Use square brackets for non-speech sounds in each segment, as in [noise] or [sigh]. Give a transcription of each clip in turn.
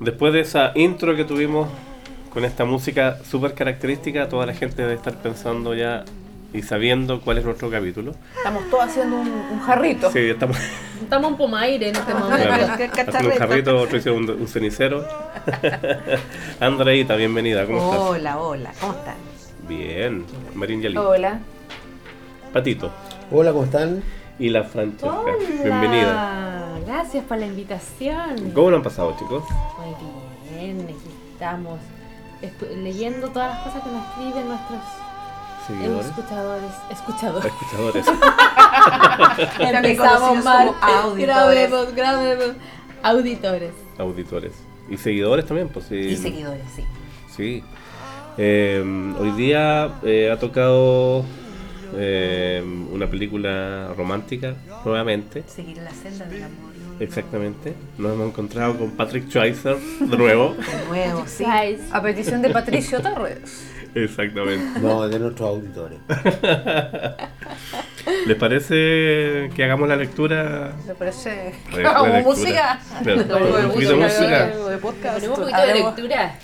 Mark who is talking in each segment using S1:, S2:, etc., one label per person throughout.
S1: Después de esa intro que tuvimos con esta música súper característica, toda la gente debe estar pensando ya y sabiendo cuál es nuestro capítulo.
S2: Estamos todos haciendo un, un
S3: Oh.
S2: jarrito.
S1: Sí,
S3: [laughs]
S1: estamos
S4: Estamos en Pomaire en este
S1: claro,
S4: momento.
S1: haciendo un jarrito, otro hizo un,
S3: [laughs]
S1: un cenicero. Andreita, bienvenida, ¿cómo estás?
S3: Hola, hola, ¿cómo están?
S1: Bien, Marín Yalí.
S2: Hola.
S1: Patito
S5: Hola, ¿cómo están?
S1: y la Francesca, bienvenida.
S4: Gracias por la invitación.
S1: ¿Cómo lo han pasado, chicos?
S4: Muy bien, aquí estamos estu- leyendo todas las cosas que nos escriben nuestros
S1: Seguidores,
S4: escuchadores.
S1: [laughs]
S4: Escuchadores.
S3: [laughs]
S1: escuchadores.
S3: reconocidos como auditores.
S4: Grabemos, grabemos. Auditores.
S1: auditores. Y seguidores también, pues sí.
S3: Y seguidores, sí.
S1: Sí. Eh, hoy día eh, ha tocado eh, una película romántica, nuevamente.
S3: Seguir la senda del amor.
S1: Exactamente. Nos hemos encontrado con Patrick Schweizer de nuevo.
S3: De
S2: [laughs]
S3: nuevo, sí.
S4: Guys.
S2: A petición de Patricio Torres.
S1: Exactamente.
S5: No, de nuestros auditores.
S1: ¿Les parece que hagamos la lectura?
S2: Me parece.
S1: Eh, la
S2: Como
S1: lectura.
S2: música.
S1: Claro,
S4: de
S1: un poquito de música.
S2: algo de podcast.
S4: Ponemos un poquito de
S2: Hablemos-
S4: lectura.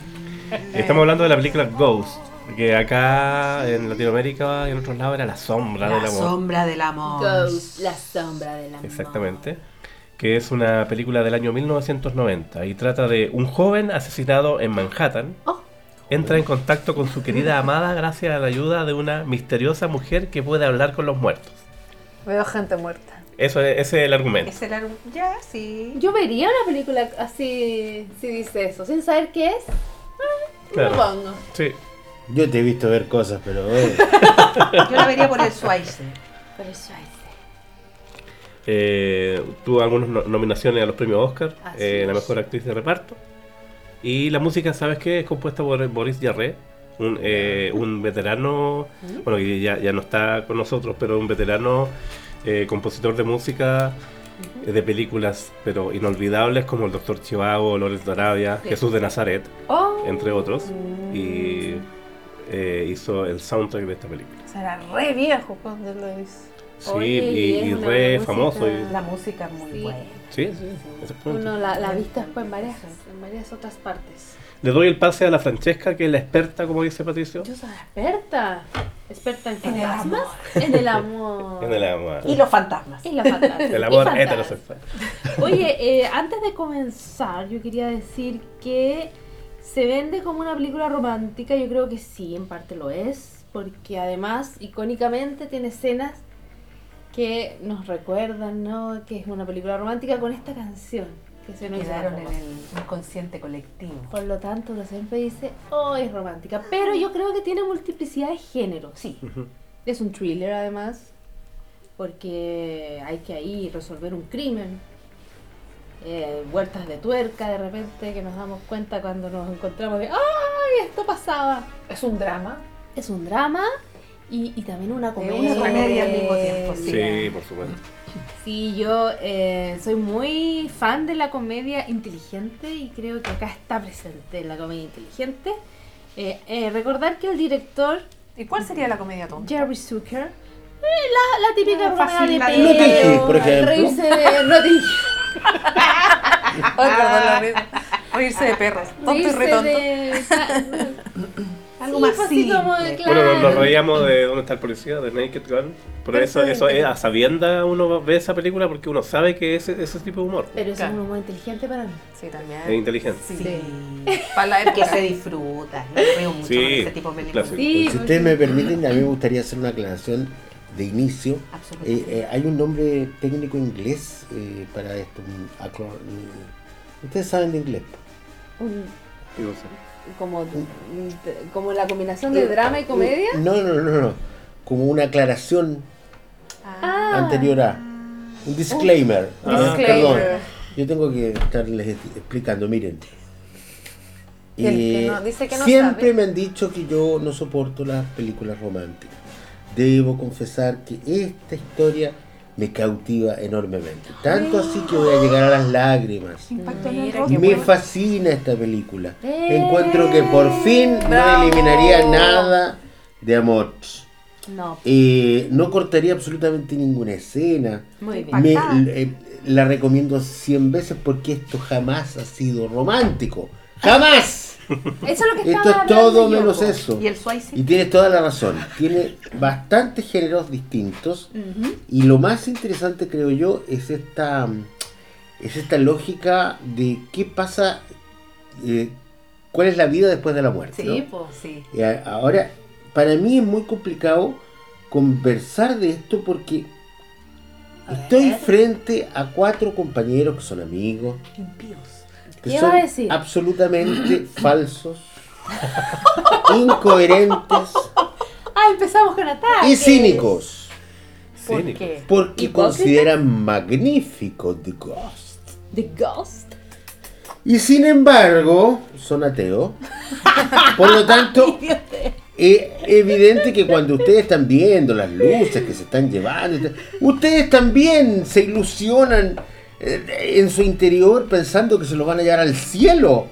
S1: Estamos hablando de la película Ghost, que acá en Latinoamérica y en otros lados era La Sombra
S3: La
S1: Ah, del Amor.
S3: sombra del amor.
S4: Ghost, la sombra del amor.
S1: Exactamente. Que es una película del año 1990 y trata de un joven asesinado en Manhattan.
S4: Oh.
S1: Entra en contacto con su querida amada gracias a la ayuda de una misteriosa mujer que puede hablar con los muertos.
S2: Veo gente muerta.
S1: Eso es, ese es el argumento.
S3: Es el árbol. Ya,
S1: [laughs]
S3: sí.
S4: Yo vería una película así, si dice eso, sin saber qué es. Lo
S1: Claro.
S4: pongo.
S1: Sí.
S5: Yo te he visto ver cosas, pero eh,
S3: Yo la vería por el Schweizer.
S4: Pero eso es.
S1: Eh, tuvo algunas no- nominaciones a los premios Oscar,
S4: Así
S1: eh, la
S4: es.
S1: mejor actriz de reparto. Y la música, ¿sabes qué? Es compuesta por Boris Jarre, un, eh, un veterano, bueno, que ya, ya no está con nosotros, pero un veterano eh, compositor de música eh, de películas, pero inolvidables como El Doctor Chivago, Lores de Arabia,
S4: Sí. Mm.
S1: Jesús de Nazaret,
S2: Oh.
S1: entre otros. Y eh, hizo el soundtrack de esta película.
S2: Será re viejo cuando lo hice.
S1: Sí,
S4: Oye, y
S1: y,
S4: es
S1: y
S4: una
S1: re
S4: música-
S1: famoso. y-
S3: La música es muy
S4: Sí.
S3: buena.
S1: sí, sí, exactamente.
S4: Uno la, la vista después en varias, en varias otras partes.
S1: Le doy el pase a la Francesca, que es la experta, como dice Patricio.
S4: Yo soy experta. Experta en
S3: En el
S4: fantasmas. En el amor.
S1: En el amor.
S3: Y los fantasmas.
S4: En la
S1: [laughs]
S4: fantasía.
S1: El
S4: Y
S1: amor
S4: fantasmas.
S1: heterosexual.
S4: Oye, eh, antes de comenzar, yo quería decir que se vende como una película romántica, yo creo que sí, en parte lo es, porque además icónicamente tiene escenas que nos recuerdan, ¿no? Que es una película romántica con esta canción que se nos hizo
S3: Quedaron en
S4: famosa.
S3: el inconsciente colectivo.
S4: Por lo tanto, uno siempre dice, oh, es romántica. Pero yo creo que tiene multiplicidad de géneros, sí.
S1: Ujú.
S4: Es un thriller además, porque hay que ahí resolver un crimen. Eh, vueltas de tuerca de repente que nos damos cuenta cuando nos encontramos de ¡ay! Esto pasaba.
S2: Es un drama.
S4: Es un drama y, y también una
S3: una
S4: comedia. Eh,
S3: comedia al mismo tiempo,
S1: Sí,
S3: Sí.
S1: por supuesto.
S4: Sí, yo eh, soy muy fan de la comedia inteligente y creo que acá está presente la comedia inteligente. Eh, eh, recordar que el director
S2: ¿Y cuál sería la comedia tonta?
S4: Jerry Zucker, eh, la, la típica
S2: Ah,
S4: broma
S2: fácil,
S4: de
S2: la de-
S4: pelo,
S5: Notting Hill, por ejemplo.
S4: reírse de Notting Hill,
S2: Ay, perdón,
S1: Ah.
S2: la risa. Reírse de perros. Tonto y re
S4: reírse
S2: tonto.
S4: de-
S3: Algo
S4: Sí,
S3: más
S4: fue así como de
S3: simple.
S4: claro.
S1: Bueno, nos, nos reíamos de dónde está el policía, de Naked Gun. Por eso, eso es a sabienda uno ve esa película porque uno sabe que es ese tipo de humor.
S4: Pero eso es
S2: Claro.
S4: un humor inteligente para mí.
S2: Sí,
S1: Es
S2: también.
S1: inteligente.
S2: Sí.
S3: Sí.
S2: Para la
S3: Que
S2: época.
S3: se disfruta. Yo me río mucho
S1: Sí,
S3: con ese tipo de películas.
S1: clásico.
S4: Sí,
S5: si
S4: porque-
S5: ustedes me permiten, a mí me gustaría hacer una aclaración de inicio. Eh,
S3: Absolutamente.
S5: eh, hay un nombre técnico inglés eh, para esto. un acro- un- Ustedes saben de inglés. po.
S4: Un-
S1: Y no sé.
S4: como, como la combinación de drama y comedia.
S5: No, no, no, no. Como una aclaración
S2: Ah.
S4: Ah,
S5: anterior a. Un disclaimer.
S1: Un
S2: disclaimer.
S5: Perdón. Yo tengo que estarles est- explicando, miren.
S2: Y el que
S5: Eh,
S2: no- dice que no
S5: siempre
S2: sabe.
S5: me han dicho que yo no soporto las películas románticas. Debo confesar que esta historia me cautiva enormemente. Tanto así que voy a llegar a las lágrimas.
S3: Impacto en el
S2: Mira,
S3: rostro.
S5: Me
S2: qué bueno.
S5: fascina esta película.
S4: ¡Eh!
S5: Encuentro que por fin
S2: ¡Bravo!
S5: no eliminaría nada de amor.
S4: no,
S5: Eh, no cortaría absolutamente ninguna escena.
S4: muy bien.
S5: Me-
S3: Impactada.
S5: l- eh, la recomiendo 100 veces porque esto jamás ha sido romántico. ¡Jamás!
S4: Eso es lo que
S5: Esto
S4: estaba
S5: es todo
S4: hablando yo,
S5: menos
S4: po.
S5: eso.
S3: Y el Swayze.
S5: Y tiene toda la razón. Tiene bastantes géneros distintos. Y lo más interesante, creo yo, es esta, mm, es esta lógica de qué pasa, eh, cuál es la vida después de la muerte. ¿no?
S3: Sí, pues sí.
S5: Y a- ahora, para mí es muy complicado conversar de esto porque
S3: A
S5: estoy
S3: ver.
S5: frente a cuatro compañeros que son amigos,
S3: Impíos.
S5: que
S4: ¿Qué
S5: son
S4: iba a decir? [clears throat]
S5: absolutamente falsos, incoherentes
S4: [laughs] Ah, empezamos con ataques.
S5: y cínicos.
S4: ¿Por
S1: Cínico.
S4: qué?
S5: Porque
S4: ¿Hipócritas?
S5: consideran magnífico The Ghost.
S4: The Ghost.
S5: Y sin embargo, son ateos. Por lo
S3: [laughs]
S5: tanto, es evidente que cuando ustedes están viendo las luces que se están llevando, ustedes también se ilusionan eh, en su interior pensando que se los van a llevar al cielo.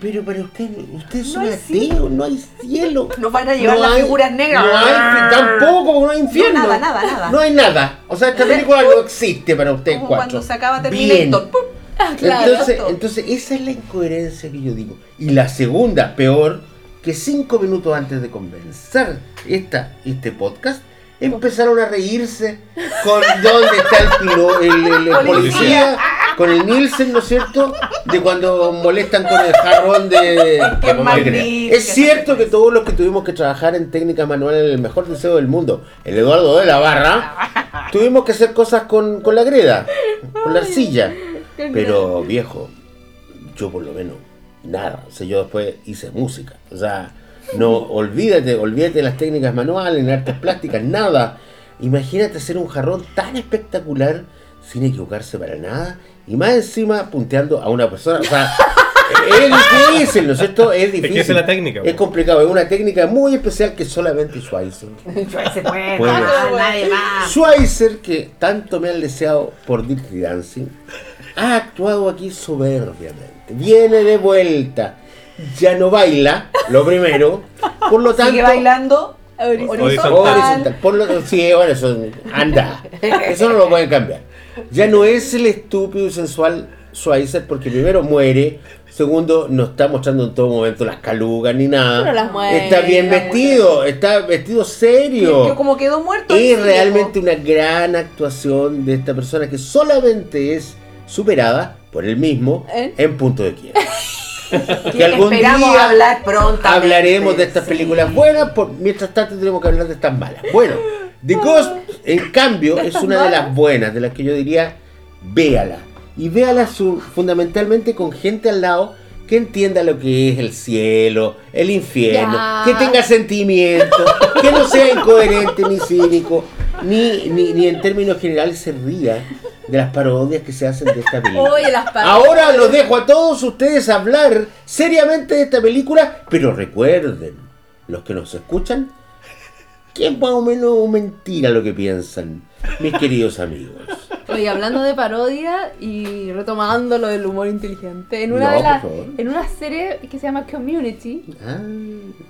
S5: Pero para ustedes, ustedes
S3: No
S5: son
S3: hay
S5: ateos, no hay cielo.
S3: Nos van a [laughs] llevar las figuras negras.
S5: No hay, tampoco, no hay infierno.
S3: nada, nada, nada.
S5: No hay nada. O sea, esta película no existe para ustedes
S3: Como
S5: cuatro.
S3: cuando se acaba
S5: Bien.
S3: Terminator. ¡pum!
S4: Ah, claro.
S5: Entonces,
S3: Exacto.
S5: entonces, esa es la incoherencia que yo digo. Y la segunda, peor, que cinco minutos antes de comenzar esta, este podcast, empezaron a reírse
S3: [laughs]
S5: con dónde está el, pilo- el- el- el policía, con el Nielsen, ¿no es cierto? De cuando molestan con el jarrón de...
S3: Qué magnífico.
S5: Es cierto que todos los que tuvimos que trabajar en técnicas manuales en el mejor deseo del mundo, el Eduardo de la Barra, tuvimos que hacer cosas con, con la greda, con la arcilla. Pero viejo, yo por lo menos, nada. O sea, yo después hice música. O sea, no, olvídate, olvídate de las técnicas manuales, en artes plásticas, nada. Imagínate hacer un jarrón tan espectacular sin equivocarse para nada y más encima punteando a una persona. O sea, es difícil, ¿no es cierto? Es
S1: que
S5: difícil.
S1: esa es la técnica,
S5: Es
S1: po.
S5: complicado, es una técnica muy especial que solamente Schweizer.
S3: Swayze puede.
S5: Puede.
S3: Ah, Nadie más.
S5: Schweizer, que tanto me han deseado por Dirty Dancing, ha actuado aquí soberbiamente. Viene de vuelta. Ya no baila, lo primero. Por lo tanto.
S3: Sigue bailando. Horizontal.
S5: horizontal. Por lo, sí, bueno, eso. Anda. Eso no lo pueden cambiar. Ya no es el estúpido y sensual Schweizer porque primero muere. Segundo, no está mostrando en todo momento las calugas ni nada.
S4: Pero las mueve,
S5: está bien
S4: las
S5: vestido, está vestido serio.
S3: Que como quedó muerto. ahí
S5: Es
S3: sigue,
S5: realmente una gran actuación de esta persona que solamente es superada por él mismo
S4: ¿Eh?
S5: en punto de quiebra.
S3: po.
S5: que algún
S3: Esperamos
S5: día
S3: hablar pronto.
S5: Hablaremos de estas películas buenas, por, mientras tanto tenemos que hablar de estas malas. Bueno, The Ghost, en cambio, es una de las buenas, de las que yo diría, véala. Y véala su- fundamentalmente con gente al lado que entienda lo que es el cielo, el infierno,
S4: Ya.
S5: que tenga sentimiento, que no sea incoherente ni cínico, ni, ni, ni en términos generales se ría de las parodias que se hacen de esta película.
S4: Oye, las palabras.
S5: Ahora los dejo a todos ustedes hablar seriamente de esta película, pero recuerden, los que nos escuchan, que es más o menos mentira lo que piensan, mis queridos amigos.
S4: Oye, hablando de parodia y retomando lo del humor inteligente, en una,
S5: No,
S4: de las-
S5: por favor.
S4: en una serie que se llama Community,
S5: Ah,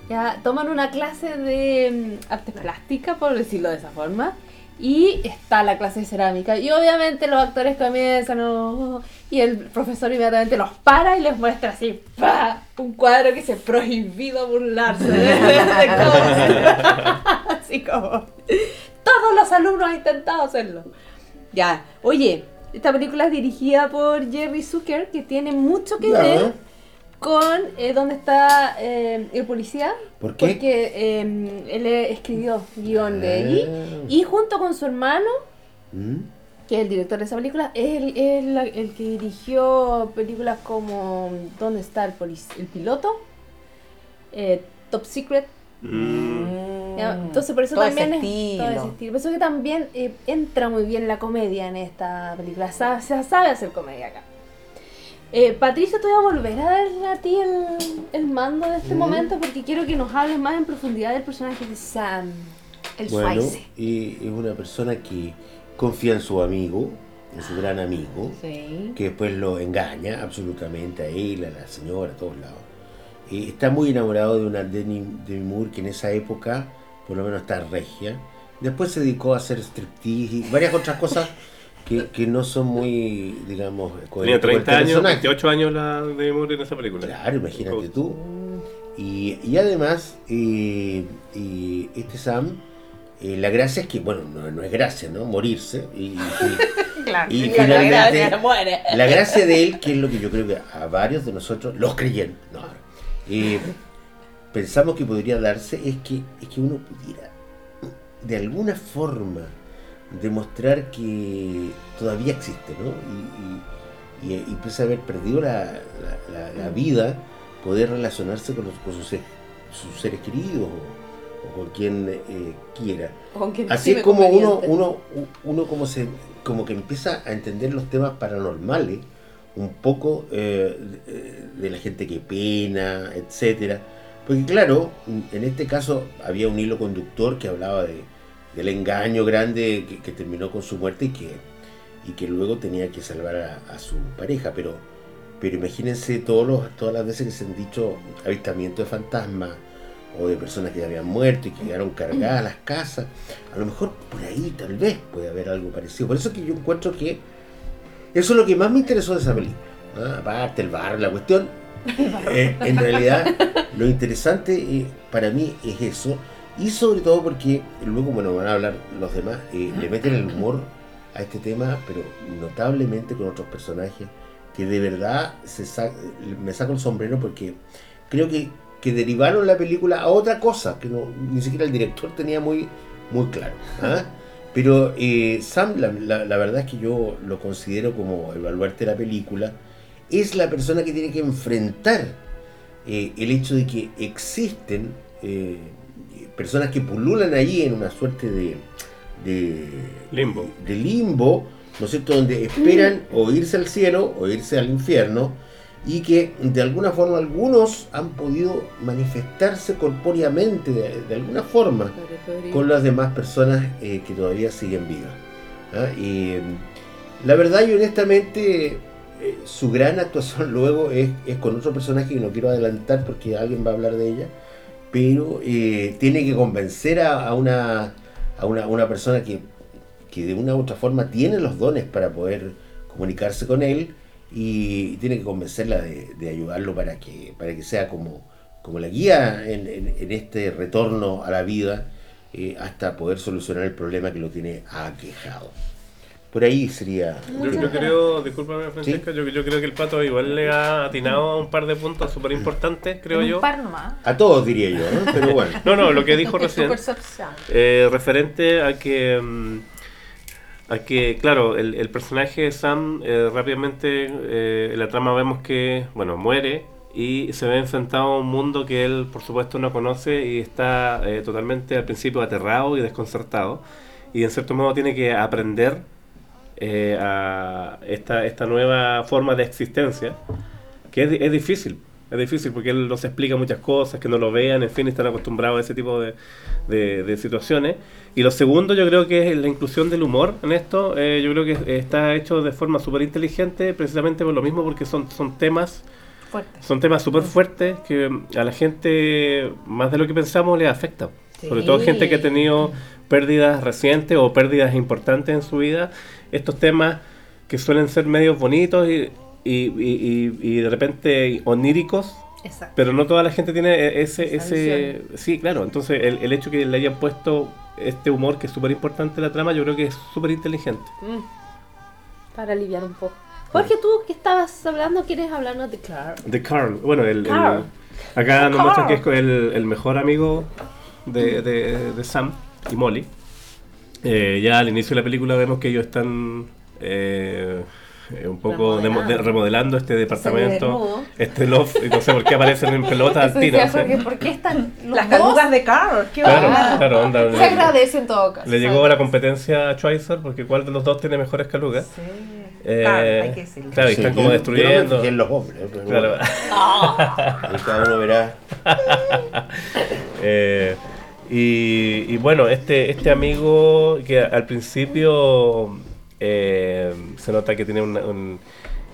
S4: ya toman una clase de mm, artes plásticas, por decirlo de esa forma, y está la clase de cerámica. Y obviamente los actores comienzan, oh, y el profesor inmediatamente los para y les muestra así, ¡pa! un cuadro que se prohibido burlarse. de- de- de cómo- [laughs] así como, todos los alumnos han intentado hacerlo. Ya, oye, esta película es dirigida por Jerry Zucker, que tiene mucho que
S5: Ya.
S4: ver con eh, dónde está eh, el policía.
S5: ¿Por qué?
S4: Porque eh, él escribió guión de allí.
S5: Ah.
S4: Y junto con su hermano,
S5: ¿Mm?
S4: que es el director de esa película, es el, es la- el que dirigió películas como ¿Dónde está el, polic- el piloto? Eh, Top Secret.
S1: Mm,
S4: Ya, Entonces por eso
S3: Todo
S4: también
S3: ese
S4: es
S3: estilo.
S4: todo ese estilo. Por eso que también eh, entra muy bien la comedia en esta película. Sabe, se sabe hacer comedia acá. Eh, Patricia, te voy a volver a dar a ti el, el mando de
S5: Mm.
S4: este momento porque quiero que nos hables más en profundidad del personaje de Sam.
S3: El
S5: Bueno,
S3: Swayze.
S5: y es una persona que confía en su amigo, en su gran amigo,
S3: Ah, Sí.
S5: que después lo engaña absolutamente a él, a la señora, a todos lados. Eh, está muy enamorado de una Demi, Demi Moore que en esa época, por lo menos está regia. Después se dedicó a hacer striptease y varias otras cosas que, que no son muy, digamos,
S1: Tenía
S5: coherentes con el
S1: 30 años,
S5: personaje.
S1: 28 años la de Moore en esa película.
S5: Claro, imagínate tú. Y, y además, eh, y este Sam, eh, la gracia es que, bueno, no, no es gracia, ¿no? Morirse. Y, y-
S3: Claro. [laughs]
S5: y
S3: Sí,
S5: finalmente-
S3: la gracia, muere.
S5: la gracia de él, que es lo que yo creo que a varios de nosotros, los creyentes, no, eh, pensamos que podría darse, es que, es que uno pudiera, de alguna forma, demostrar que todavía existe, ¿no? Y, y- y- y pese a haber perdido la, la- la- la vida, poder relacionarse con, los- con sus, se- sus seres queridos o, o con quien eh, quiera.
S2: Con quien
S5: Así es
S2: estime
S5: como uno,
S2: conveniente.
S5: uno, uno como se como que empieza a entender los temas paranormales un poco eh, de, de la gente que pena, etcétera. Porque claro, en este caso había un hilo conductor que hablaba de, del engaño grande que, que terminó con su muerte y que, y que luego tenía que salvar a, a su pareja. Pero, pero imagínense todos los, todas las veces que se han dicho avistamientos de fantasmas o de personas que ya habían muerto y que quedaron cargadas las casas. A lo mejor por ahí tal vez puede haber algo parecido. Por eso es que yo encuentro que eso es lo que más me interesó de esa película. Ah, Aparte el bar, la cuestión. eh, en realidad lo interesante eh, para mí es eso. Y sobre todo porque luego, bueno, van a hablar los demás, eh, le meten el humor a este tema, pero notablemente con otros personajes que de verdad se sa- me saco el sombrero porque creo que, que derivaron la película a otra cosa que no, ni siquiera el director tenía muy, muy claro. ¿ah? Pero eh, Sam, la, la- la verdad es que yo lo considero como evaluarte la película, es la persona que tiene que enfrentar eh, el hecho de que existen eh, personas que pululan allí en una suerte de, de
S1: Limbo.
S5: de limbo, ¿no es cierto? Donde esperan o irse al cielo o irse al infierno y que de alguna forma algunos han podido manifestarse corpóreamente de, de alguna forma con las demás personas eh, que todavía siguen vivas. ¿ah? Y, eh, la verdad y honestamente, eh, su gran actuación [laughs] luego es, es con otro personaje que no quiero adelantar porque alguien va a hablar de ella, pero eh, tiene que convencer a, a una, a una, una persona que, que de una u otra forma tiene los dones para poder comunicarse con él y tiene que convencerla de, de ayudarlo para que, para que sea como, como la guía en, en- en este retorno a la vida eh, hasta poder solucionar el problema que lo tiene aquejado. Por ahí sería...
S1: Yo, yo creo, discúlpame Francesca, yo, yo creo que el pato igual le ha atinado un par de puntos súper importantes, creo
S2: En
S1: yo.
S2: Un par nomás.
S5: A todos diría yo, ¿no? pero bueno.
S1: No, no, lo que
S2: [laughs]
S1: dijo
S2: Es tu
S1: recién,
S2: percepción.
S1: eh, referente a que, mm, a que claro, el, el personaje de Sam eh, rápidamente eh, en la trama vemos que, bueno, muere y se ve enfrentado a un mundo que él, por supuesto, no conoce y está eh, totalmente al principio aterrado y desconcertado y en cierto modo tiene que aprender eh, a esta, esta nueva forma de existencia, que es, di- es difícil, es difícil porque él nos explica muchas cosas, que no lo vean, en fin, están acostumbrados a ese tipo de, de- de situaciones. Y lo segundo yo creo que es la inclusión del humor en esto, eh, yo creo que está hecho de forma súper inteligente, precisamente por lo mismo, porque son, son temas...
S2: Fuerte.
S1: Son temas súper fuertes que a la gente, más de lo que pensamos, le afecta. Sobre todo gente que ha tenido pérdidas recientes o pérdidas importantes en su vida. Estos temas que suelen ser medios bonitos y, y- y- y- y de repente oníricos,
S2: Exacto.
S1: pero no toda la gente tiene e- ese...
S2: Esa
S1: ese sí, claro. Entonces el, el hecho que le hayan puesto este humor que es súper importante a la trama, yo creo que es súper inteligente.
S4: Mm. Para aliviar un poco. Jorge, tú que estabas hablando, ¿quieres hablarnos de Clark?
S1: The Carl, bueno, el, el-
S4: Carl.
S1: acá nos
S2: Carl.
S1: muestra que es el, el mejor amigo de, de- de Sam y Molly. Eh, ya al inicio de la película vemos que ellos están eh, eh, un poco demo- de- remodelando.
S4: Remodelando.
S1: este departamento,
S2: desnudo.
S1: este loft, y no sé por qué aparecen
S2: [laughs]
S1: en pelotas al
S2: Eso
S1: tiro.
S2: decía
S1: o sea.
S2: Jorge, ¿por
S1: [laughs]
S2: qué están los
S3: Las
S2: dos?
S3: canugas de Carl. Qué
S1: Claro,
S3: bárbaro.
S1: claro, onda.
S2: Se
S1: Le,
S2: agradece en todo caso.
S1: le llegó la competencia a Schweitzer porque cuál de los dos tiene mejores calugas.
S3: Sí.
S1: Eh,
S3: Carl, hay que decirlo.
S1: [laughs] claro, y están
S5: Sí,
S1: como
S5: yo- Yo no me
S1: destruyendo.
S5: fijé en los hombres, pero
S1: Claro. [laughs]
S5: bueno, ahí cada uno verá.
S1: Eh, y, y bueno, este, este amigo que al principio eh, se nota que tiene un... un,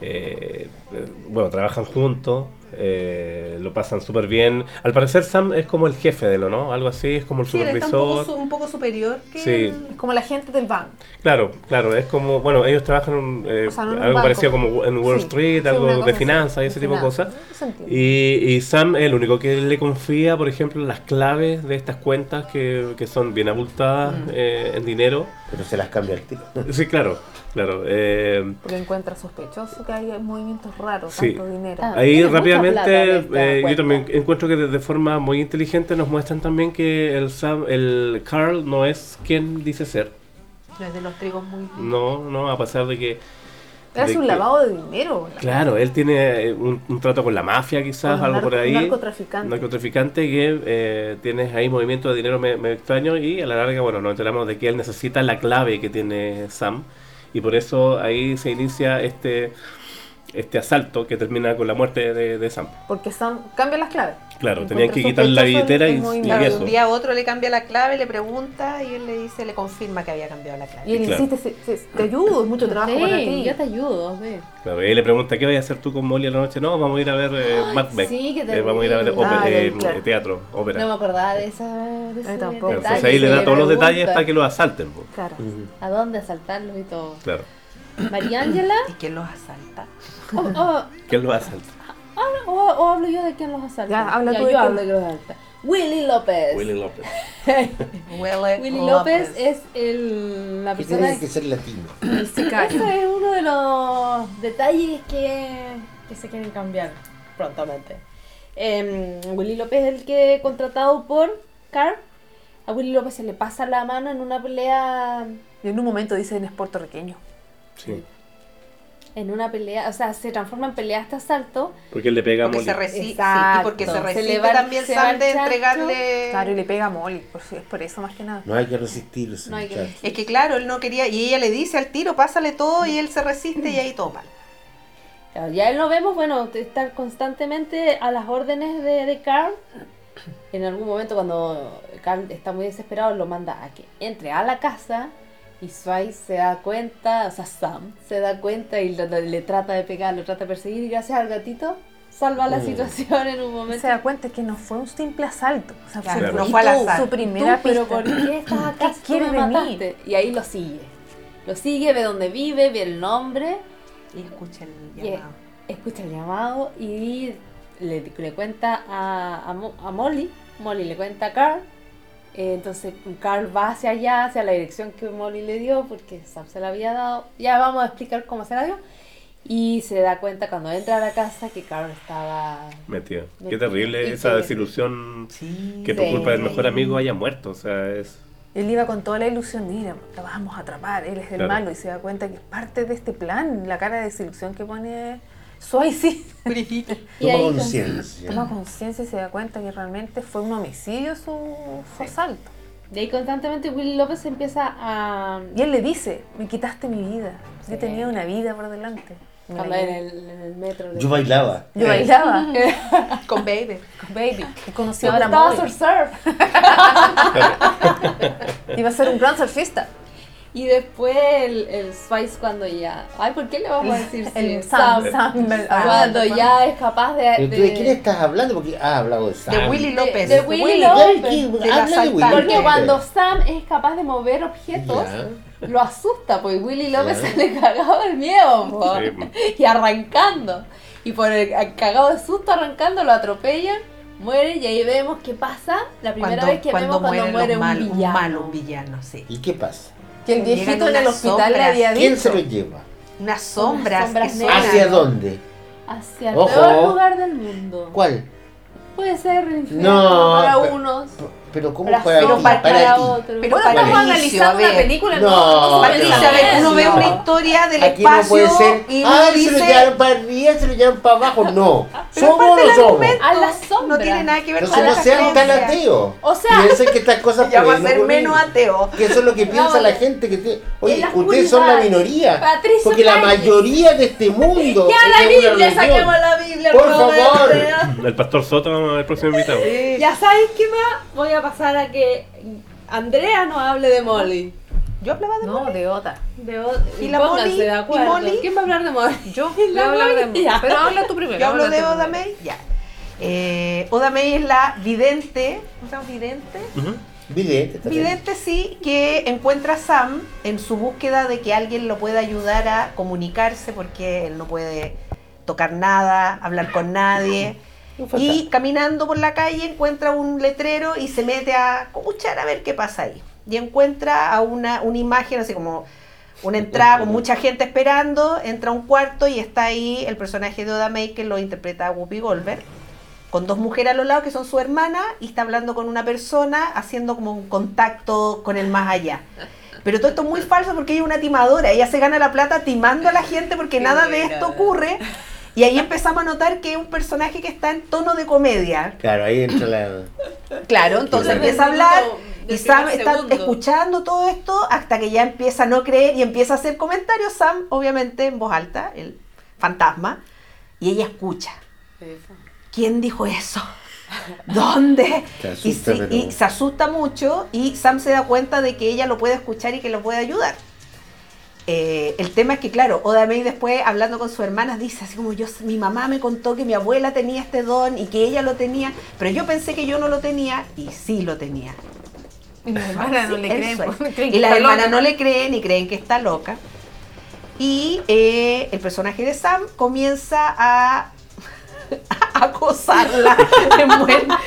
S1: eh, eh, bueno, trabajan juntos, eh, lo pasan súper bien. Al parecer Sam es como el jefe de lo, ¿no? Algo así, es como el
S3: Sí, él está un poco,
S1: supervisor.
S3: su- un poco superior que
S1: Sí.
S3: el-
S2: Es como la gente del banco.
S1: Claro, claro, es como, bueno, ellos trabajan eh,
S2: O sea, no en un
S1: algo
S2: banco.
S1: parecido como en Wall
S2: Sí,
S1: Street,
S2: sí,
S1: algo
S2: una cosa
S1: de
S2: así,
S1: finanzas y ese tipo de
S2: finanzas,
S1: cosas.
S2: ¿no? Se entiende.
S1: Y, y Sam es el único que le confía, por ejemplo, las claves de estas cuentas que, que son bien abultadas
S2: Mm.
S1: eh, en dinero.
S5: Pero se las cambia el tiro.
S1: Sí, claro, claro. eh,
S2: Porque encuentra sospechoso que hay movimientos raros,
S1: Sí.
S2: tanto dinero.
S4: Ah,
S1: Ahí
S4: tiene mucha plata en
S1: rápidamente,
S4: esta
S1: eh, yo
S4: cuenta.
S1: también encuentro que de, de forma muy inteligente nos muestran también que el Sam, el Carl no es quien dice ser.
S3: no es de los trigos muy...
S1: No, no, a pesar de que... de
S2: Hace un
S1: que-
S2: lavado de dinero. la-
S1: Claro, él tiene eh, un, un trato con la mafia quizás,
S2: Con los
S1: algo por
S2: narco-
S1: ahí.
S2: narcotraficantes.
S1: Narcotraficante que eh, tienes ahí movimiento de dinero me- medio extraño y a la larga, bueno, nos enteramos de que él necesita la clave que tiene Sam y por eso ahí se inicia este, este asalto que termina con la muerte de, de Sam.
S2: Porque Sam cambia las claves.
S1: Claro,
S2: Encuentro
S1: tenían que quitar la
S2: sospechoso
S1: billetera
S2: el
S1: y, y
S2: movimiento.
S3: Claro, de
S1: eso.
S3: un día a otro le cambia la clave, le pregunta y él le dice, le confirma que había cambiado la clave.
S2: Y él
S1: Claro.
S2: insiste, se- se- te ayudo, es mucho trabajo
S4: Sí,
S2: para ti.
S4: yo te ayudo, ve.
S1: Claro, y él le pregunta, ¿qué vas a hacer tú con Molly a la noche? No, vamos a ir a ver eh, Mad Max.
S4: sí, qué
S1: Eh, vamos a ir a ver
S4: terrible.
S1: ópera-
S2: Ah, ya,
S1: eh,
S2: claro.
S1: teatro, ópera.
S4: No me acordaba de esa. De ese
S2: Ay, tampoco.
S4: detalle,
S1: Entonces ahí le da
S4: se
S1: todos los
S4: pregunta
S1: detalles para que lo asalten. po.
S2: Claro.
S4: A dónde asaltarlos y todo.
S1: Claro,
S4: Mariángela,
S3: ¿Y quién los asalta?
S4: o, o,
S1: ¿quién lo asalta?
S4: o- o hablo yo de quién los asalta.
S2: Ya, habla tú de
S4: yo
S2: quién.
S4: hablo de quién los asalta. Willy López.
S1: Willy López.
S3: Huele
S4: Willy López es el, la
S5: Que
S4: persona
S5: tiene que ser latino.
S2: El sicario.
S4: Ese es uno de los detalles que, que se quieren cambiar prontamente. Em, Willy López es el que contratado por Carl. A Willy López se le pasa la mano en una pelea.
S2: Y en un momento dicen es puertorriqueño.
S1: Sí.
S4: En una pelea, o sea, se transforma en pelea hasta asalto.
S1: Porque él le pega a
S3: Porque
S1: Molly.
S3: se resiste,
S2: Exacto.
S3: y porque se
S4: Se
S3: resiste
S4: le va el-
S3: también
S4: se va
S3: Sam
S4: el
S3: de
S4: chancho.
S3: entregarle...
S2: Claro, y le pega a Molly, por si- es por eso más que nada.
S5: No hay que resistirse.
S4: No hay que
S5: muchachos.
S3: Es que claro, él no quería, y ella le dice al tiro, pásale todo, y él se resiste y ahí toma.
S4: Claro, Ya él lo vemos, bueno, estar constantemente a las órdenes de, de Carl. En algún momento cuando Carl está muy desesperado, lo manda a que entre a la casa y Sway se da cuenta, o sea, Sam se da cuenta y lo- lo- le trata de pegar, lo trata de perseguir y gracias al gatito salva la
S5: Mm.
S4: situación en un
S2: Él
S4: momento.
S2: se da cuenta que no fue un simple asalto. O sea,
S3: Claro,
S2: fue
S3: no
S2: y
S3: fue al
S2: tú,
S3: azar.
S2: Su
S4: Tú,
S2: primera
S4: pero
S2: pista.
S4: ¿por qué estás acá?
S2: ¿Qué
S4: Si tú
S2: quieres
S4: me
S2: de mí?
S4: mataste? Y ahí lo sigue. Lo sigue, ve dónde vive, ve el nombre.
S3: Y escucha el
S4: Yeah.
S3: llamado.
S4: escucha el llamado y le, le cuenta a, a Mo- a Molly, Molly le cuenta a Carl, eh, entonces Carl va hacia allá, hacia la dirección que Molly le dio, porque Sam se la había dado, ya vamos a explicar cómo se la dio, y se da cuenta cuando entra a la casa que Carl estaba...
S1: Metido. Qué
S4: Metido.
S1: terrible
S4: Y
S1: esa
S4: que-
S1: desilusión
S3: Sí.
S1: que por
S4: Sí.
S1: culpa del mejor amigo haya muerto. O sea, es.
S2: [clears throat] Él iba con toda la ilusión, mira, la vamos a atrapar, él es el
S1: Claro.
S2: malo y se da cuenta que es parte de este plan, la cara de desilusión que pone Suay sí.
S4: Y
S5: Toma
S4: ahí-
S2: Toma
S5: conciencia.
S2: conciencia y se da cuenta que realmente fue un homicidio su, su asalto.
S4: Y ahí constantemente Willy López empieza a...
S2: Y él le dice, me quitaste mi vida,
S4: Sí.
S2: yo tenía una vida por delante. Una
S4: Cuando en
S2: vida.
S4: el, en el metro... le-
S5: Yo bailaba.
S2: Yo bailaba,
S3: Con Baby.
S2: baby, y conocí a
S4: Cuando
S2: la
S4: estaba
S2: Molly.
S4: sur surf.
S2: Iba a ser un gran surfista.
S4: Y después el, el Spice cuando ya. Ay, ¿por qué le vamos a decir sí?
S2: el Sam,
S4: Sam.
S2: Sam, el- ah,
S4: Cuando
S2: el-
S4: ya es capaz de.
S5: Eh, ¿Pero tú
S4: de-
S5: de quién estás hablando? Porque ah, hablado de Sam.
S3: De Willy
S4: de-
S3: López.
S4: de Willy
S5: Willy,
S4: López.
S5: ¿qué?
S3: Del
S5: Habla de Willy
S3: asaltante.
S4: Porque
S5: López.
S4: cuando Sam es capaz de mover objetos,
S5: Ya.
S4: lo asusta, pues Willy López [laughs]
S5: Ya.
S4: sale cagado del miedo, po.
S1: Sí.
S4: y arrancando. Y por el cagado de susto arrancando lo atropellan, muere y ahí vemos qué pasa la primera
S3: Cuando,
S4: vez que
S3: cuando
S4: vemos cuando
S3: mueren los
S4: muere un,
S3: malos,
S4: villano.
S3: malo, un villano, sí.
S5: ¿Y qué pasa?
S2: Que el
S3: Llegan
S2: viejito en el
S3: unas
S2: hospital le
S3: sombras.
S2: había
S5: ¿Quién se
S2: dicho.
S5: lo lleva?
S3: Unas sombras,
S4: sombras
S3: que
S4: negras.
S3: suenan.
S5: ¿Hacia dónde?
S4: Hacia el
S5: Ojo.
S4: peor lugar del mundo.
S5: ¿Cuál?
S4: Puede ser infierno
S5: No,
S4: para
S5: pero-
S4: unos.
S5: Pero cómo
S4: Para-
S5: para,
S3: pero
S5: ti,
S3: para
S5: para ti.
S4: otro.
S3: Pero
S2: Bueno,
S3: para
S2: estamos
S3: el inicio,
S2: analizando
S3: a
S2: una
S3: ver.
S2: película,
S5: No,
S2: no,
S5: para
S2: se
S5: el
S3: Patricia,
S2: analiza
S3: a ver, uno
S2: eso.
S3: ve
S5: No.
S3: una historia del
S5: Aquí no
S3: espacio
S5: puede ser.
S3: y uno
S5: Ah, se lo
S3: dice.
S5: llevaron para arriba, se lo llevaron para abajo.
S3: [laughs]
S5: No. ¿Somos o
S3: parte
S5: no
S3: del
S5: somos?
S3: argumento.
S4: A la sombra.
S3: No tiene nada que ver con
S5: Entonces
S3: la
S5: no sean tan
S3: creencia.
S5: ateos.
S4: O sea-
S5: piensen que estas
S3: [laughs]
S5: cosas
S3: Ya va a
S5: pueden
S3: ser
S5: ocurrir.
S3: menos ateo.
S5: Que eso es lo que piensa
S4: No,
S5: la
S4: ya.
S5: gente que tiene-
S4: En
S5: Oye,
S4: la
S5: ustedes son la
S4: oscuridad.
S5: minoría.
S4: Patricio
S5: porque la
S4: Calle.
S5: mayoría de este mundo.
S4: Ya la
S5: es de una
S4: Biblia,
S5: religión.
S4: saquemos la Biblia.
S5: Por
S4: no me-
S5: favor.
S1: El pastor Soto, el próximo invitado.
S4: Ya sabéis qué más, voy a pasar a que Andrea nos hable de Molly.
S3: Yo hablaba de
S2: No, de Oda.
S4: De o-
S3: ¿Y la
S4: pónganse
S3: Molly?
S4: de acuerdo.
S3: ¿Y Molly?
S4: ¿Quién va a hablar de Molly?
S2: Yo voy a hablar de
S4: mayoría.
S2: Pero habla tú primero.
S3: Yo hablo
S2: habla
S3: de
S2: tú
S3: Oda
S2: primero.
S3: May, ya. Eh, Oda May es la vidente, ¿cómo se llama? Vidente.
S1: Ujú.
S5: Vidente. está bien.
S3: Vidente sí, que encuentra a Sam en su búsqueda de que alguien lo pueda ayudar a comunicarse porque él no puede tocar nada, hablar con nadie. Y caminando por la calle encuentra un letrero y se mete a escuchar a ver qué pasa ahí. Y encuentra a una, una imagen así como una entrada con mucha gente esperando, entra a un cuarto y está ahí el personaje de Oda May que lo interpreta Whoopi Goldberg, con dos mujeres a los lados que son su hermana y está hablando con una persona haciendo como un contacto con el más allá. Pero todo esto es muy falso porque ella es una timadora, ella se gana la plata timando a la gente porque
S2: Qué
S3: nada de
S2: buena.
S3: esto ocurre. Y ahí empezamos a notar que es un personaje que está en tono de comedia.
S5: Claro, ahí entra la.
S3: Claro, entonces
S5: Desde
S3: empieza a
S2: el
S3: hablar
S2: minuto-
S3: y
S2: del
S3: Sam
S2: primer
S3: está
S2: segundo.
S3: escuchando todo esto hasta que ya empieza a no creer y empieza a hacer comentarios. Sam, obviamente, en voz alta, el fantasma, y ella escucha. ¿Quién dijo eso? [laughs] ¿Dónde?
S5: Te asusta,
S3: y, se,
S5: pero-
S3: y se asusta mucho y Sam se da cuenta de que ella lo puede escuchar y que lo puede ayudar. Eh, el tema es que, claro, Oda May después, hablando con su hermana, dice así como yo, mi mamá me contó que mi abuela tenía este don y que ella lo tenía, pero yo pensé que yo no lo tenía y sí lo tenía.
S2: Y mi hermana no
S3: Sí,
S2: le
S3: él
S2: creen.
S3: suena.
S2: [laughs] porque creen que
S3: Y las
S2: está
S3: hermanas
S2: loca.
S3: no le creen y creen que está loca. Y eh, el personaje de Sam comienza a [laughs] a acosarla [laughs] en, buen-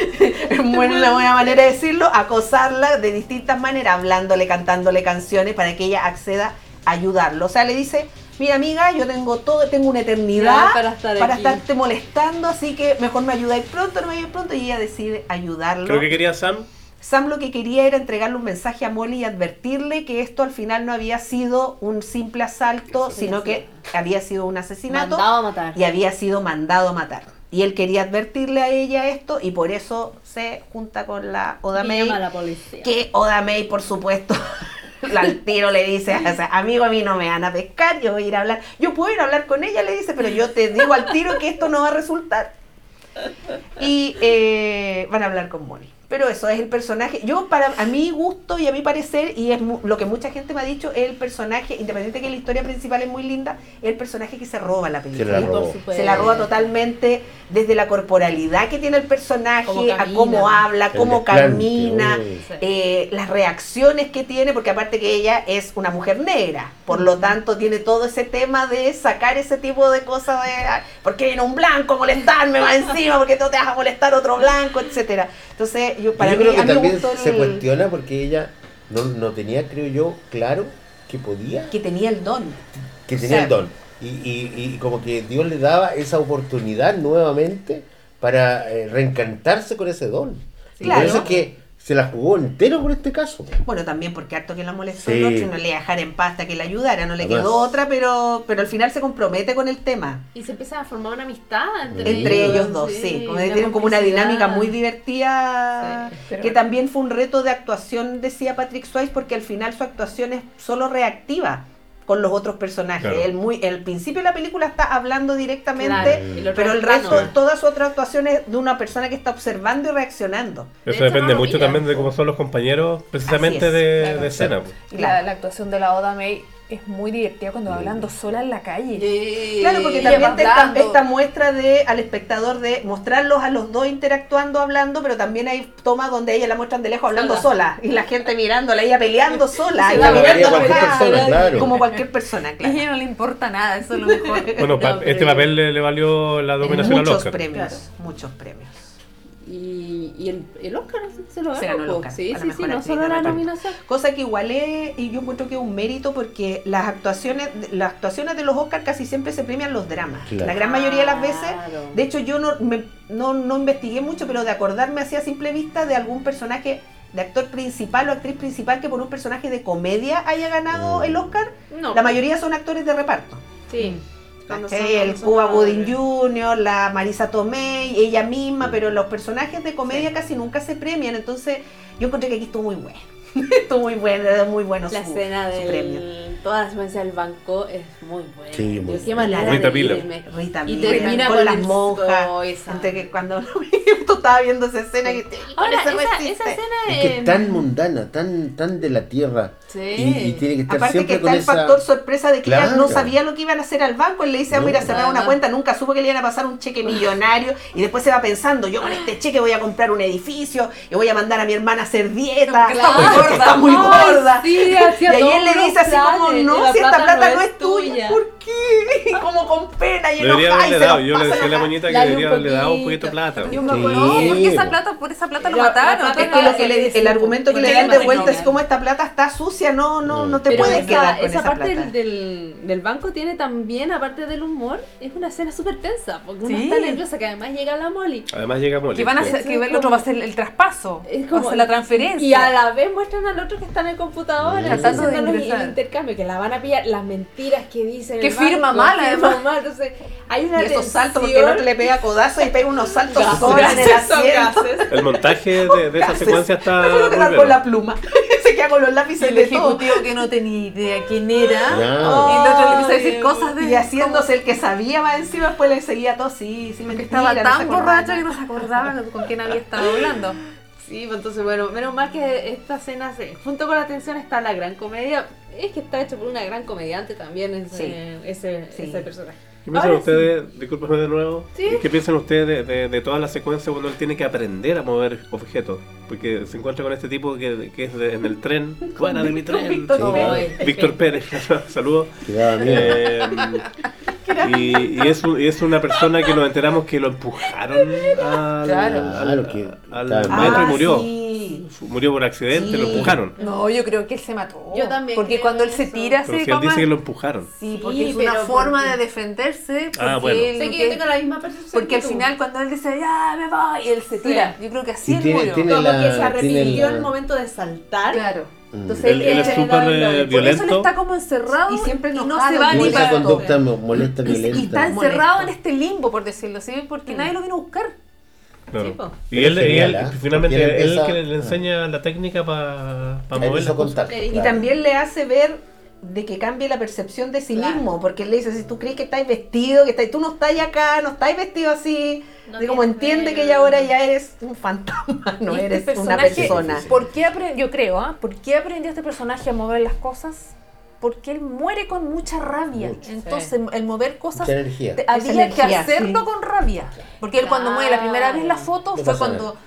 S3: en buena, buena manera de decirlo, acosarla de distintas maneras, hablándole, cantándole canciones para que ella acceda a ayudarlo. O sea, le dice, mira amiga, yo tengo todo, tengo una eternidad
S4: Ya, para estar aquí".
S3: estarte molestando, así que mejor me ayudáis pronto, no me ayudáis pronto, y ella decide ayudarlo.
S1: Creo que quería Sam.
S3: Sam lo que quería era entregarle un mensaje a Molly y advertirle que esto al final no había sido un simple asalto, sino que había sido un asesinato
S4: Mandado a matar.
S3: y había sido mandado a matar. Y él quería advertirle a ella esto y por eso se junta con la Oda
S4: Y llama a
S3: May.
S4: la policía.
S3: Que Oda May, por supuesto, [laughs] al tiro le dice, o sea, amigo, a mí no me van a pescar, yo voy a ir a hablar. Yo puedo ir a hablar con ella, le dice, pero yo te digo al tiro que esto no va a resultar. Y eh, van a hablar con Molly. Pero eso es el personaje. Yo, para a mi gusto y a mi parecer, y es mu- lo que mucha gente me ha dicho, es el personaje, independiente que la historia principal es muy linda, es el personaje que se roba la película.
S5: la
S4: Por
S5: robó.
S4: supuesto.
S3: Se la roba totalmente desde la corporalidad que tiene el personaje,
S2: Cómo
S3: a
S2: camina.
S3: cómo habla,
S5: El
S3: cómo
S5: desplante,
S3: camina,
S5: uy.
S3: eh, las reacciones que tiene, porque aparte que ella es una mujer negra, por lo tanto tiene todo ese tema de sacar ese tipo de cosas de, "Ay, ¿por qué viene un blanco a molestarme más encima? porque no te vas a molestar otro blanco? Etcétera. Entonces, yo para
S5: yo
S3: mí,
S5: creo que
S3: a mí me
S5: también
S3: gustó
S5: se
S3: el-
S5: cuestiona porque ella no, no tenía, creo yo, claro que podía,
S3: que tenía el don.
S5: que tenía el
S3: sea-
S5: don. Y, y- y como que Dios le daba esa oportunidad nuevamente para eh, reencantarse con ese don. Y
S3: Claro.
S5: Por eso es que se la jugó entero por este caso.
S3: Bueno, también porque harto que la molestó
S5: Sí.
S3: el otro y no le iba a dejar en pasta que la ayudara, no le
S5: Además.
S3: quedó otra, pero, pero al final se compromete con el tema.
S4: Y se empieza a formar una amistad entre,
S3: Entre ellos dos, sí. Como que tienen como una dinámica muy divertida. Que también fue un reto de actuación, decía Patrick Swayze, porque al final su actuación es solo reactiva con los otros personajes.
S1: Claro.
S3: El, muy, el principio de la película está hablando directamente,
S4: Claro,
S5: y
S4: lo
S3: pero el
S4: otro es
S3: resto,
S4: plano.
S3: toda su otra actuación es de una persona que está observando y reaccionando.
S4: De
S1: Eso
S4: hecho,
S1: depende
S4: no lo
S1: mucho
S4: miran,
S1: también de
S4: po.
S1: cómo son los compañeros, precisamente
S3: es,
S1: de,
S2: claro.
S1: de escena. po.
S2: Y La,
S3: Claro.
S2: la actuación de la Oda May es muy divertida cuando va hablando sola en la calle.
S3: Claro, porque
S2: Ella
S3: también
S2: va
S3: te esta,
S2: hablando.
S3: esta muestra de al espectador de mostrarlos a los dos interactuando, hablando, pero también hay tomas donde ella la muestran de lejos hablando sola, y la gente mirándola, ella peleando sola,
S2: Se
S3: y
S2: la
S5: Como
S3: mirando
S5: haría
S2: mirando
S5: cualquier
S2: acá,
S5: persona, claro.
S3: como cualquier persona,
S2: A
S3: claro.
S2: ella no le importa nada, eso es lo mejor. [laughs]
S1: Bueno, pa-
S4: No, pero
S1: este
S4: yo-
S1: papel le, le valió la nominación al
S3: Muchos
S1: Oscar.
S3: premios,
S2: Claro.
S3: muchos premios.
S4: Y, y el, el Oscar se lo
S3: Se ganó el
S4: po.
S3: Oscar,
S4: Sí,
S3: a la
S4: sí, sí,
S3: mejor
S4: no
S3: actriz
S4: solo la
S3: dramaturgia.
S4: nominación.
S3: Cosa que igual es, y yo encuentro que es un mérito porque las actuaciones, las actuaciones de los Oscars casi siempre se premian los dramas.
S5: Claro.
S3: La gran mayoría de las veces.
S4: Claro.
S3: De hecho, yo no, me- no, no investigué mucho, pero de acordarme así a simple vista de algún personaje, de actor principal o actriz principal que por un personaje de comedia haya ganado
S5: Mm.
S3: el Oscar,
S4: No,
S3: la mayoría son actores de reparto.
S4: Sí. Cuando
S3: ¿cachai?
S4: son- cuando
S3: el
S4: son
S3: Cuba Gooding
S4: madres.
S3: Jr., la Marisa Tomei, ella misma, pero los personajes de comedia casi nunca se premian, entonces yo encontré que aquí estuvo muy bueno. [laughs] estuvo muy bueno, muy bueno
S4: La
S3: su-
S4: escena
S3: su premio.
S4: de toda la secuencia del banco es muy buena.
S5: Sí, muy
S4: Yo qué
S5: buena.
S4: manera
S1: Rita
S4: de
S1: Miller.
S4: irme.
S3: Rita
S4: Y
S3: Miller,
S4: termina
S3: con,
S4: con
S3: las
S4: el
S3: monjas.
S4: zoo, esa.
S3: Entre que cuando lo vi, [laughs] esto estaba viendo esa escena que te, con
S4: Ahora,
S3: eso
S4: esa,
S3: resiste.
S4: esa escena
S5: Es que
S4: eh,
S2: Em,
S5: es tan mundana, tan, tan de la tierra.
S2: Sí.
S5: Y, y tiene que estar
S3: Aparte que
S5: siempre con
S3: está el
S5: esa.
S3: factor sorpresa de que ella
S5: Claro.
S3: no sabía lo que iban a hacer al banco, él le dice, vamos a ir a cerrar
S2: No,
S3: una
S2: no.
S3: cuenta, nunca supo que le iban a pasar un cheque millonario y después se va pensando, yo con este cheque voy a comprar un edificio y voy a mandar a mi hermana a hacer dieta,
S2: Claro.
S3: [laughs] porque está muy
S4: Ay,
S3: gorda.
S4: Ah, sí,
S3: [laughs]
S4: hacia
S3: y ahí
S4: todos
S3: él le
S4: los
S3: dice así como,
S4: planes, y
S3: no,
S4: la
S3: si esta plata no es
S4: tuya".
S3: tuya, ¿por qué? [laughs] Y como con pena y
S1: Debería
S3: enojada y
S1: haberle
S3: se
S1: dado,
S3: los
S1: yo le
S3: pasa
S1: decía a la
S3: enojada.
S1: moñita que
S4: Dale un
S1: debería haberle dado un poquito
S4: poquito.
S1: de plata. pues.
S2: Yo me
S5: Sí.
S2: acuerdo, no, porque esa plata, por esa plata lo
S4: La- la
S2: mataron.
S4: plata
S3: Es que lo que le- el argumento que le dan de
S2: Porque
S3: vuelta es
S2: no,
S3: como esta plata está sucia, no, no, no te
S4: Pero
S3: puedes
S4: esa,
S3: quedar con
S4: esa
S3: esa
S4: parte
S3: plata.
S4: del, del- del banco tiene también, aparte del humor, es una escena súper tensa, porque uno
S2: Sí.
S4: está nerviosa, que además llega la Molly.
S1: Además llega Molly. pues.
S2: Que van a hacer, que el otro va a hacer el traspaso,
S4: Es
S2: va a
S4: como
S2: hacer la transferencia.
S4: Y a la vez muestran al otro que está en el computador,
S5: Mm.
S4: haciendo
S5: Tratando
S2: de
S4: los- el
S2: ingresar.
S4: intercambio, que la van a pillar, las mentiras que dicen.
S2: Que
S4: el banco,
S2: firma mal,
S4: firma
S2: además.
S4: mal, Entonces, hay una
S3: Y esos
S4: tensión.
S3: saltos, porque el otro le pega codazos y pega
S2: [laughs]
S3: unos saltos
S2: Gases,
S3: solos en el
S2: gases,
S3: asiento. [laughs]
S1: El montaje de, de esa
S3: Gases.
S1: secuencia
S3: [laughs]
S1: está.
S3: Eso es lo
S1: muy
S3: que da
S1: Ah, bueno.
S3: con la pluma. [laughs] Se queda con los
S2: Y
S3: lápices
S2: el
S3: de todo.
S2: ejecutivo que no tenía idea quién era.
S5: Claro.
S2: Y el otro le empieza a decir
S3: Ay,
S2: cosas de.
S3: Y haciéndose el que sabía más encima, después le seguía todo, sí, sí,
S2: como que
S3: mentira, no
S2: estaba
S3: se
S2: tan
S3: acordaba.
S2: borracho que no se acordaba con quién había estado hablando.
S4: Sí, pues entonces, bueno, menos mal que esta escena, se- junto con la tensión, está la gran comedia. Es que está hecho por una gran comediante también ese,
S3: Sí.
S4: ese,
S3: Sí.
S4: ese personaje.
S1: ¿Qué piensan
S4: Ahora
S1: ustedes, discúlpame de nuevo,
S4: Sí.
S1: qué piensan ustedes de, de, de toda la secuencia cuando él tiene que aprender a mover objetos? Porque se encuentra con este tipo que, que es de- en el [laughs] tren. Buena de mi tren.
S4: Víctor
S5: Sí.
S4: Pérez.
S1: Víctor Pérez, [laughs] saludos.
S5: Que daba miedo.
S1: Eh, y, y es un- y es una persona que nos enteramos que lo empujaron al,
S2: Claro.
S1: al,
S5: Claro, que
S1: al
S5: estaba
S1: maestro y
S5: mal.
S1: murió.
S3: Ah, sí.
S1: Murió por accidente,
S3: Sí.
S1: lo empujaron.
S2: No, yo creo que él se mató.
S4: Yo también
S2: Porque
S4: creo
S2: cuando él
S4: eso.
S2: se tira
S1: Pero
S2: así
S1: si él
S2: como.
S1: dice que lo empujaron.
S2: Sí, porque
S4: Sí,
S2: es una
S4: pero
S2: forma
S4: ¿por qué?
S2: de defenderse. Porque,
S1: Ah, bueno.
S2: él-
S4: Sé que yo tengo la misma percepción.
S2: porque al
S4: que tú.
S2: final cuando él dice, ya me voy, y él se tira. Yo creo que así
S5: Y
S2: él
S5: tiene-
S2: murió.
S5: tiene-
S4: Como
S5: la-
S4: que se
S5: tiene
S4: arrepintió
S5: la-
S4: el momento de saltar.
S2: Claro.
S5: Mm.
S4: Entonces
S1: Él, él es
S4: Tiene
S1: súper
S4: la- la-
S1: eh,
S4: por
S2: Por eso él
S1: violento.
S2: está como encerrado
S3: Y siempre
S2: y no
S3: enojado,
S2: se va
S5: Con
S2: ni
S3: y
S5: esa
S2: para
S5: conducta mo- molesta,
S2: Y, y está
S5: violenta.
S2: encerrado en
S3: Molesto.
S2: este limbo, por decirlo así, porque nadie lo vino a buscar.
S1: Claro.
S4: po.
S1: Y él,
S5: Pero
S1: y él-
S5: genial, ¿ah?
S1: finalmente,
S5: Porque él
S1: él
S5: empieza-
S1: que le, le enseña la técnica para pa pues.
S5: Él
S1: mover
S5: hizo
S1: las cosas.
S5: contacto,
S4: Y
S3: Y
S5: claro.
S3: también le hace ver de que cambie la percepción de sí
S4: Claro.
S3: mismo, porque él le dice, si tú crees que estáis vestido, que estáis, tú no estás acá, no estáis vestido así,
S4: No
S3: de como
S4: tienes
S3: entiende
S4: pelo.
S3: que ya ahora ya eres un fantasma, [laughs] no
S2: Y este
S3: eres una
S2: personaje-
S3: persona.
S5: Sí.
S2: ¿Por qué apre- yo creo, ¿ah? ¿por qué aprendió este personaje a mover las cosas? Porque él muere con mucha rabia.
S5: Mucho.
S2: Entonces, el mover cosas
S5: Mucha energía.
S2: te- había que
S3: energía,
S2: hacerlo
S3: sí.
S2: con rabia. Porque él cuando muere la primera vez la foto
S5: No
S2: fue
S5: pasa nada.
S2: cuando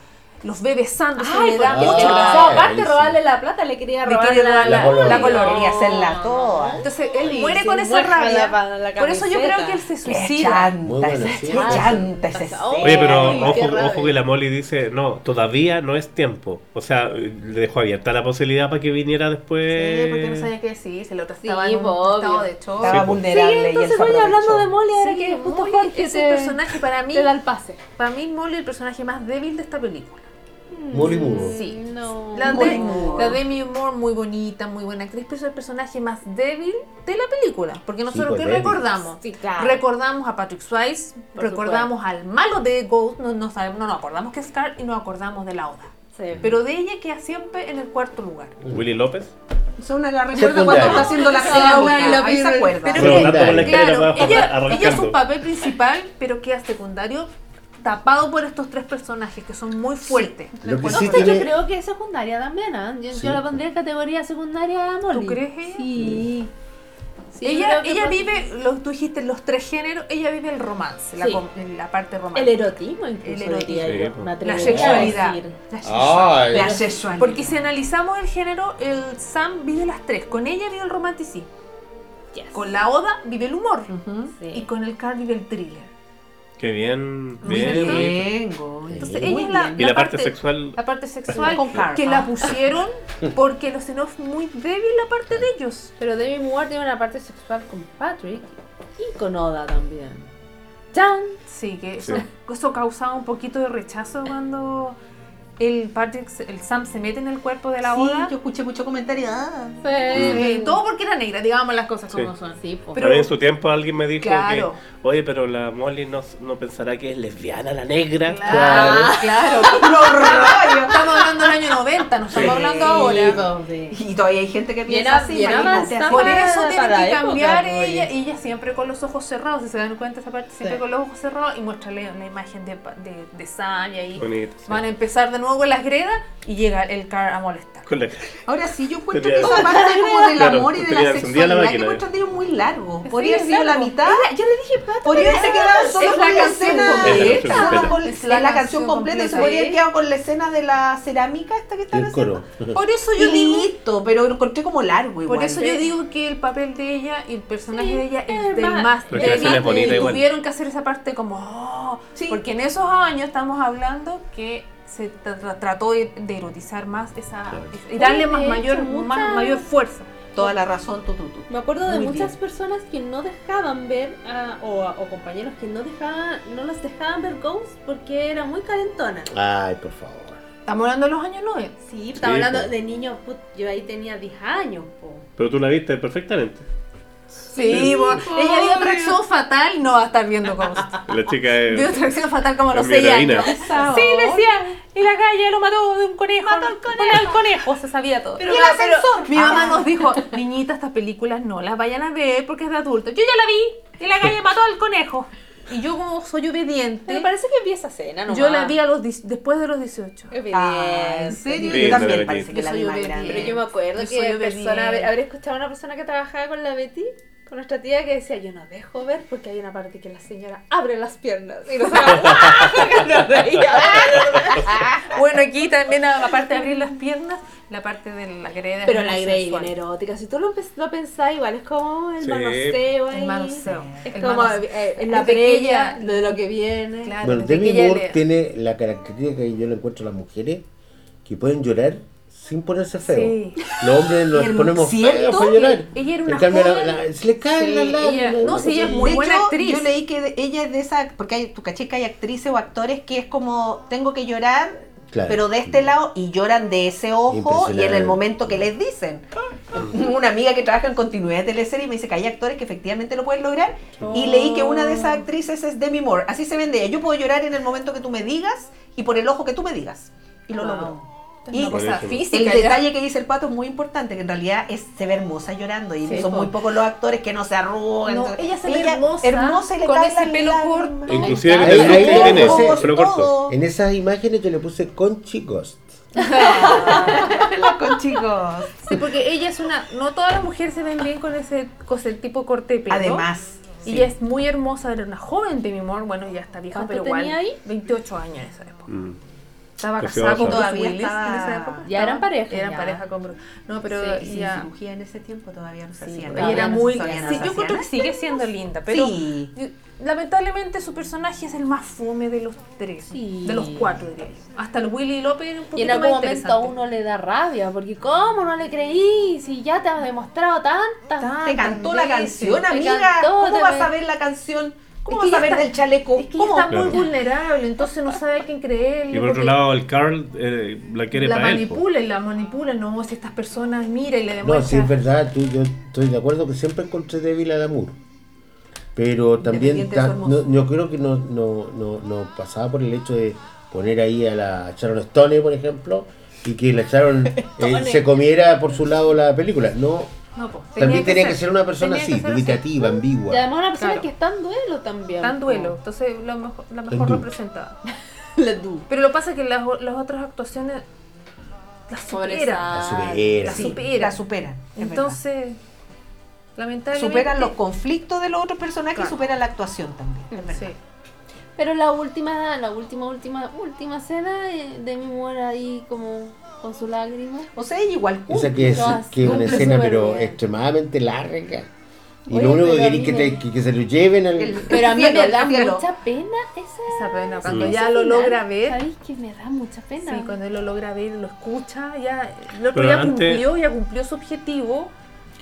S2: los ve besando, se
S4: Ay,
S2: le
S4: porque
S2: da
S5: Ah,
S4: o
S2: mucha
S5: ah,
S4: sea,
S5: ahí
S4: aparte de
S5: sí.
S4: robarle la plata, le quería
S2: Le
S4: robar
S2: quiere dar la-
S5: la
S2: la
S5: colonia.
S2: colonia.
S3: Quería hacerla toda.
S2: Entonces él
S4: Sí,
S2: muere
S4: sí,
S2: con esa
S4: muerja
S2: rabia.
S4: la- la
S2: Por eso yo
S4: camiseta.
S2: creo que él se
S3: Qué
S2: suicida.
S3: chanta,
S5: Muy buena,
S3: esa-
S5: sí.
S3: qué chanta esa
S4: Pasa-
S3: escena.
S1: Oye, pero
S4: Ay, qué
S1: ojo,
S4: rabia.
S1: ojo que la Molly dice, no, todavía no es tiempo. O sea, le dejó abierta la posibilidad para que viniera después.
S2: Sí, porque no sabía qué decir, se lo
S4: Sí,
S2: estaba en un
S4: obvio.
S2: estado de shock.
S3: Estaba
S1: Sí, pues.
S4: Sí,
S3: vulnerable y él
S4: entonces
S3: se
S4: voy hablando
S3: aprovechó.
S4: de Molly ahora
S2: Sí,
S4: que justo
S2: muy-
S4: Jorge
S2: es
S4: te-
S2: el personaje para mí,
S4: te da el pase.
S2: para mí Molly el personaje más débil de esta película.
S5: Molly Moore.
S2: Sí.
S4: No.
S2: La,
S3: Molly
S2: de,
S3: Moore.
S2: la Demi Moore muy bonita, muy buena actriz, pero es el personaje más débil de la película, porque nosotros
S5: pues,
S2: qué
S5: débil.
S2: recordamos?
S4: Sí, claro.
S2: Recordamos a Patrick Swayze,
S4: Por
S2: recordamos al malo de Ghost, no no sabemos, no nos acordamos que es Scar y nos acordamos de la Oda.
S4: Sí.
S2: Pero de ella queda siempre en el cuarto lugar.
S1: Willy López.
S3: Eso una la recuerda cuando
S5: Secundaria.
S3: está haciendo la
S2: Sí,
S3: cerámica,
S2: bueno,
S3: ahí se
S2: pero-
S3: acuerda.
S2: pero-
S1: Rebotando por la
S5: Secundaria.
S1: escalera
S2: Claro,
S1: abajo,
S2: ella, ella es un
S1: arrancando.
S2: papel principal, pero queda secundario, tapado por estos tres personajes que son muy fuertes.
S5: Lo que
S4: No
S5: sí
S4: sé,
S5: tiene-
S4: yo creo que es secundaria también, ¿ah? yo,
S5: Sí.
S4: yo la pondría en categoría secundaria a Molly.
S2: ¿Tú crees, ella?
S4: Sí. Sí, yo
S2: ella
S4: creo que
S2: ella
S4: por-
S2: vive, los, tú dijiste, los tres géneros, ella vive el romance, la,
S4: Sí.
S2: com- la parte romántica.
S4: El erotismo incluso,
S2: El erotismo.
S4: diría
S1: Sí,
S4: yo. Me
S2: la
S4: atrevería a
S2: sexualidad.
S4: decir.
S2: La
S1: Ah.
S2: sexualidad.
S5: Ay,
S3: La sexualidad.
S2: Porque si analizamos el género, el Sam vive las tres. Con ella vive el romanticismo.
S4: Yes.
S2: Con la Oda vive el humor.
S4: Sí.
S2: Y con el Carl vive el thriller.
S1: Qué bien,
S3: Muy
S1: bien. bonito.
S3: bien, Goy.
S2: Entonces,
S3: Muy
S2: ella es la,
S3: bien.
S1: Y la parte sexual,
S2: La parte sexual
S3: Con Carl.
S2: que la pusieron porque los Xenof muy débil la parte de ellos.
S4: Pero Demi Moore tiene una parte sexual con Patrick y con Oda también. ¡Chan!
S2: Sí, que
S1: Sí.
S2: eso, eso causaba un poquito de rechazo cuando el Patrick, se- el Sam se mete en el cuerpo de la
S3: sí,
S2: boda.
S3: yo escuché mucho comentario. ah.
S2: Sí, todo porque era negra, digamos las cosas como
S1: Sí.
S2: son.
S4: Sí, pues. po.
S2: Pero-
S1: También en su tiempo alguien me dijo
S2: Claro.
S1: que, oye, pero la Molly no, no pensará que es lesbiana la negra.
S5: Claro.
S2: Ah, claro.
S3: [laughs]
S2: Estamos hablando del año 90, no estamos hablando
S4: Sí,
S2: ahora.
S4: po, sí.
S3: Y todavía hay gente que
S4: Y
S3: piensa
S4: era-
S3: así.
S4: y era
S3: imagínate,
S4: más-
S3: así.
S2: Por
S4: Para-
S2: eso tiene
S4: para
S2: que
S4: la época, pues,
S2: cambiar
S4: oye.
S2: ella, y ella siempre con los ojos cerrados, si se dan cuenta esa parte, siempre
S4: Sí.
S2: con los ojos cerrados y muéstrale la imagen de, pa- de, de Sam y ahí
S1: Bonito, sí.
S2: van a empezar de nuevo con las gredas y llega el car a molestar.
S1: Con la-
S3: Ahora sí, yo encuentro
S1: Tenía-
S3: que esa parte como del
S1: Claro,
S3: amor y de
S1: tenía
S3: la
S1: encendida la
S3: sexualidad que
S1: máquina.
S3: encuentran de ellos muy largo.
S2: Sí,
S3: Podría haber sido la
S2: claro.
S3: mitad.
S4: Es la- yo le dije, Ah, "Pato,
S3: Podría haberse quedado
S2: es
S3: solo
S2: la
S3: con la
S2: canción
S3: escena
S1: completa.
S3: Solo
S1: Completa.
S3: con-
S2: Es
S3: es
S2: la
S3: la,
S2: canción
S3: canción completa y se
S2: completa.
S3: podría haber
S2: Sí.
S3: quedado con la escena de la cerámica esta que están
S5: el coro.
S3: haciendo.
S2: Por eso
S3: Y
S2: yo digo,
S3: listo, pero lo encontré como largo igual.
S2: por eso yo digo que el papel de ella y el personaje
S4: Sí,
S2: de ella es
S4: es
S2: del
S4: más-
S2: más
S1: Pero es que la escena es bonita
S2: y
S1: igual.
S2: tuvieron que hacer esa parte como "Oh",
S3: Sí.
S2: porque en esos años estamos hablando que se tra- tra- trató de, de erotizar más esa
S5: Claro.
S2: y darle
S4: Oye,
S2: más
S4: de
S2: mayor
S4: hecho, muchas-
S2: más mayor fuerza.
S3: Toda la razón, tú, tú, tú.
S4: Me acuerdo de
S3: Muy
S4: muchas personas que no dejaban ver a- o, a- o compañeros que no dejaban, no las dejaban ver Ghost porque era muy calentona.
S5: Ay, por favor.
S2: Estamos hablando de los años 9.
S4: Sí, pues. estaba
S1: Sí,
S4: hablando
S1: po.
S4: de niños, put, yo ahí tenía 10 años, po.
S1: Pero tú la viste perfectamente.
S2: Sí, bueno, ella dio atracción fatal y no va a estar viendo Ghost.
S1: [laughs] La chica
S2: Dio
S1: es...
S2: atracción fatal como a los
S1: Es mi
S2: 6
S1: heroína.
S2: años. Sí, decía, y la calle lo mató de un conejo. Mató al conejo. se sabía todo.
S3: Pero el ascensor.
S2: Mi mamá nos dijo, niñita, estas películas no las vayan a ver porque es de adultos. Yo ya la vi y la calle mató al conejo. Y yo como soy obediente,
S4: parece que empieza cena,
S2: ¿Eh? yo la vi a los, dis- después de los 18.
S3: Ah, ¿en serio? Yo
S1: Sí, no
S3: también
S1: la
S3: parece que
S2: vi.
S3: la
S2: Yo
S3: vi
S2: soy
S3: más
S2: obediente.
S4: Pero
S3: grande.
S4: yo me acuerdo
S2: Yo soy
S4: que persona,
S2: obediente.
S4: haber escuchado a una persona que trabajaba con la Betty, con nuestra tía, que decía, yo no dejo ver porque hay una parte que la señora abre las piernas. Y nos [laughs] nos reía.
S2: Bueno, aquí también, a- aparte de abrir las piernas, la parte de la greda. es
S4: Pero
S2: muy
S4: la Grey
S2: sensual.
S4: bien erótica, si tú lo, empe- lo pensás igual, es como el
S1: Sí.
S4: manoseo ahí.
S2: El manoseo.
S4: Es
S2: el
S4: como
S2: manoseo.
S4: eh, en la
S2: Desde que
S4: previa,
S2: ella-
S4: lo de lo que viene.
S2: Claro,
S5: Bueno,
S2: desde
S5: Demi
S2: Ah, que ella
S5: Moore
S2: le-
S5: tiene la característica que yo le encuentro a las mujeres, que pueden llorar sin ponerse feo.
S2: Sí.
S5: Los hombres nos
S3: Hermo-
S5: ponemos feos
S3: ¿cierto?
S5: para llorar.
S2: Ella era
S5: En
S2: una
S5: cambio, la-
S2: joven.
S5: la- se le cae
S2: Sí,
S5: la lágrima.
S2: ella- no, sí, ella es muy
S3: de
S2: buena
S3: hecho,
S2: actriz.
S3: yo leí que de- ella es de esa, porque hay, tú caché que hay actrices o actores que es como, tengo que llorar,
S5: Claro.
S3: pero de este lado, y lloran de ese ojo y en
S5: Impresionante.
S3: el momento que les dicen.
S2: Ah.
S3: Una amiga que trabaja en continuidad de teleserie me dice que hay actores que efectivamente lo pueden lograr, y leí que una de esas
S2: Oh.
S3: actrices es Demi Moore, así se vende, ella. yo puedo llorar en el momento que tú me digas y por el ojo que tú me digas, y lo
S4: Wow.
S3: logró.
S2: Es una
S3: Y
S2: cosa
S1: Buenísimo.
S2: física.
S3: el
S2: ya.
S3: detalle que dice el pato es muy importante, que en realidad es, se ve hermosa llorando y
S2: Sí,
S3: son
S2: po.
S3: muy pocos los actores que no se arrugan.
S2: No,
S3: entonces-
S2: ella se ve hermosa,
S3: hermosa y le
S2: con
S3: caen
S2: ese
S3: las
S2: pelo
S3: lágrimas.
S2: corto.
S1: Inclusive
S5: Ahí-
S1: que el
S5: ahí
S1: look que tiene,
S5: ojos,
S1: pelo corto.
S3: todo.
S5: En esas imágenes yo le puse Conchi Ghost.
S3: Con chicos.
S2: Sí, porque ella es una. No todas las mujeres se ven bien con ese, con ese tipo corte de pelo.
S3: Además,
S2: Y Ella es muy hermosa, era una joven Demi Moore, bueno, ya está vieja, pero
S4: ¿Cuánto tenía
S2: igual.
S4: ahí?
S2: 28 años en esa época.
S1: Mm.
S2: Estaba
S1: Preciosa.
S2: casada con Bruce
S3: Todavía
S2: Willis
S3: estaba-
S2: en esa época.
S4: Ya eran pareja,
S2: Eran
S4: ya.
S2: pareja con Bruce. No, pero
S3: sí, sí,
S2: ya.
S3: cirugía en ese tiempo todavía no se
S4: Sí,
S3: hacía.
S4: todavía
S2: ella era
S4: no se
S2: muy.
S4: sabía, no
S2: sí,
S4: se
S2: yo creo que sigue siendo linda, pero.
S3: Sí.
S2: yo- Lamentablemente su personaje es el más fome de los tres,
S4: Sí.
S2: de los cuatro diría yo. Hasta el Willy López era un
S4: Y
S2: poquito
S4: en algún
S2: más
S4: momento a
S2: interesante.
S4: uno le da rabia, porque ¿cómo no le creí? Si ya te has demostrado tantas.
S2: Tan-
S3: Te cantó
S2: Tan
S3: la
S2: difícil,
S3: canción,
S4: te
S3: amiga.
S4: cantó,
S3: ¿Cómo
S4: te
S3: vas
S4: ve-
S3: a ver la canción? ¿Cómo
S2: Es que
S3: vas a
S2: ya
S3: ver
S2: está-
S3: del chaleco?
S2: Es que ella
S3: ¿Cómo?
S2: está muy
S1: Claro.
S2: vulnerable, entonces no sabe a quién creerle.
S1: Y por otro
S2: porque
S1: lado, el Carl eh, la quiere
S2: la
S1: para él. po.
S2: manipula, y la manipula, no, si estas personas mira y le
S5: No, sí,
S2: demuestra.
S5: es verdad, tú, yo estoy de acuerdo que siempre encontré débil al amor. Pero también
S2: Independiente de su
S5: ta-
S2: hermoso.
S5: no- yo creo que no, no, no, no pasaba por el hecho de poner ahí a la Sharon Stone, por ejemplo, y que la Sharon eh, se comiera por su lado la película. No,
S2: No, po,
S5: también tenía que ser una persona
S2: tenía que
S5: así, pues,
S2: ser
S5: dubitativa,
S4: Y
S5: ambigua.
S4: además una persona
S2: Claro.
S4: que está en duelo también.
S2: Tan duelo, entonces lo mejo- la mejor
S5: Hindú.
S2: representada.
S4: Le du.
S2: Pero lo que pasa es que las, o- las otras actuaciones las
S4: Pobre
S2: supera.
S5: La
S4: Sam.
S5: supera.
S2: La
S3: Sí,
S2: supera.
S3: La supera. es
S2: Entonces, lamentablemente.
S3: verdad. Superan los conflictos de los otros personajes
S2: Claro.
S3: y superan la actuación también. es verdad.
S2: Sí.
S4: Pero la última, la última, última, última cena de, de mi amor ahí como con su lágrima.
S3: O sea, ella igual
S5: Esa
S3: cumple.
S5: que es,
S4: todas
S5: que es una
S4: cumple
S5: escena,
S4: súper
S5: pero
S4: bien.
S5: extremadamente larga. Y
S4: Oye,
S5: lo único
S4: pero
S5: que
S4: a
S5: quería
S4: mí
S5: que,
S4: me-
S5: te- que, que se lo lleven al.
S3: El-
S4: Pero a mí me
S3: Prefiero,
S4: da
S3: prefiero.
S4: mucha pena esa.
S2: Esa pena, cuando
S5: Sí.
S2: ya
S4: ese
S2: lo
S4: final.
S2: logra ver.
S4: Sabéis que me da mucha pena.
S2: Sí, cuando él lo logra ver, lo escucha, ya. El otro
S1: Pero
S2: ya
S1: antes-
S2: cumplió, ya cumplió su objetivo.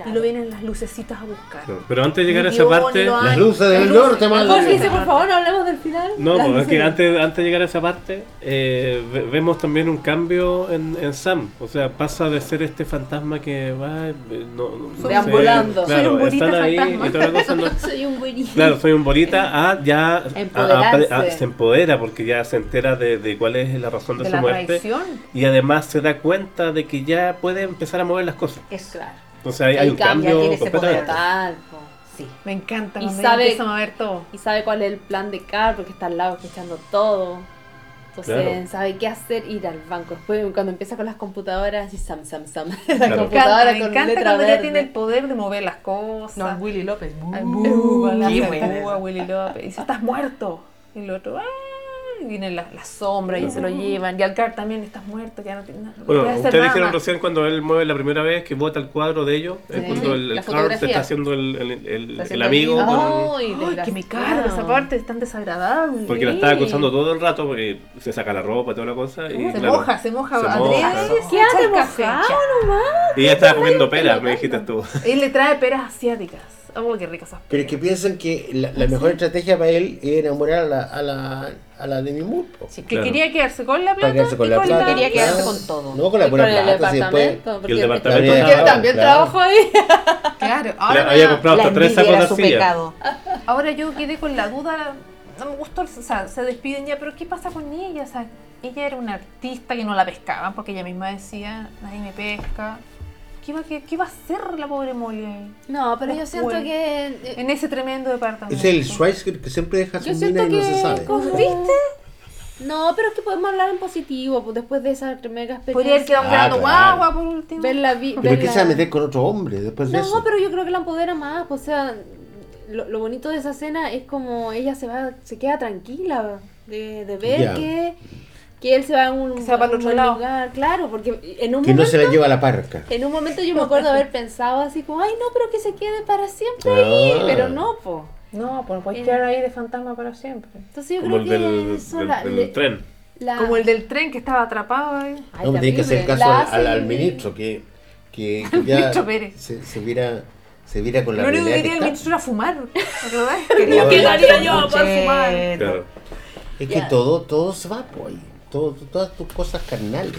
S2: Y lo vienen las lucecitas a buscar.
S1: Pero antes de llegar a
S2: Ni
S1: esa
S2: Dios,
S1: parte.
S2: ni lo
S5: Las
S2: Ay,
S5: luces del
S2: las
S5: norte,
S2: luces.
S4: Jorge
S5: madre.
S4: dice, por favor, no hablemos del final.
S1: No,
S4: [laughs] Las
S1: pues es
S2: [laughs]
S1: que
S4: luces.
S1: antes, antes de llegar a esa parte, eh, ve- vemos también un cambio en, en Sam. O sea, pasa de ser este fantasma que va. eh, No, no- no
S3: Deambulando.
S1: sé. Claro,
S2: Soy un bonita
S1: están ahí
S2: fantasma.
S1: y toda la cosa. no-
S2: Soy un buenito.
S1: Claro, soy un
S2: [laughs]
S1: bolita. Ah, ya. ah, ah,
S3: Empoderarse.
S1: ah, se empodera porque ya se entera de, de cuál es la razón de,
S3: de
S1: su
S3: la
S1: muerte.
S3: traición.
S1: Y además se da cuenta de que ya puede empezar a mover las cosas.
S3: Es claro.
S1: Entonces hay, hay un
S3: cambia,
S1: cambio
S3: tiene ese
S1: completamente.
S3: poder.
S4: Total, po.
S3: Sí.
S2: Me encanta.
S4: Y
S2: cuando
S4: sabe-
S2: empiezan a ver todo.
S4: Y sabe cuál es el plan de Carl porque está al lado escuchando todo. Entonces
S1: Claro.
S4: sabe qué hacer, ir al banco. Después cuando empieza con las computadoras y Sam, Sam, Sam. [laughs] La
S1: Claro.
S2: Me encanta,
S4: computadora
S2: me
S4: con
S2: encanta
S4: letra
S2: cuando
S4: verde.
S2: ya tiene el poder de mover las cosas.
S3: No, es Willy López.
S2: Ay,
S3: Uh,
S2: buh, la
S3: qué
S2: gente,
S3: buena
S2: buh,
S3: esa.
S2: Willy López. Y dice, estás muerto. Y el otro, "Ah", y vienen las las sombras y se lo llevan. Y al Car también, estás muerto, ya no tiene nada. no
S1: Bueno,
S2: puede hacer
S1: ustedes
S2: nada
S1: dijeron
S2: más".
S1: recién cuando él mueve la primera vez que bota el cuadro de ellos, es
S4: Sí.
S1: cuando el, el
S4: La
S1: Carl se
S4: fotografía.
S1: está haciendo el, el- el-
S3: Está
S1: el
S3: haciendo
S1: amigo,
S3: el-
S1: con-
S4: Ay,
S2: Ay, que me carga
S4: desgraciado.
S2: esa parte, es tan desagradable.
S1: porque la estaba acusando todo el rato, porque se saca la ropa y toda la cosa. Y,
S2: Uh, se
S1: claro,
S2: moja, se moja.
S1: se
S2: Andrés,
S1: moja, se moja.
S4: Quédate
S2: Charca
S4: mojado
S2: fecha.
S1: y ella estaba comiendo pera, me dijiste tú.
S2: Él le trae peras asiáticas. Oh, qué ricas esas
S5: Pero es que piensan que la,
S4: ¿Ah,
S5: la mejor estrategia para él es enamorar a la, a la, a la Demi Moore. po.
S2: Sí, que
S1: Claro.
S2: quería quedarse con la plata.
S5: Para quedarse con
S2: y
S5: la plata.
S3: Quería
S5: claro.
S3: quedarse con todo.
S5: No con la
S4: Y
S5: pura
S4: con el
S5: plata, si después.
S4: departamento,
S1: Y el
S4: porque-
S1: departamento
S5: Claro.
S4: porque él
S1: estaba-
S4: también
S5: Claro.
S2: [laughs]
S4: trabajo ahí.
S2: Claro,
S1: Le
S2: ahora,
S1: [laughs]
S2: me
S1: había
S2: da-
S1: comprado hasta tres
S3: envidia
S1: sacos de
S3: era su
S1: arcilla.
S3: pecado.
S2: ahora yo quedé con la duda. No me gustó, o sea, se despiden ya, pero ¿qué pasa con ella? O sea, ella era una artista que no la pescaban porque ella misma decía, nadie me pesca. ¿Qué va, qué, qué va a hacer la pobre Molly ahí?
S4: No, pero yo
S2: Después.
S4: siento que... eh,
S2: En ese tremendo departamento.
S5: Es el Schweizer que siempre deja
S4: Yo
S5: su mina
S4: siento
S5: y
S4: que...
S5: no se sabe.
S4: como-
S2: ¿Viste?
S4: No, pero es que podemos hablar en positivo pues, después de esa mega experiencia.
S2: Podría haber quedado
S5: Ah,
S2: quedando
S5: claro.
S2: guagua por último.
S4: ver la vi-
S5: Pero
S4: ver
S5: ¿qué
S4: la-
S5: se va a meter con otro hombre después de
S4: No,
S5: eso?
S4: pero yo creo que la empodera más. pues, O sea, lo, lo bonito de esa escena es como ella se va, se queda tranquila de, de ver
S5: Ya.
S4: que, que él se va a un,
S2: Que se va para el
S4: a un
S2: otro
S4: buen
S2: lado.
S4: lugar. Claro, porque en un
S5: Que no
S4: momento.
S5: se la lleva a la parca.
S4: En un momento yo me acuerdo haber pensado así como, ay no, pero que se quede para siempre ahí,
S5: Ah.
S4: pero no, po.
S2: No, pues puedes
S4: Eh.
S2: quedar ahí de fantasma para siempre.
S4: Entonces yo
S1: Como el
S4: creo que
S1: del,
S4: eso
S1: del-
S4: la-
S1: del
S4: le-
S1: tren.
S4: la-
S2: Ah. Como el del tren que estaba atrapado ahí.
S4: Ay,
S5: No, tiene que hacer
S4: terrible.
S5: caso
S4: La
S5: al, al- al
S4: hace-
S5: ministro que,
S4: [laughs]
S5: que, que ya
S2: ministro Pérez.
S5: se, se viera se viera con la
S2: Lo único que
S5: realidad que
S2: quería el
S5: está.
S2: ministro era fumar. ¿Verdad?
S5: [laughs] Quería
S2: ¿Qué
S5: bailar
S2: haría yo por
S3: Cheto.
S2: fumar?
S1: Claro.
S5: Es que
S4: Ya.
S5: todo, todo se va por ahí. Todo, todas tus cosas carnales.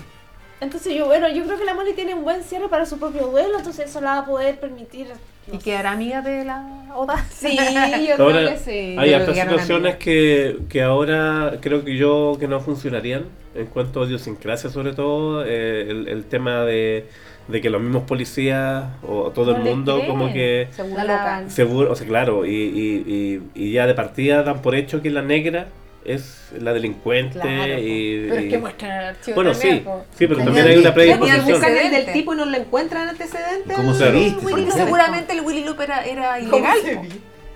S4: Entonces yo, bueno, yo creo que la Molly tiene un buen cierre para su propio duelo, entonces eso la va a poder permitir. no
S2: ¿Y
S4: [laughs] sé.
S2: quedará amiga de la Oda?
S4: [laughs] Sí, yo creo
S1: Ahora,
S4: que
S2: eh,
S4: sí.
S1: hay
S3: Yo
S1: otras
S3: creo que ganaron
S1: situaciones
S3: amigos.
S1: que, que ahora creo que yo que no funcionarían en cuanto a idiosincrasia sobre todo eh, el, el tema de, de que los mismos policías o todo el
S2: le
S1: mundo
S2: creen.
S1: como que
S2: Se
S3: La
S2: burlan.
S3: loca.
S1: seguro o sea claro y, y, y, y ya de partida dan por hecho que la negra es la delincuente
S2: Claro,
S1: y,
S2: Pero es
S1: y-
S2: que muestran el archivo
S1: bueno sí
S2: también, po.
S1: sí pero
S5: Tenían-
S1: también hay una
S3: Tenían
S5: tenían
S1: predisposición
S2: buscar-
S3: buscan el del
S2: Antecedentes.
S3: tipo y no le encuentran antecedentes.
S5: ¿Cómo se
S1: Claro.
S5: viste?
S2: Willy Loop,
S5: Porque-
S2: seguramente el Willy Loop era, era ilegal. po.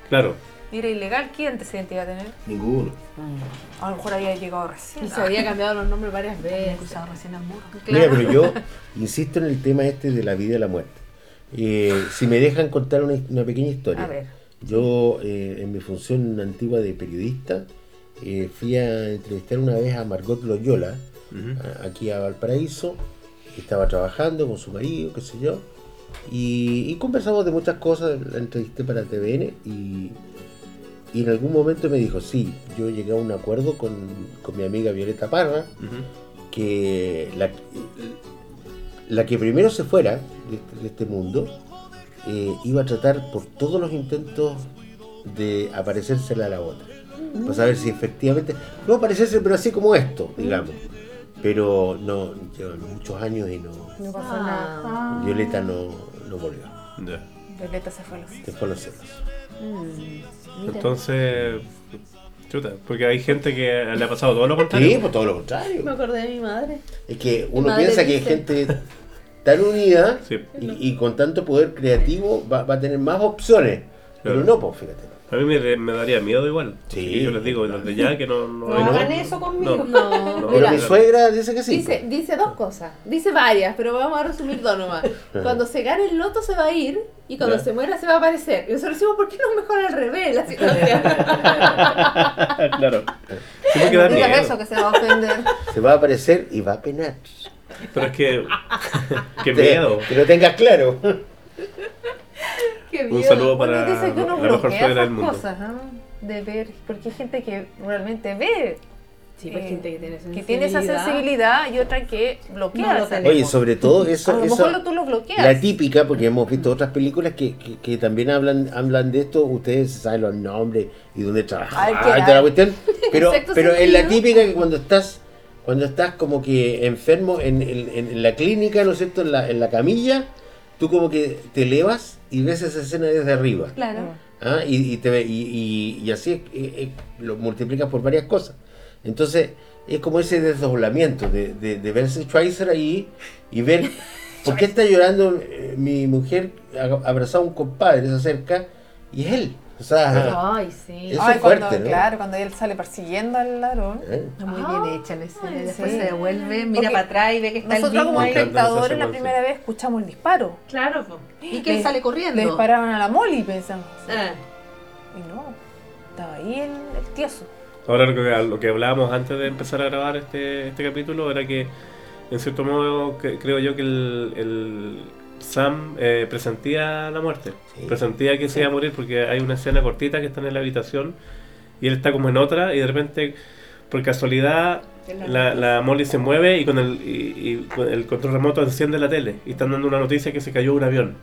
S1: claro
S2: Era ilegal. ¿Qué antecedente iba a tener?
S5: Ninguno.
S2: A lo mejor había llegado recién.
S4: Y se había cambiado los nombres varias
S3: Habían
S4: veces.
S3: cruzado recién al muro.
S5: Mira, pero yo insisto en el tema este de la vida y la muerte. Eh, si me dejan contar una, una pequeña historia.
S2: A ver.
S5: Yo, eh, en mi función antigua de periodista, eh, fui a entrevistar una vez a Margot Loyola, a- aquí a Valparaíso. Estaba trabajando con su marido, qué sé yo. Y, y conversamos de muchas cosas. La entrevisté para TVN y, y en algún momento me dijo: Sí, yo llegué a un acuerdo con, con mi amiga Violeta Parra
S1: Ujú.
S5: que la, la que primero se fuera de este, de este mundo eh, iba a tratar por todos los intentos de aparecérsela a la otra. Para saber si efectivamente. No aparecerse, pero así como esto, digamos. Pero no, llevan muchos años y no.
S2: No pasó
S4: Ah.
S2: nada.
S5: Violeta no, no volvió.
S1: Ya.
S2: Violeta se fue a los
S5: Se fue a los celos.
S1: entonces chuta porque hay gente que le ha pasado todo lo contrario
S5: Sí, pues todo lo contrario.
S4: Me acordé de mi madre.
S5: Es que uno
S4: Madre
S5: piensa que hay
S4: dice.
S5: gente tan unida
S1: Sí.
S5: y, y con tanto poder creativo va, va a tener más opciones. Pero
S1: Claro.
S5: no, pues fíjate.
S1: A mí me, me daría miedo igual.
S5: Sí.
S1: Así que Yo les digo, los de ya que no...
S3: No
S1: hay-
S3: hagan eso conmigo.
S1: No.
S2: [laughs]
S4: No,
S1: No,
S5: Pero
S4: mira,
S5: mi suegra dice que sí.
S4: dice, dice dos cosas. Dice varias, pero vamos a resumir dos nomás.
S5: pues.
S4: Cuando se gane el loto se va a ir y cuando
S1: Ya.
S4: se muera se va a aparecer. Y nosotros decimos, ¿por qué no mejor al revés la situación?
S1: Ah, claro. Sí me queda
S2: No digas
S1: miedo.
S2: eso que se va a ofender.
S5: pues. Se va a aparecer y va a penar.
S1: Pero es que... [laughs] qué
S5: Te-
S1: miedo.
S2: [laughs]
S5: Que lo tengas claro.
S2: [laughs] qué
S1: Un saludo para
S2: Uno dice que
S1: la
S2: uno
S1: mejor
S2: bloquea
S1: suegra
S2: esas
S1: del mundo.
S2: cosas, ¿ah? De ver, porque hay gente que realmente ve,
S4: Sí, pues
S2: Eh,
S4: gente que tiene
S2: que tiene esa sensibilidad y otra que bloquea
S3: No lo
S2: esa-
S3: tenemos.
S5: Oye, sobre todo
S2: a
S5: eso,
S2: lo
S5: eso
S2: mejor lo- tú lo bloqueas.
S5: la típica, porque hemos visto otras películas que, que, que también hablan hablan de esto, ustedes saben los nombres y dónde trabajan,
S2: Ay, qué
S5: y toda la
S2: hay. [laughs]
S5: cuestión, pero,
S4: Sexto
S5: pero es la
S4: sentido.
S5: típica que cuando estás cuando estás como que enfermo en, en- en- en la clínica, ¿no es cierto?, en la, en la camilla, tú como que te elevas y ves esa escena desde arriba.
S2: Claro.
S5: ¿ah? y, y te ve- y- y- y así es- eh, eh, lo multiplicas por varias cosas. Entonces, es como ese desdoblamiento de, de, de verse Schweizer ahí y ver por qué está llorando eh, mi mujer aga- abrazada a un compadre, se acerca y es él. O sea,
S4: Ay, sí.
S5: Eso
S2: Ay,
S5: es
S2: cuando,
S5: fuerte, ¿no?
S2: Claro, cuando él sale persiguiendo al ladrón.
S5: ¿eh?
S3: Está Ah, Muy bien hecha la escena.
S4: Ay,
S3: Después
S2: sí.
S3: se devuelve, mira
S2: Porque
S3: para atrás y ve que está el
S2: Nosotros
S3: mismo
S2: como
S1: ahí.
S2: espectadores
S1: Cantando
S2: la
S1: esa
S2: primera vez escuchamos el disparo.
S4: Claro, po.
S3: Y que él
S2: Le-
S3: sale
S2: Le
S3: corriendo.
S2: dispararon a la Molly, pensamos.
S4: Ah,
S2: Y no, estaba ahí el, el tieso.
S1: Ahora lo que, lo que hablábamos antes de empezar a grabar este, este capítulo era que, en cierto modo, que- creo yo que el, el Sam eh, presentía la muerte.
S5: Sí.
S1: Presentía que se iba a morir porque hay una escena cortita que están en la habitación y él está como en otra y de repente, por casualidad, la, la Molly se mueve y con, el, y- y con el control remoto enciende la tele y están dando una noticia que se cayó un avión.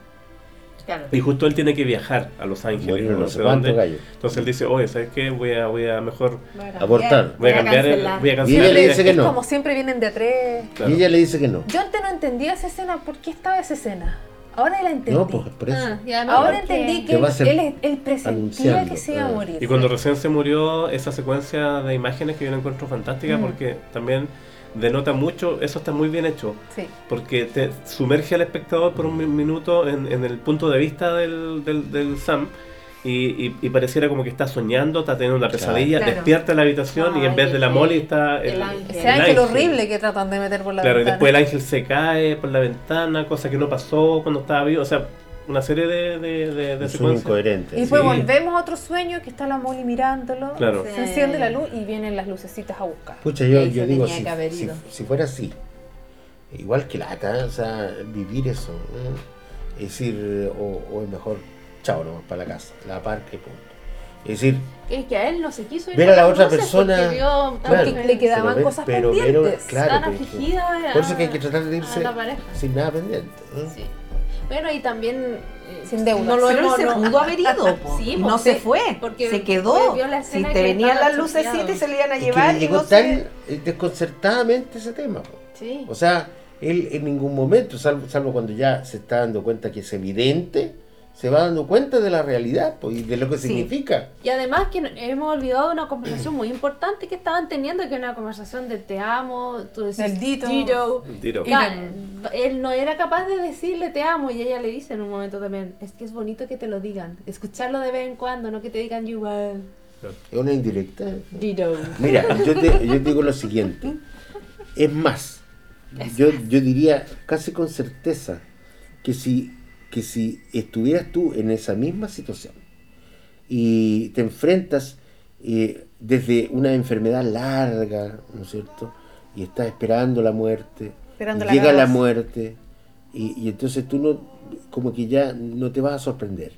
S4: claro.
S1: Y justo él tiene que viajar a Los Ángeles.
S5: Bueno,
S1: no
S5: no
S1: sé
S5: sé cuánto
S1: dónde.
S5: gallo.
S1: Entonces él dice, oye, ¿sabes qué? Voy a, voy a mejor
S5: Abortar.
S1: Voy a
S4: Voy a
S1: cambiar el.
S4: cancelar.
S1: Voy a
S5: Y
S1: cancelar.
S5: ella le
S1: el
S5: dice
S1: viaje.
S5: que no.
S2: Como siempre vienen de a tres.
S1: Claro.
S5: Y ella le dice que no.
S2: Yo antes no entendía esa escena. ¿Por qué estaba esa escena? Ahora la entendí.
S5: No, pues por eso.
S4: Ah, y además
S2: Ahora
S4: porque-
S2: entendí que
S5: Que va a
S2: él,
S5: ser
S2: él, él presentía
S5: anunciando,
S2: que se iba a
S5: claro.
S2: morir.
S1: Y cuando recién se murió, esa secuencia de imágenes que yo la encuentro fantástica
S2: Mm.
S1: porque también denota mucho, eso está muy bien hecho,
S2: Sí.
S1: porque te sumerge al espectador por un mi- minuto en, en el punto de vista del, del, del Sam y, y- y pareciera como que está soñando, está teniendo una pesadilla,
S4: Claro.
S1: despierta en la habitación y
S4: Ay,
S1: en vez de la
S4: sí.
S1: Molly está
S4: El ángel.
S2: Ese
S1: el
S2: ángel horrible que tratan de meter por la
S1: Claro, y
S2: ventana.
S1: después el ángel se cae por la ventana, cosa que no pasó cuando estaba vivo, o sea, una serie de, de, de- de
S5: Es un
S1: secuencias.
S5: incoherente.
S2: Y después
S1: Sí.
S2: volvemos a otro sueño que está la Molly mirándolo.
S1: Claro.
S2: Se enciende la luz y vienen las lucecitas a buscar.
S5: Pucha, yo,
S3: Ahí
S5: yo
S3: se
S5: digo,
S3: tenía
S5: si,
S3: que haber
S5: si-
S3: ido.
S5: si fuera así, igual que lata, o sea, vivir eso, ¿eh? es decir, o, o es mejor, chao nomás para la casa, la parque, punto. Es decir,
S4: Es que a él no se quiso ir
S5: Ver a la otra
S4: Cruces porque
S5: persona,
S4: vio-
S5: claro,
S4: porque
S2: le queda- quedaban
S5: pero ver-
S2: cosas
S5: pero ver-
S2: pendientes,
S5: claro,
S4: tan
S5: pero-
S4: afligida
S5: por eso es que hay
S4: a-
S5: que tratar de
S4: a
S5: irse
S4: la pareja.
S5: sin nada pendiente. ¿eh?
S4: Sí. Bueno, y también. eh,
S2: Sin deuda.
S4: No lo
S3: Pero él
S4: hemos-
S3: se
S4: no-
S3: pudo haber
S4: [laughs]
S3: ido. po.
S4: Sí,
S3: no
S4: pues,
S3: se
S4: sí,
S3: fue.
S4: porque
S3: se quedó.
S4: vio la
S3: Si
S4: escena
S3: te
S4: que
S3: venían
S4: estaba
S3: las lucecitas y
S4: choqueado.
S3: se le iban a
S5: Es que
S3: llevar.
S5: le
S3: y
S5: llegó
S3: no
S5: tan
S3: se-
S5: eh, desconcertadamente ese tema. po.
S4: Sí.
S5: O sea, él en ningún momento, salvo, salvo cuando ya se está dando cuenta que es evidente, se va dando cuenta de la realidad po, y de lo que
S3: Sí.
S5: significa.
S4: Y además que no- hemos olvidado una conversación muy importante que estaban teniendo, que era una conversación de te amo, tú decís
S2: Del Dito.
S4: Dito.
S1: Tiro.
S4: Y no- él no era capaz de decirle te amo y ella le dice en un momento también, es que es bonito que te lo digan, escucharlo de vez en cuando, no que te digan you are
S5: Es una indirecta.
S4: Dito.
S5: Mira, yo te, yo te digo lo siguiente. Es más, yo, yo diría casi con certeza que si, que si estuvieras tú en esa misma situación y te enfrentas eh, desde una enfermedad larga, ¿no es cierto? Y estás esperando la muerte,
S2: Esperando
S5: y
S2: la
S5: llega la
S2: cagada.
S5: muerte, y, y entonces tú no, como que ya no te vas a sorprender.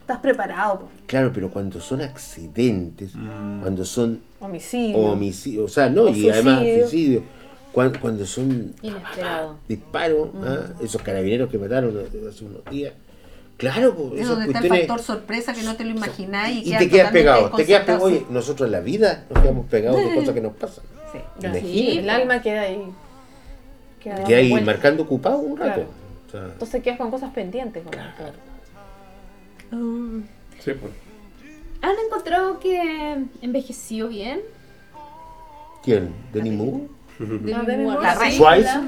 S2: Estás preparado. po.
S5: Claro, pero cuando son accidentes, cuando son
S2: Homicidio.
S5: o homicidio, o sea, no,
S2: O
S5: y además
S2: suicidio.
S5: suicidio. Cuan- Cuando, son
S4: Inesperado.
S5: disparos,
S3: Mm.
S5: ¿ah? esos carabineros que mataron hace unos días, claro, po,
S3: Es
S5: esas
S3: donde está el
S5: cuestiones-
S3: factor sorpresa que no te lo imaginás y,
S5: y
S3: quedas
S5: te quedas
S3: totalmente
S5: pegado, te quedas pegado.
S3: desconcertado,
S5: Oye, nosotros en la vida nos quedamos pegados
S3: [laughs]
S5: de cosas que nos pasan.
S3: sí.
S5: Imagínate.
S2: el alma queda ahí. Queda
S5: Que
S2: dando
S5: ahí
S2: vueltas.
S5: marcando ocupado un rato.
S2: Claro.
S5: O sea,
S2: Entonces quedas con cosas pendientes. con la cara. Ah.
S1: Sí, pues.
S4: ¿Han encontrado que envejeció bien?
S5: ¿Quién? ¿Denis Moore?
S2: No,
S4: Demi
S2: Demi
S4: Moore.
S2: Moore.
S3: La
S2: Sí.
S3: reina.
S5: ¿Schweizer?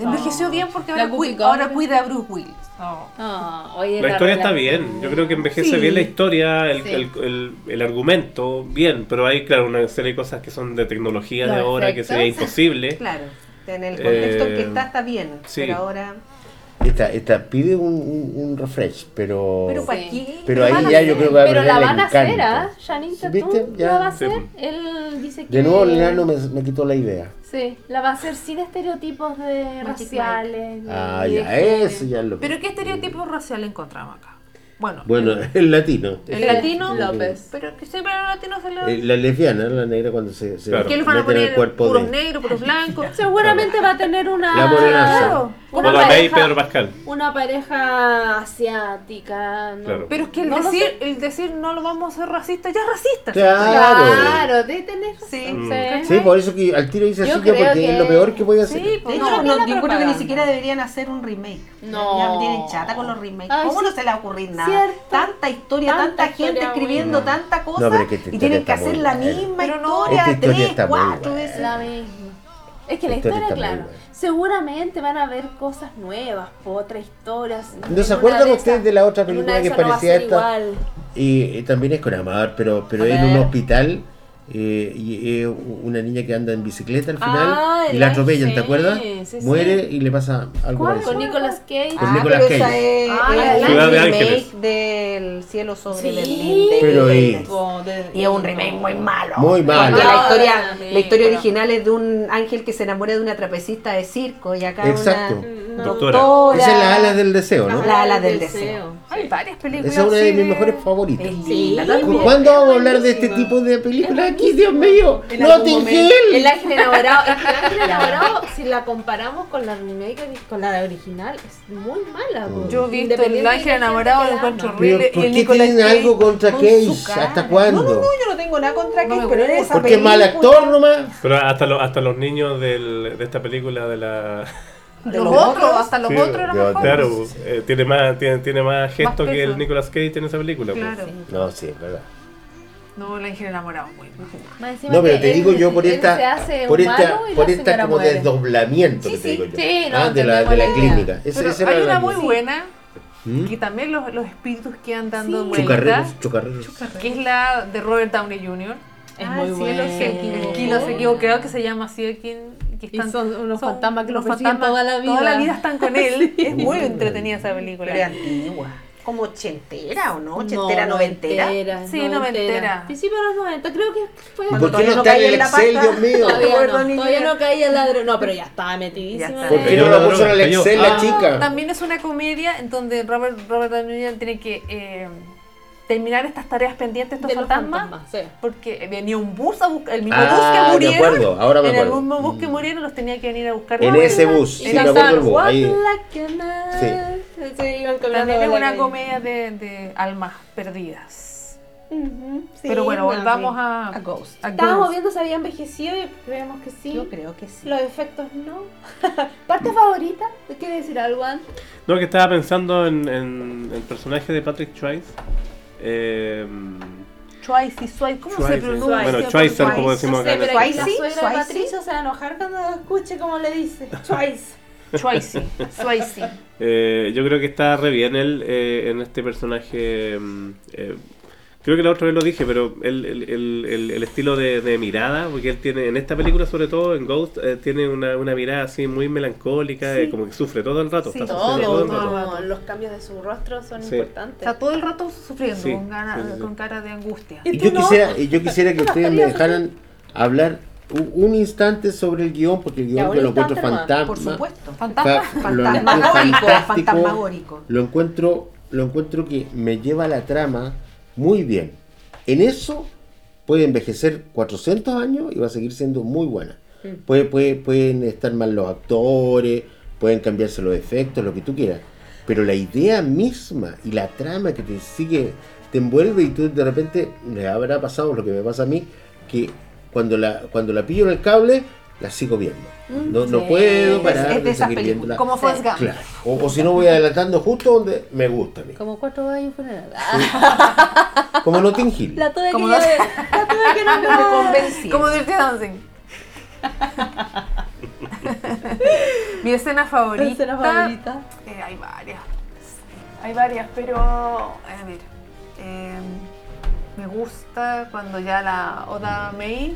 S2: Envejeció bien porque
S4: La
S2: ahora,
S4: Whoopi
S2: cuida- ahora
S4: Goldberg.
S2: cuida a Bruce Willis.
S3: Oh.
S4: Ah, oye,
S1: La historia está
S4: relación.
S1: bien, yo creo que envejece
S4: Sí.
S1: bien la historia, el,
S4: Sí.
S1: el- el- el argumento, bien, pero hay, claro, una serie de cosas que son de tecnología
S4: Los
S1: de ahora que
S4: efectos.
S1: sería imposible.
S3: Claro. En el contexto en que
S1: Eh,
S3: está, está bien.
S1: sí.
S3: Pero ahora.
S5: Esta, esta pide un, un- un refresh, pero.
S3: Pero
S5: Pero,
S3: para aquí.
S5: Oh. Pero ahí
S4: Van a
S5: ya
S4: hacer,
S5: yo creo que va a
S4: Pero
S5: perder
S4: la
S5: el
S4: van a hacer,
S5: encanto.
S4: ¿ah? Janine
S5: Sí,
S4: Tatum
S5: ¿viste? Ya.
S4: la va a
S1: Sí,
S4: hacer.
S1: po.
S4: Él dice que...
S5: de nuevo,
S3: Eh.
S5: Leonardo me, me quitó la idea.
S4: Sí, la va a hacer sin estereotipos de
S3: Magic
S4: raciales. ni
S5: Ah,
S3: Mm,
S4: de
S5: ya,
S4: género.
S5: eso ya lo.
S2: Pero ¿qué estereotipo racial encontramos acá? Bueno,
S3: [laughs]
S5: Bueno, el latino.
S2: el latino.
S4: López.
S2: Pero que siempre a los latinos se
S5: Eh,
S2: le.
S5: La lesbiana, la negra cuando se, se
S1: Claro.
S2: ¿Qué les van a
S5: mete en
S2: poner?
S5: el cuerpo
S2: Puros
S5: de...
S2: negros, puros blancos.
S4: Seguramente va a tener una.
S5: La morenaza.
S2: Claro.
S1: Como
S4: Una
S1: la May y
S4: pareja,
S1: Pedro Pascal.
S4: una pareja asiática. ¿no?
S1: Claro.
S2: Pero es que el,
S4: No lo
S2: decir, el decir no lo vamos a ser racista, ya es racista.
S5: Claro.
S4: Claro, de tener.
S2: Sí.
S1: Mm.
S5: Sí, por eso que al tiro dice
S4: Yo
S5: así que
S4: creo
S5: porque
S4: que-
S5: es lo peor que voy a hacer.
S2: Sí,
S3: De
S2: pues,
S3: hecho,
S2: no.
S3: no,
S4: que la
S3: yo creo que ni
S4: propaganda.
S3: siquiera deberían hacer un remake.
S4: No.
S3: Ya me tienen chata con los remakes.
S4: Ay,
S3: ¿Cómo
S4: sí.
S3: no se les va a ocurrir nada?
S4: Cierto.
S3: Tanta historia,
S4: Tanta
S3: tanta, gente
S4: historia
S3: escribiendo
S5: buena.
S3: tanta cosa.
S5: No, pero es que esta
S3: y
S5: historia
S3: tienen que
S5: está
S3: hacer
S5: muy
S3: la
S5: buena.
S3: misma
S2: Pero no,
S3: historia,
S5: esta historia
S3: tres,
S5: está muy
S3: cuatro
S5: buena.
S3: veces.
S4: La misma. Es que la
S5: La historia
S4: historia,
S5: está muy
S4: claro.
S5: buena.
S4: Seguramente van a haber cosas nuevas, otras historias.
S5: ¿No se
S4: En
S5: acuerdan
S4: una de
S5: ustedes
S4: esas-
S5: de la otra
S4: en una
S5: película
S4: de
S5: que
S4: esas no va a
S5: parecía
S4: ser
S5: esta?
S4: Igual.
S5: Y, y también es con Amar, pero, pero
S4: A
S5: en un
S4: ver.
S5: hospital. eh, y es una niña que anda en bicicleta al final
S4: Ah,
S5: y la
S4: el-
S5: atropellan,
S4: sí,
S5: ¿te acuerdas?
S4: sí, sí.
S5: Muere y le pasa algo
S4: ¿Cuál?
S5: parecido.
S4: Con Nicolas Cage.
S5: Con
S3: ah,
S5: Nicolas
S3: pero esa
S5: Cage.
S3: es,
S4: Ah,
S3: es el
S1: Ciudad de
S3: remake
S1: Ángeles.
S3: del cielo sobre
S4: Sí.
S3: Berlín. de
S5: Pero
S3: Berlín.
S5: es-
S3: Y es un remake muy malo.
S5: Muy malo.
S3: Cuando la
S4: Ah,
S3: historia,
S4: sí,
S3: la historia
S4: pero-
S3: original es de un ángel que se enamora de una trapecista de circo y acá
S5: Exacto.
S3: una
S4: No.
S1: Doctora.
S3: doctora.
S5: Esa es la ala del deseo, ¿no?
S3: Ajá. La ala del deseo.
S2: Hay varias películas.
S5: Esa es una de
S2: así
S5: mis mejores favoritas.
S3: Es
S4: Sí.
S3: linda,
S4: Sí.
S3: también.
S5: ¿Cuándo vamos a hablar de este
S4: buenísima.
S5: tipo de películas
S4: Es
S5: aquí, Dios mío?
S3: En
S5: ¡No
S3: algún
S5: te
S3: momento.
S4: El ángel enamorado, es que el ángel enamorado, si la comparamos con la remake, ori- con la original, es muy mala.
S5: Oh.
S4: po.
S2: Yo he visto
S4: Independiente
S2: el ángel
S4: de la
S2: enamorado,
S4: gente
S2: lo
S4: que la
S2: encuentro
S4: ama.
S5: Pero
S2: horrible.
S5: ¿por
S2: y el
S5: qué
S2: Nicolas
S5: tienen
S2: Cage-
S5: algo contra
S3: con
S5: Cage?
S3: su cara.
S5: ¿Hasta cuándo?
S3: No, no, no, yo no tengo nada contra
S2: No
S3: Cage,
S2: me
S3: pero en
S2: gusta.
S3: esa
S5: Porque es mal
S3: película-
S5: actor nomás.
S1: Pero hasta, los hasta los niños del, de esta película de la...
S3: de
S2: Los
S3: los
S2: otros,
S3: otros.
S2: hasta los
S1: Sí,
S2: otros eran
S5: yo
S2: mejores.
S5: te-
S1: Claro, eh, tiene más tiene, tiene más gesto que
S2: Oh, peso.
S1: el Nicolas Cage en esa película. pues.
S2: Claro.
S5: No, sí, es verdad.
S2: No, el ángel enamorado, muy mal.
S4: Más encima
S5: No, pero
S4: que
S5: te
S4: él-
S5: digo yo por
S4: él se
S5: esta,
S4: hace
S5: por esta,
S4: humano y
S5: por
S4: la
S5: esta
S4: señora
S5: como
S4: muere.
S5: desdoblamiento
S4: Sí,
S5: que te
S4: sí,
S5: digo yo.
S4: sí, no,
S5: ah, de la, de
S4: entendemos
S5: la
S4: la
S5: clínica. Esa,
S2: Pero
S5: esa era
S2: hay
S5: la
S2: una muy
S5: mía.
S2: buena,
S5: ¿Mm?
S2: que también los, los espíritus que andan dando vueltas,
S5: Chocarreros, chocarreros.
S2: que es la de Robert Downey Jr.
S4: Es
S3: Ah,
S4: muy
S3: el cielo
S4: buena.
S3: se equivocó.
S2: El Kilo se equivocó, creo que se llama así el Kin- que
S4: Y son unos
S2: son
S4: fantasmas que
S2: los
S4: los persiguen
S2: fantasmas,
S4: toda la vida.
S2: Toda la vida están
S4: [laughs]
S2: con él. Es muy entretenida esa película.
S3: Pero es antigua. Como ochentera o no, ochentera,
S4: No,
S3: noventera.
S2: Sí, noventera.
S4: Principio de los 90, creo que fue.
S5: ¿Y
S3: Cuando
S5: ¿Por qué
S3: todavía
S5: no
S3: no
S5: está
S3: caía
S5: en el
S3: en la
S5: Excel,
S3: pata.
S5: Dios mío?
S4: Todavía
S3: Roberto
S4: no,
S3: Niño.
S4: todavía no caía el ladrón. No, pero ya estaba metidísima.
S3: Ya está.
S5: ¿Por qué
S1: Cayó
S5: no
S1: la
S5: la puso en
S1: droga,
S5: el
S1: cayó.
S5: Excel la
S4: Ah.
S5: chica?
S2: También es una comedia en donde Robert, Robert Downey Jr. tiene que eh, terminar estas tareas pendientes, estos
S4: De los
S2: fantasmas,
S4: fantasmas, sí.
S2: porque venía un bus a buscar, el mismo bus
S5: Ah,
S2: que
S5: de
S2: murieron.
S5: acuerdo, ahora me
S2: en el
S5: acuerdo. Mm.
S2: mismo bus que murieron los tenía que venir a buscar.
S5: En
S2: Robert.
S5: ese bus, sí,
S2: En
S5: me
S2: la
S5: acuerdo del
S2: sala.
S5: bus. Ahí,
S4: Sí. Se iban colgando
S2: También es
S4: de la
S2: una
S4: calle.
S2: comedia de, de almas perdidas.
S4: Ujú, sí,
S2: Pero bueno,
S4: no,
S2: volvamos
S4: sí.
S2: a,
S3: A Ghost.
S2: a
S4: Estábamos
S2: Ghost.
S4: viendo si había envejecido y creemos que sí.
S3: Yo creo que sí.
S4: Los efectos no. [laughs] ¿Parte favorita? ¿Quieres decir algo, Ann?
S1: No, que estaba pensando en, en el personaje de Patrick Swayze. Eh,
S2: Twice y Swipe, ¿cómo
S1: Swayze.
S2: se pronuncia?
S1: Bueno, Schweizer, como decimos acá. en
S3: pero
S1: Chile.
S3: ahí
S4: La
S3: sí,
S4: suegra de
S3: Swayze.
S4: Patricio se va a enojar cuando escuche cómo le
S5: [laughs]
S4: dice. Twice.
S2: Twice,
S4: [laughs]
S2: Twice.
S1: Eh, yo creo que está re bien él eh, en este personaje. mm, eh, creo que la otra vez lo dije, pero él- él- él- el, el estilo de, de mirada, porque él tiene, en esta película sobre todo, en Ghost, eh, tiene una, una mirada así muy melancólica, eh, como que sufre todo el rato.
S2: Sí,
S1: está
S4: Todo,
S1: sufriendo todo el rato.
S4: no, los cambios de su rostro son
S1: Sí.
S4: importantes.
S2: Está todo el rato sufriendo,
S1: Sí,
S2: con, gana-
S1: sí, sí, sí.
S2: con cara de angustia.
S5: Y yo quisiera, y yo quisiera que ustedes me dejaran hablar u- un instante sobre el guión, porque el
S4: Ya,
S5: guión
S4: un
S5: yo lo encuentro
S4: instante nomás,
S5: fantasma.
S3: Por supuesto.
S2: Fantasma.
S5: Fa- lo encuentro
S3: Fantasmagórico,
S5: fantástico,
S3: fantasmagórico.
S5: Lo encuentro, lo encuentro que me lleva la trama muy bien. En eso puede envejecer 400 años y va a seguir siendo muy buena. Puede, puede- pueden estar mal los actores, pueden cambiarse los efectos, lo que tú quieras. Pero la idea misma y la trama que te sigue, te envuelve y tú de repente, le habrá pasado lo que me pasa a mí, que cuando la, cuando la pillo en el cable, la sigo viendo. No, no
S4: sí.
S5: puedo
S3: Es-
S5: parar
S3: es de
S5: de
S3: esas
S5: seguir
S3: películas.
S5: viéndola.
S2: Como Forrest Gump.
S5: Claro. O, o si no, voy adelantando justo donde me gusta. amigo.
S4: Como cuatro años un funeral.
S5: Como Notting Hill.
S4: [laughs] La tuve que
S2: Ah, Como
S4: llevar.
S2: dos-
S4: La
S2: [laughs]
S4: tuve que no
S3: Me convencí.
S2: Como Dirty Dancing. Mi escena favorita.
S4: escena favorita?
S2: eh, hay varias. Hay varias, pero. A ver. eh, me gusta cuando ya la Oda May.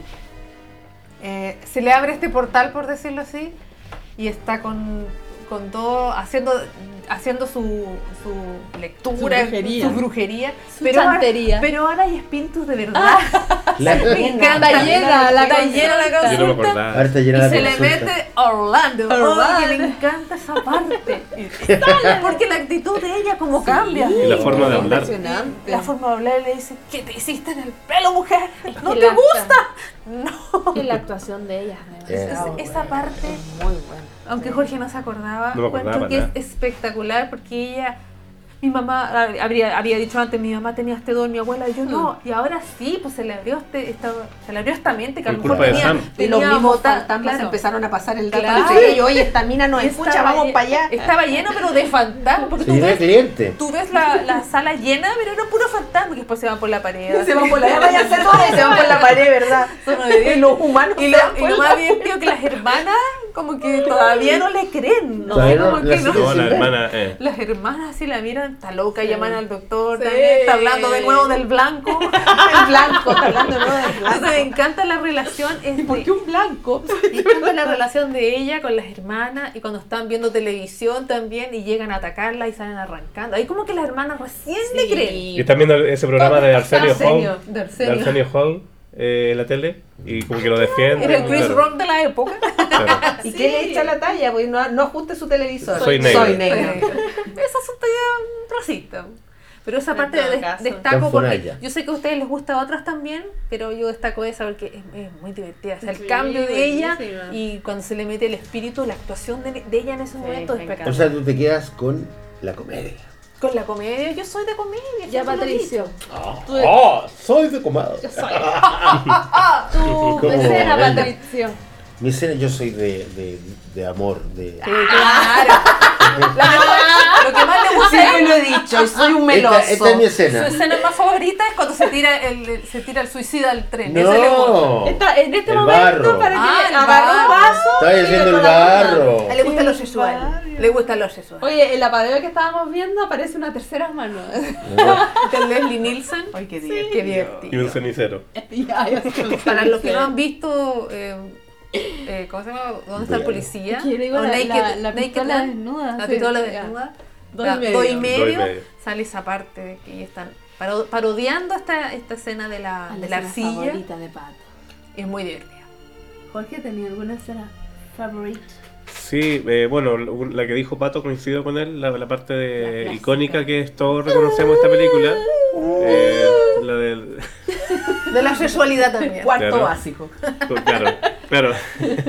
S2: eh, se le abre este portal, por decirlo así. Y está con, con con todo, haciendo, haciendo su, su lectura,
S4: Su brujería.
S2: su brujería,
S4: Su
S2: pero, ahora,
S4: chantería.
S2: pero ahora hay espíritus de verdad.
S5: Claro.
S2: [laughs] Me
S4: Está
S2: encanta.
S4: llena la
S2: Está llena la
S4: consulta.
S1: Yo no me
S2: consulta.
S1: acordaba.
S5: Ahora está llena
S2: Y
S5: la
S2: se le
S5: consulta.
S2: mete Orlando.
S4: Orlando.
S2: Oye, me encanta esa parte. Sale, Porque la actitud de ella como cambia.
S1: Y la forma de hablar.
S4: Impresionante.
S2: La forma de hablar le dice, ¿qué te hiciste en el pelo, mujer? ¿No
S4: que
S2: te
S4: la-
S2: gusta? No.
S4: Y la actuación de ellas, además.
S5: Yeah.
S2: Entonces, esa parte,
S4: Muy buena.
S2: aunque Jorge no se acordaba,
S1: No me
S2: encuentro
S1: acordaba
S2: que es
S1: nada.
S2: espectacular porque ella, mi mamá, hab- habría, había dicho antes, mi mamá tenía este don, mi abuela, yo no. Y ahora sí, pues se le abrió, este, esta, se le abrió esta mente que a lo
S1: Por
S2: mejor
S1: culpa de
S2: tenía,
S1: Sam.
S3: Y
S2: tenía
S3: los mismos
S2: bota-
S3: fantasmas
S2: claro.
S3: empezaron a pasar el dato
S2: Claro.
S3: entre ellos. Oye, esta mina nos
S2: Estaba
S3: escucha, vamos
S2: lle-
S3: para allá.
S2: Estaba lleno, pero de fantasmas. Porque
S5: Se
S2: tú
S5: llena de
S2: ves,
S5: cliente.
S2: tú ves la, la sala llena, pero era puro fantasma. Que después se van por la pared.
S3: Se van por la pared, se van por la pared, ¿verdad?
S2: [laughs] Son obedientes.
S3: Y los humanos
S2: Y
S3: se
S2: lo,
S3: van
S2: y
S3: por
S2: lo
S3: la
S2: más bien creo que las hermanas como que todavía no le creen, ¿no?
S5: Todavía no,
S2: Como
S5: las
S2: que no.
S5: siguen
S1: No, la
S5: Sí, sí.
S1: hermana. Eh.
S2: Las hermanas sí la miran, está loca,
S4: Sí.
S2: llaman al doctor,
S4: Sí.
S2: también está hablando de nuevo del
S3: [laughs]
S2: blanco.
S3: En blanco, hablando de nuevo en
S2: Entonces
S3: blanco.
S2: me encanta la relación entre
S4: ¿Por qué un blanco?
S2: Y cuando la relación de ella con las hermanas y cuando están viendo televisión también y llegan a atacarla y salen arrancando. Ahí como que las hermanas recién le creen.
S1: Yo también viendo ese programa de Arsenio Hall.
S2: De
S1: De
S2: Arsenio.
S1: Arsenio Hall eh, en la tele. Y como que lo defiende.
S2: Era el Chris
S1: claro,
S2: Rock de la época.
S1: claro.
S3: ¿Y qué le echa la talla? Porque no, no ajuste su televisor.
S1: Soy negro.
S2: Esa es un talla racista. Pero esa
S4: En
S2: parte
S4: todo
S2: de-
S4: caso.
S2: destaco porque
S5: Canzonalla.
S2: yo sé que a ustedes les gusta otras también, pero yo destaco esa porque es, es muy divertida. O sea, el
S4: Sí,
S2: cambio de ella
S4: buenísima.
S2: y cuando se le mete el espíritu, la actuación de, de ella en ese momento es
S4: me encanta.
S5: O sea, tú te quedas con la comedia.
S2: Con la comedia, yo soy de comedia.
S4: Ya,
S2: siempre lo he
S4: Patricio. Tú-
S5: ¡Oh! Soy de comedia.
S4: Tu
S5: ¿Cómo?
S4: escena,
S5: Venga.
S4: Patricio.
S5: Mi escena, yo soy de, de, de amor, de...
S2: Sí,
S5: [laughs]
S2: claro. La mejor- lo que más le gusta
S3: Siempre lo he dicho, soy un meloso.
S5: Esta, esta es mi
S2: su
S5: escena.
S2: escena más favorita es cuando se tira el, se tira el suicida al tren. Ese le gusta.
S5: No,
S4: Está en este
S5: El
S4: momento
S5: barro.
S4: para
S2: Ah,
S4: que
S2: el
S4: le agarró un
S2: barro.
S4: vaso.
S5: estaba
S4: y le
S5: haciendo el
S4: tocó la mano.
S2: [laughs]
S5: barro.
S2: A él le gusta lo sexual. Le gusta lo sexual.
S4: Oye, en la pared que estábamos viendo aparece una tercera mano. [laughs]
S2: de Leslie Nielsen.
S3: Ay, qué
S2: Qué
S3: divertido.
S1: Y
S2: [laughs] divertido.
S1: un cenicero.
S4: Ya,
S2: [laughs]
S4: ya sé.
S2: Para los que no han visto, eh, eh, ¿cómo se llama? ¿Dónde está el policía?
S4: Yo digo
S2: O
S4: la,
S2: Naked-
S4: la, la
S2: Naked
S4: pistola
S2: Man.
S4: desnuda.
S2: La
S4: sí,
S2: pistola
S4: ya.
S2: desnuda.
S4: Dos
S2: La-
S4: y medio.
S2: dos y medio.
S1: Dos y medio.
S2: Sale esa parte de que ya están paro- parodiando esta, esta escena de la,
S4: Ah,
S2: de la
S4: escena
S2: arcilla.
S4: favorita de Pato.
S2: Es muy divertida.
S4: Jorge tenía alguna escena favorita.
S1: Sí, eh, bueno, la que dijo Pato coincido con él, la, la parte
S4: La
S1: de,
S4: clásica.
S1: icónica que es, todos reconocemos esta película. Eh, la del.
S2: De la sexualidad también.
S3: Cuarto
S1: Claro.
S3: básico.
S1: Claro, claro.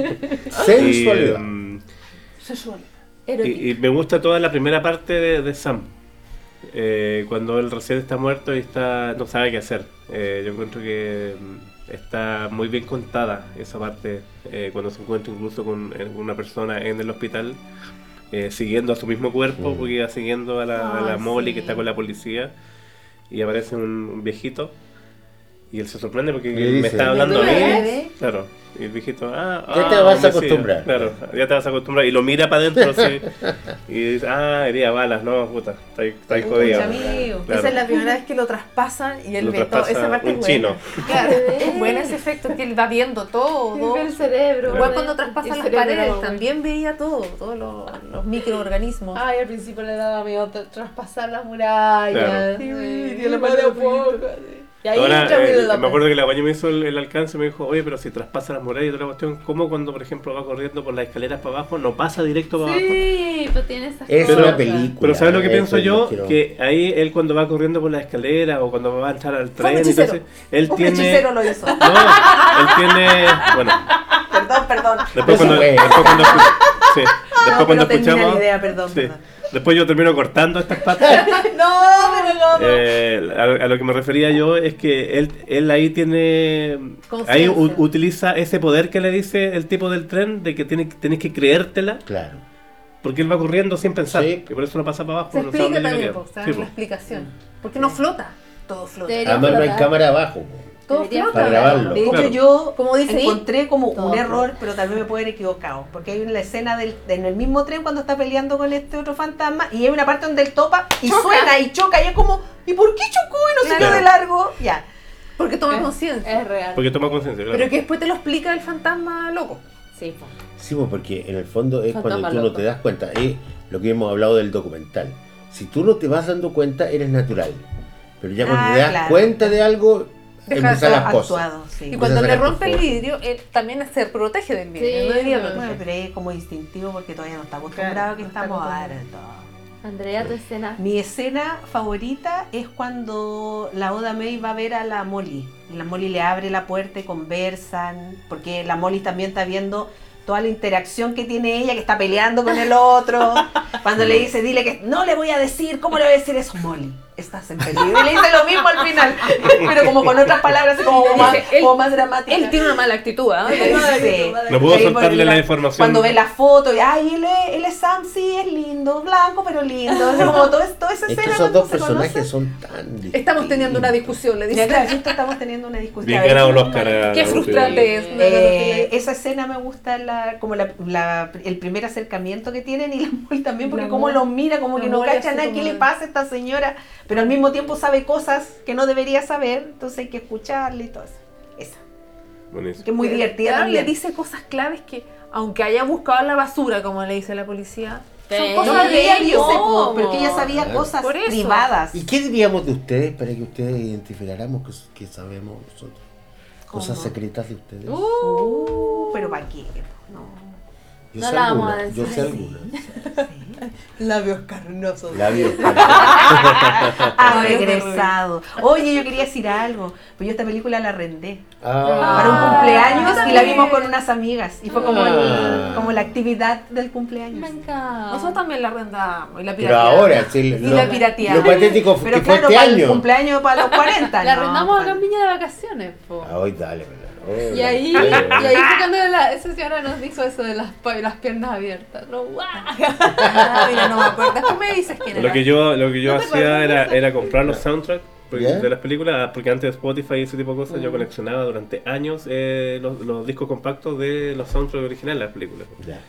S1: Y,
S5: Sensualidad.
S1: mm,
S4: Erótica.
S1: y, y me gusta toda la primera parte de, de Sam. Eh, cuando él recién está muerto y está no sabe qué hacer. Eh, yo encuentro que mm, está muy bien contada esa parte. eh, cuando se encuentra incluso con eh, una persona en el hospital, eh, siguiendo a su mismo cuerpo,
S5: Mm.
S1: porque iba siguiendo a la, a
S4: Ah,
S1: la Molly que
S4: sí.
S1: está con la policía. Y aparece un, un viejito. Y él se sorprende porque
S5: Y dice,
S1: me está hablando
S4: ¿Tú
S1: a mí.
S4: eres?
S1: Claro. Y el viejito, ah,
S5: Ya te
S1: ah,
S5: vas a
S1: hombre, sí,
S5: acostumbrar.
S1: Claro, ya te vas a acostumbrar. Y lo mira para adentro
S5: [laughs]
S1: así. Y dice, ah, hería balas, no, puta, está ahí- está ahí jodido. Claro.
S2: Esa es la primera vez que lo traspasan y él
S1: Lo
S2: ve todo. Esa
S1: traspasa
S2: parte es
S1: un
S2: buena.
S1: chino.
S2: [laughs] Claro, es bueno ese efecto que él va viendo todo.
S4: el
S1: Igual
S4: cerebro.
S2: Igual
S1: Claro.
S2: cuando traspasan las paredes, también veía todo, todos los, los microorganismos.
S4: Ay, al principio le daba miedo tra- traspasar las murallas.
S1: Claro.
S4: Sí,
S3: Sí,
S4: y le
S3: poco a
S4: ponía
S3: poco,
S4: poco, así. Y ahí
S1: Ahora,
S4: entra
S1: eh,
S4: Will Lopez.
S1: me acuerdo que la guaña me hizo el, el alcance y me dijo, oye, pero si traspasa las murallas y toda la cuestión, ¿cómo cuando, por ejemplo, va corriendo por las escaleras para abajo, no pasa directo para abajo?
S4: Sí, pues tiene esas
S5: Es
S4: cosas.
S5: una película.
S1: Pero ¿sabes lo que
S5: Eso
S1: pienso yo?
S5: quiero-
S1: Que ahí él cuando va corriendo por la escalera o cuando va a entrar al tren,
S3: hechicero.
S1: entonces él
S3: Un
S1: tiene...
S3: hechicero lo hizo.
S1: [laughs] No, él tiene... Bueno,
S3: Perdón, perdón.
S1: después
S5: Eso
S1: cuando...
S5: fue.
S1: Después cuando,
S3: [laughs]
S1: sí, después
S3: No, pero
S1: cuando
S3: termina
S1: escuchamos...
S3: la idea, perdón.
S1: Sí.
S3: perdón.
S1: Después yo termino cortando estas
S3: [laughs]
S1: partes.
S4: No, pero no, no.
S1: Eh, a, a lo que me refería yo es que él, él ahí tiene.
S2: Conciencia.
S1: Ahí u- utiliza ese poder que le dice el tipo del tren de que tiene, tenés que creértela
S5: Claro.
S1: porque él va corriendo sin pensar.
S5: Sí.
S1: Y por eso no pasa para abajo.
S2: Se
S1: no sabe
S2: explica
S1: dónde
S2: también,
S1: llega.
S2: pues, ¿sabes?
S1: Sí,
S2: la
S1: pues.
S2: explicación. Porque no flota, todo flota.
S4: Debería
S5: Además no hay
S4: flotar.
S5: cámara abajo.
S2: Todo
S4: Debería
S2: flota.
S5: Para grabarlo.
S3: De hecho,
S1: Claro.
S3: yo
S2: Como dice
S3: encontré como
S4: Todo.
S3: un error, pero tal vez me puedo haber equivocado. Porque hay una escena del, en el mismo tren cuando está peleando con este otro fantasma y hay una parte donde él topa y suena y choca. Y es como, ¿y por qué chocó y no se
S1: Claro.
S3: quedó de largo? Ya.
S2: porque toma
S4: Es-
S2: conciencia.
S1: Eh,
S4: Es real.
S1: Porque toma conciencia. claro.
S2: Pero que después te lo explica el fantasma loco.
S4: Sí, po.
S5: Sí, pues, porque en el fondo es
S4: Fantasma
S5: cuando tú no
S4: loco.
S5: te das cuenta. Es lo que hemos hablado del documental. Si tú no te vas dando cuenta, eres natural. Pero ya cuando
S3: Ah,
S5: te das
S3: claro.
S5: cuenta de algo,
S2: Deja
S5: empiezan
S2: de
S5: las
S3: Actuado,
S5: cosas.
S3: sí.
S1: Pues
S2: Y cuando
S5: Empieza a
S2: le
S5: sacar
S2: rompe el
S5: tus
S2: vidrio, él también se protege del vidrio.
S4: Sí,
S2: no debería
S4: bueno.
S3: Bueno,
S2: proteger.
S3: pero es como instintivo porque todavía no está acostumbrado
S2: Claro,
S3: que
S2: no está
S3: estamos a dar.
S4: Andrea, tu escena.
S3: Mi escena favorita es cuando la Oda May va a ver a la Molly. Y la Molly le abre la puerta y conversan, porque la Molly también está viendo toda la interacción que tiene ella, que está peleando con el otro.
S2: [laughs]
S3: Cuando le dice, dile que no le voy a decir, ¿cómo le voy a decir eso? Molly, estás en peligro. Y le dice lo mismo al final, pero como con otras palabras, así como más,
S2: [laughs] Dice, él-
S3: como más dramáticas.
S2: Él tiene una mala
S3: [laughs]
S2: actitud, ¿ah?
S3: Sí.
S1: No puedo
S3: Sí,
S1: soltarle
S3: porque
S1: la información.
S3: Cuando ve la foto, y, ay, él es, él es Sam, sí, es lindo, blanco, pero lindo. Es como todo, es- toda esa
S5: Es que
S3: escena
S5: esos
S3: cuando
S5: dos
S3: se
S5: personajes
S3: conocen.
S5: son tan distintos.
S2: Estamos teniendo una discusión, le
S3: Ya,
S2: dice.
S3: claro, justo estamos teniendo una discusión.
S1: Bien ganado el Oscar. eh. a-
S2: Qué
S1: a-
S2: frustrante es. No, no, no,
S3: Eh,
S2: no,
S3: esa escena me gusta la, como la, la- el primer acercamiento que tienen y la Mol también, porque
S4: La
S3: como
S4: Mol.
S3: los mira, como
S2: La
S3: que no
S2: Mol así
S3: cacha nada, ¿qué
S2: como
S3: le
S2: de-
S3: pasa a esta señora? Pero al mismo tiempo sabe cosas que no debería saber, entonces hay que escucharle y todo eso. Esa,
S1: Buenísimo.
S3: que es muy divertida
S2: Claro,
S3: también.
S2: le dice cosas claves que, aunque haya buscado en la basura, como le dice la policía,
S4: Sí.
S2: son
S3: No,
S2: cosas
S3: porque
S2: de
S3: ella vio,
S2: ellos.
S4: ¿cómo?
S3: porque ella sabía
S5: Claro.
S3: cosas
S2: Por eso.
S3: privadas.
S5: ¿Y qué diríamos de ustedes para que ustedes identificáramos que, que sabemos nosotros? Cosas
S3: ¿Cómo?
S5: secretas de ustedes.
S3: Uh, pero para qué, no.
S5: yo
S4: no
S5: sé
S4: la vamos a
S5: algunas. Yo
S4: decir.
S5: sé algunas.
S3: Labios carnosos.
S5: Labios.
S3: Ha regresado. Oye, yo quería decir algo. Pues yo esta película la arrendé para un
S2: Ah, yo
S3: cumpleaños y la
S2: también.
S3: vimos con unas amigas. Y fue como, el-
S5: Ah.
S3: como la actividad del cumpleaños.
S4: Ah.
S2: Nosotros también la arrendamos y la
S5: Pero
S2: pirateamos.
S5: ahora, sí,
S3: Y la pirateamos.
S5: Lo patético fue
S3: Pero
S5: que fue
S3: claro,
S5: este
S3: para el
S5: año.
S3: cumpleaños para los 40.
S4: [laughs] La
S3: no,
S4: arrendamos a
S3: para-
S4: los niños de vacaciones, po.
S5: Ah, hoy dale, Bernardo. Hoy,
S4: Y ahí, y
S5: dale,
S4: ahí
S5: Bernardo.
S4: fue cuando la, esa señora nos dijo eso de las, pa- las piernas abiertas. ¿no? ¡Guau!
S2: Ah, mira, no me acuerdo. Después me dices quién
S1: Lo
S2: era.
S1: que yo, lo que yo
S4: ¿No te acuerdas
S1: hacía
S4: de
S1: era,
S4: eso?
S1: era comprar los soundtracks porque-
S5: ¿Ya?
S1: de las películas, porque antes de Spotify y ese tipo de cosas,
S4: Ah.
S1: yo coleccionaba durante años eh, los, los discos compactos de los soundtracks originales de las películas.
S5: Ya.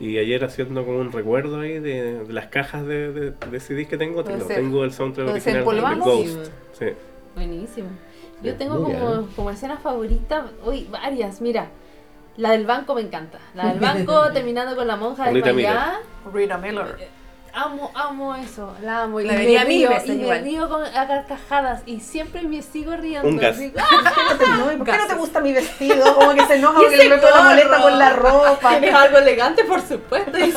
S1: Y ayer haciendo como un recuerdo ahí de, de las cajas de, de, de CDs que tengo,
S2: Puede
S1: tengo,
S2: ser.
S1: tengo el soundtrack
S2: Puede ser
S1: original de
S2: polvano.
S1: Ghost. Sí.
S4: Buenísimo. Yo
S5: Sí,
S4: tengo
S5: muy
S4: como,
S5: bien.
S4: como escena favorita, uy, varias, mira. La del banco me encanta. La del
S5: [laughs]
S4: banco terminando con la monja
S1: Rita
S4: desmayada.
S2: Rita Miller.
S4: Amo, amo eso, la amo. Y
S2: La
S4: me
S2: vería mil
S4: río,
S2: veces
S4: y me
S2: igual.
S4: río con, a carcajadas y siempre me sigo riendo.
S1: Un gas.
S4: así,
S5: [laughs]
S4: ¡ah!
S3: No, ¿y ¿Por qué no te gusta mi vestido? Como que se enoja porque
S4: ese
S3: el otro lo
S4: gorro?
S3: molesta con la
S4: [laughs]
S3: ropa.
S4: Es algo elegante, por supuesto.
S2: [laughs]
S4: y-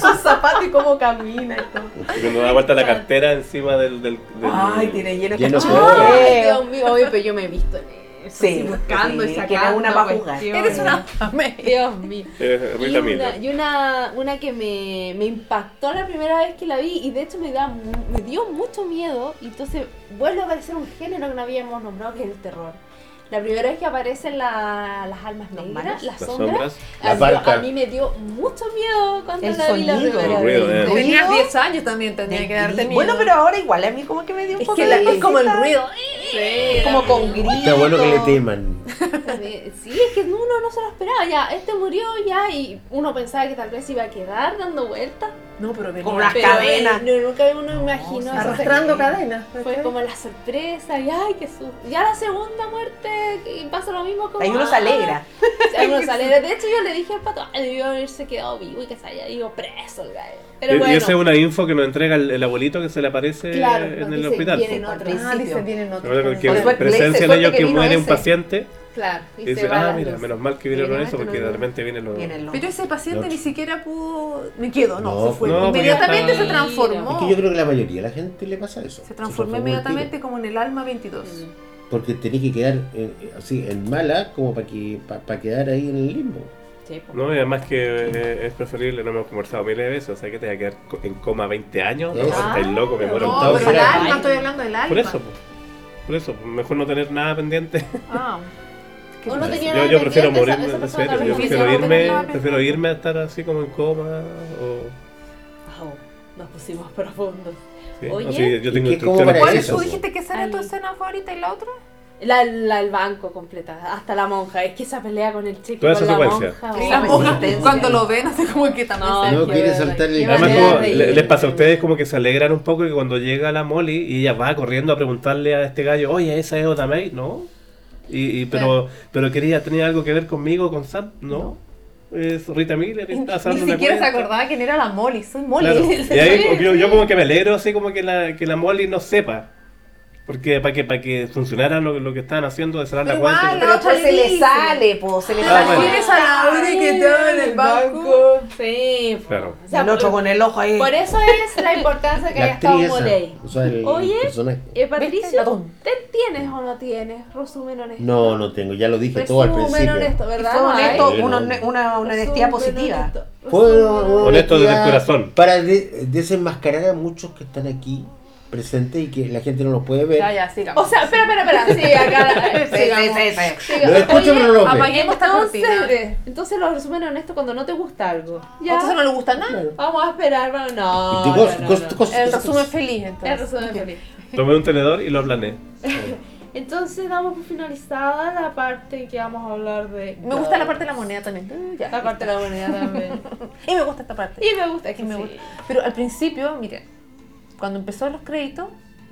S3: sus zapatos y cómo camina y todo.
S1: Y cuando da vuelta
S4: Ah.
S1: la cartera encima del... del, del-
S3: Ay, tiene lleno de
S5: Lleno de
S4: Ay,
S3: cachondeo.
S4: Dios mío, oye, pero yo me he visto en eso.
S3: Sí,
S4: así, buscando y
S3: sí, que era
S4: sacando.
S3: una pa' jugar.
S4: cuestiones.
S2: Eres una [laughs] mame.
S4: Dios mío.
S1: eh,
S4: Y
S1: Rita
S4: una,
S1: Miller.
S4: y una, una que me, me impactó la primera vez que la vi y de hecho me, da, mu- me dio mucho miedo y entonces vuelve a aparecer un género que no habíamos nombrado que es el terror. La primera vez que aparecen la- las almas
S3: Los
S4: negras,
S3: manos.
S4: las
S1: Las
S4: sombras,
S1: sombras.
S5: La
S4: a, mí-
S5: parca.
S4: a mí me dio mucho miedo cuando
S3: El
S4: la vi la
S3: sonido.
S4: primera
S1: El ruido,
S4: vez.
S1: eh.
S3: Del
S2: Tenías
S3: ruido,
S2: 10 años también, tendría que haber
S3: del
S2: tenido.
S3: gris. Bueno, pero pues, ahora igual a mí como que me dio un
S2: es
S3: poco
S2: que la-
S3: de
S2: es como el
S3: risita,
S2: ruido.
S4: Sí,
S3: Como con gritos.
S5: Está bueno que le teman.
S4: Sí, es que uno no se lo esperaba, ya, este murió ya y uno pensaba que tal vez iba a quedar dando vueltas.
S2: No, pero venía.
S3: Como las
S4: pero,
S3: cadenas.
S4: eh, no, nunca uno imaginó
S3: se
S4: eso.
S2: arrastrando cadenas.
S4: Fue como la sorpresa y ay, qué susto. Ya la segunda muerte y pasa lo mismo como...
S3: Ahí uno se
S4: ah,
S3: alegra.
S4: Ahí uno se alegra. De hecho yo le dije al pato, ay, debió haberse quedado vivo y que se haya ido preso el gallo. Pero
S1: Eh, Y-
S4: bueno,
S1: Y esa es una info que nos entrega el, el abuelito que se le aparece
S4: claro,
S1: en
S4: nos
S1: el
S4: dice,
S1: hospital.
S4: vienen
S1: po.
S3: Al
S4: otros.
S2: Ah, dice,
S3: principio.
S2: vienen
S1: Me acuerdo
S2: otros.
S1: que
S3: Por suerte que
S1: presencian
S3: vino
S1: ellos que
S3: ese.
S1: muere un paciente
S4: Claro, y
S1: y
S4: se
S1: dice,
S4: va
S1: ah,
S4: dando
S1: mira,
S4: así.
S1: menos mal que vinieron
S4: Viene
S1: eso
S4: otro,
S1: porque
S4: no.
S1: de repente vienen los...
S3: Vienen los-
S2: Pero ese paciente
S5: No.
S2: ni siquiera pudo. Me quedo, no,
S5: No,
S2: se fue.
S1: no, porque
S2: inmediatamente
S1: está-
S2: se transformó.
S5: Es que yo creo que la mayoría de la gente le pasa eso.
S2: Se transformó
S5: al
S2: inmediatamente
S5: tiro.
S2: como en el alma 22.
S5: Porque tenés que quedar eh, eh, así en mala como para que, pa- pa quedar ahí en el limbo.
S4: Sí, po.
S1: No, y además que eh, es preferible, no hemos conversado miles de veces, o sea que te vas a quedar co- en coma 20 años, no,
S5: Eso.
S1: estás loco, me muero.
S5: Pero
S2: No,
S5: estaba
S2: pero el
S5: fuera.
S2: alma, estoy hablando del alma.
S1: por eso, po. por eso, po, mejor no tener nada [laughs] pendiente.
S2: Ah. Qué
S4: Uno
S2: mal.
S4: tenía
S1: Yo,
S4: nada
S1: yo prefiero
S4: pendiente, esa-
S1: morirme,
S4: esa
S1: en
S4: persona
S1: serio, yo
S4: también
S1: prefiero
S4: tenía
S1: irme,
S4: nada
S1: prefiero irme a estar así como en coma, o...
S4: Au, nos pusimos profundos.
S1: sí,
S4: Oye,
S1: o sea, yo tengo
S5: ¿y qué- cómo
S1: instrucciones
S5: para
S1: para
S2: ¿Cuál
S5: eso?
S2: es?
S1: eso.
S2: Tú
S5: po.
S2: dijiste que esa era tu
S4: Ahí.
S2: escena favorita y la otra.
S4: La, la- el banco completa, hasta la monja. Es que esa pelea con el chico
S1: Toda
S4: con
S1: esa
S4: la
S1: secuencia.
S4: monja.
S2: Y
S3: Sí,
S2: la
S3: la
S2: monja,
S3: resistencia.
S2: cuando lo ven, así como que también se-
S5: No,
S4: qué
S5: quiere
S4: verdad,
S5: saltar el-
S4: qué
S1: Además,
S4: manera
S1: como
S4: de
S1: le-
S4: ir.
S1: les pasa a ustedes como que se alegran un poco que cuando llega la Molly y ella va corriendo a preguntarle a este gallo, oye, ¿esa es Otamei? No. Y, y- pero, pero quería, ¿tenía algo que ver conmigo, con Sam? No. Es Rita
S4: [laughs]
S1: Miller, y estaba
S2: Ni
S1: dando una
S2: siquiera se
S1: cuenta.
S2: acordaba quién era la Molly. Soy Molly.
S1: Claro. Y ahí como que yo, yo como que me alegro así como que la, que la Molly no sepa. Porque para que, para que funcionara lo, lo que estaban haciendo de cerrar la
S2: Pero
S1: cuenta. y
S2: igual,
S1: todo.
S3: Pero pues se le
S2: dice.
S3: sale, po, se le
S1: Ah,
S3: sale.
S1: bueno.
S2: Tienes a la hora que estaba en el banco.
S4: Sí, po.
S1: Claro.
S4: O
S3: Y
S4: sea,
S3: el otro con el ojo ahí.
S4: Por eso es la importancia que
S5: La
S4: haya estado
S5: actriz esa,
S4: Moley.
S5: o sea, el
S4: Oye.
S5: personaje.
S4: Eh,
S3: ¿Viste?
S4: Patricio,
S3: Latón.
S4: ¿te tienes o no tienes? Resumen honesto.
S5: No, no tengo, ya lo dije todo al
S4: Resumen
S5: principio.
S4: honesto,
S3: Y
S4: ¿verdad?
S3: Fue honesto,
S5: Ay,
S3: una,
S5: no.
S3: una, una honestidad
S4: Resumen
S3: positiva.
S4: honesto.
S5: Fue
S4: Resumen
S5: una
S1: Honesto desde el
S5: honestidad
S1: corazón.
S5: Para de- desenmascarar a muchos que están aquí presentes y que la gente no los puede ver.
S2: Ya, ya, sigamos.
S4: O sea, espera, espera, espera. Sí, acá.
S3: Sí, sí, sí, sí.
S4: Siga.
S5: Lo escucho,
S4: Oye,
S5: pero no lo
S2: apague-
S5: ve.
S2: Apaguemos esta
S4: entonces,
S2: cortina.
S4: entonces lo resumen honesto cuando no te gusta algo. Ya.
S2: Entonces no le gusta nada.
S4: Vamos a esperar, vamos- no.
S5: Y digo,
S4: no, no,
S5: cos-
S4: no.
S5: cos-
S2: El
S5: cos-
S2: resumen feliz,
S4: El
S2: entonces.
S4: resumen feliz.
S1: Tomé un tenedor y lo aplané.
S4: Entonces damos por finalizada la parte en que vamos a hablar de.
S2: Me gusta la parte de la moneda también. Ya,
S4: La parte de la moneda también.
S2: Y me gusta esta parte.
S4: y me gusta, es que
S2: Y me
S4: sí.
S2: gusta. Pero al principio, miren, cuando empezó los créditos,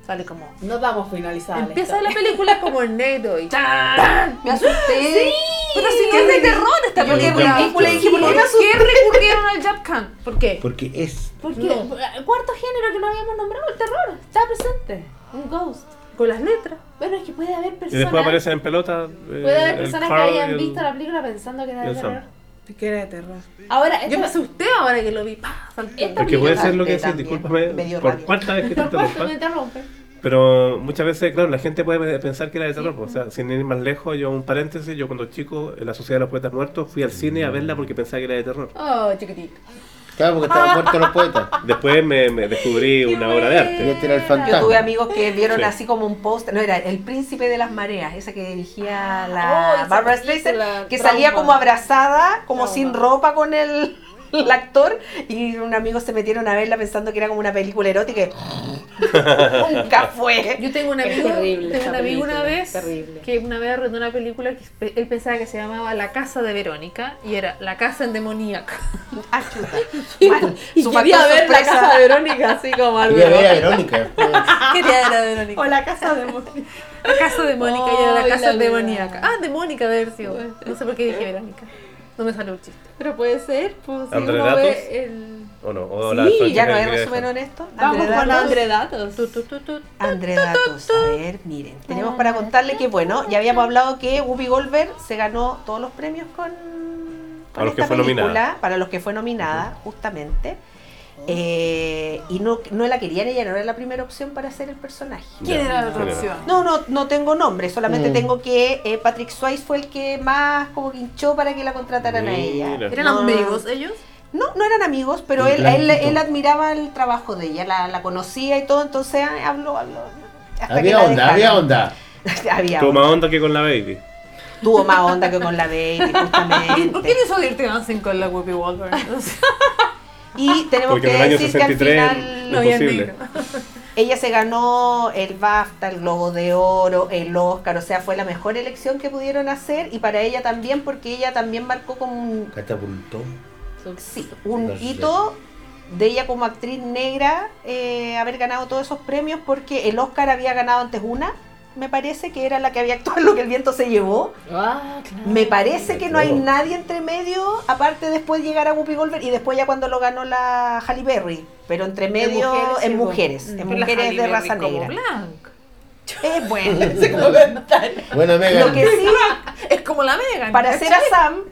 S2: sale como.
S4: No damos finalizada.
S2: Empieza la película como en negro y.
S3: Me asusté.
S2: Pero si es de terror esta
S5: Yo
S2: película.
S5: qué ridícula, dije, ¿por qué me
S2: qué recurrieron al Jap Khan? ¿Por qué?
S5: Porque es.
S4: Porque el Eh, cuarto género que no habíamos nombrado, el terror, está presente. Un ghost.
S2: Con las letras.
S4: Bueno, es que puede haber personas.
S1: Y después aparecen en pelota. eh,
S4: Puede haber
S1: el
S4: personas que
S1: Carl y
S4: hayan
S1: el-
S4: visto la película pensando que era
S1: y
S4: de
S1: el
S4: terror.
S1: Sam.
S2: Que era de terror.
S4: Ahora, esto-
S2: Yo me asusté ahora que lo vi. pa, salté.
S4: Esta-
S1: Porque puede ser lo que
S3: También,
S1: decís, discúlpame
S3: me dio
S1: por
S3: rabia.
S1: cuarta vez que te
S2: [laughs]
S4: Por cuarto, me
S1: interrumpa.
S4: interrumpe.
S1: Pero muchas veces, claro, la gente puede pensar que era de terror. pues, O sea, sin ir más lejos, yo un paréntesis, yo cuando chico, en la Sociedad de los Poetas Muertos, fui al cine a verla porque pensaba que era de terror.
S4: Oh, chiquitito.
S5: Claro, porque estaban muertos los poetas.
S1: Después me, me descubrí una obra de arte.
S5: Y este era el
S3: Yo
S5: fantasma.
S3: tuve amigos que vieron
S1: Sí.
S3: así como un post, no era El Príncipe de las Mareas, esa que dirigía la
S4: Oh, esa
S3: Barbara
S4: película,
S3: Streisand, que
S4: trauma.
S3: salía como abrazada, como
S4: Trauma.
S3: sin ropa con el, el actor, y un amigo se metieron a verla pensando que era como una película erótica. y [laughs] Nunca fue.
S2: Yo tengo un
S4: Es
S2: amigo,
S4: terrible
S2: tengo
S4: esa
S2: un amigo una
S4: película,
S2: vez
S4: terrible.
S2: que una vez arrendó una película que pe- él pensaba que se llamaba La Casa de Verónica y era La Casa Endemoníaca.
S3: Ah, chuta. Bueno,
S4: [laughs] Y
S3: su
S4: quería
S3: factor
S4: ver la
S3: sorpresa.
S4: casa de Verónica así como algo.
S5: Quería ver a Verónica.
S2: Quería era Verónica.
S4: O la casa de Mónica.
S2: La Casa de Mónica y era La
S4: Ay,
S2: Casa
S4: la
S2: Demoníaca.
S4: verdad.
S2: Ah, de Mónica de haber sido. No sé por qué dije Verónica. No me salió el chiste.
S4: Pero puede ser, pues si
S1: ¿André
S4: uno
S1: Datos?
S4: ve el.
S1: ¿O no? O
S4: Sí,
S1: la Francia
S3: Ya no hay
S1: Gabriela.
S3: resumen honesto.
S4: Vamos
S3: André
S4: con
S3: Datos.
S4: André Datos.
S2: Tu, tu, tu, tu.
S3: André Datos, a ver, miren, tenemos para contarle que, bueno, ya habíamos hablado que Whoopi Goldberg se ganó todos los premios con,
S1: Para los que fue nominada.
S3: para los que fue nominada, justamente. Eh, y no, no la querían, ella no era la primera opción para hacer el personaje.
S2: ¿Quién
S1: Ya,
S2: era la
S1: ¿quién
S2: otra
S1: era?
S2: opción?
S3: No, no, no tengo nombre, solamente
S5: Mm.
S3: tengo que eh, Patrick Swayze fue el que más como que hinchó para que la contrataran a ella.
S1: Mira.
S2: ¿Eran
S3: No, no, no.
S2: amigos ellos?
S3: No, no eran amigos, pero él,
S5: El
S3: él,
S5: blanquito.
S3: él admiraba el trabajo de ella, la, la conocía y todo, entonces ah, habló, habló. hasta que
S5: Había
S3: la
S5: onda, había
S3: dejaron.
S5: onda.
S3: [laughs] había
S1: Toma onda que con la baby.
S3: tuvo más onda que con la baby,
S2: ¿Y
S5: [laughs]
S2: ¿Por qué
S4: Eh.
S3: justamente.
S2: no hizo Dirty Dancing con la Whoopi Goldberg?
S3: Y tenemos
S1: Porque en
S3: que
S1: el año
S3: decir que
S1: 63
S3: al final
S2: No había
S1: Imposible.
S2: negro.
S3: ella se ganó el BAFTA, el Globo de Oro, el Oscar, o sea, fue la mejor elección que pudieron hacer y para ella también, porque ella también marcó como un,
S5: Catapultó.
S3: sí, un
S5: No sé.
S3: hito de ella como actriz negra eh, haber ganado todos esos premios porque el Oscar había ganado antes una, me parece que era la que había actuado en lo que el viento se llevó.
S4: Ah, claro.
S3: Me parece que no hay nadie entre medio, aparte después llegar a Whoopi Goldberg y después ya cuando lo ganó la Halle Berry, pero entre medio
S4: mujeres, sí,
S3: en
S4: po.
S3: mujeres, en
S2: Pero la
S3: mujeres
S2: Halle
S3: de
S2: Berry
S3: raza
S2: como
S3: negra.
S2: blanca.
S3: Es bueno ese comentario.
S5: Buena
S3: Lo que
S5: Megan.
S3: sí,
S2: Es como la Megan.
S3: para
S2: ¿cachai?
S3: hacer a Sam,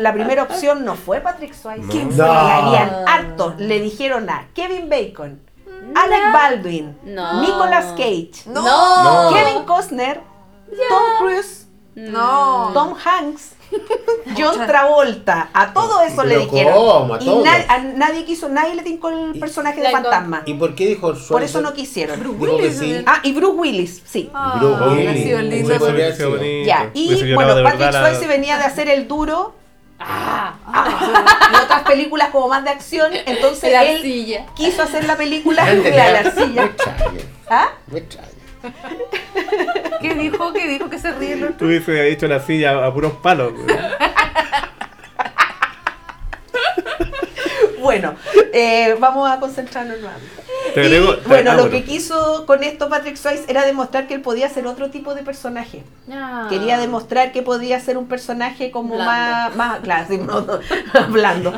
S3: la primera opción no fue Patrick Swayze.
S1: No.
S3: que
S5: No.
S3: habían harto, le dijeron a Kevin Bacon, Alec Baldwin,
S4: No.
S3: Nicolas Cage,
S2: No.
S5: No.
S3: Kevin Costner, Tom Cruise
S2: No.
S3: Tom Hanks, John Travolta, a todo eso le
S5: Pero
S3: dijeron.
S5: ¿cómo? A
S3: y
S5: todos.
S3: na- a nadie quiso, nadie le tincó el
S5: Y-
S3: personaje de
S4: Like,
S3: fantasma.
S5: ¿Y por qué dijo
S3: Por eso no
S5: Schwarzenegger?
S3: quisieron.
S5: Dijo que sí.
S3: Ah, y Bruce Willis, sí.
S2: Ah,
S5: Bro,
S2: hubiera
S5: Willy.
S2: sido lindo.
S5: Eso habría
S1: Hubiese sido
S5: sido.
S1: bonito.
S3: Ya,
S1: Hubiese
S3: y
S1: llorado
S3: bueno,
S1: de
S3: Patrick
S1: verdad la-
S3: Swayze venía de hacer el duro Ah, y otras películas como más de acción, entonces
S4: La
S3: él
S4: arcilla.
S3: quiso hacer la
S1: [laughs]
S3: película de
S5: Antes de-
S3: la
S5: Me
S3: arcilla.
S5: extraña,
S3: ¿Ah?
S5: me extraña.
S2: ¿Qué dijo? ¿Qué dijo que se ríe el otro?
S1: Tú hubiese hecho una silla a puros palos. güey.
S3: Bueno, eh, vamos a concentrarnos nuevamente.
S1: Te agrego-
S3: Y bueno,
S1: ah,
S3: lo
S1: bueno.
S3: que quiso con esto Patrick Swayze era demostrar que él podía ser otro tipo de personaje.
S4: Ah.
S3: Quería demostrar que podía ser un personaje como
S4: Blando.
S3: más, más claro, sí, no, no, [laughs] blando,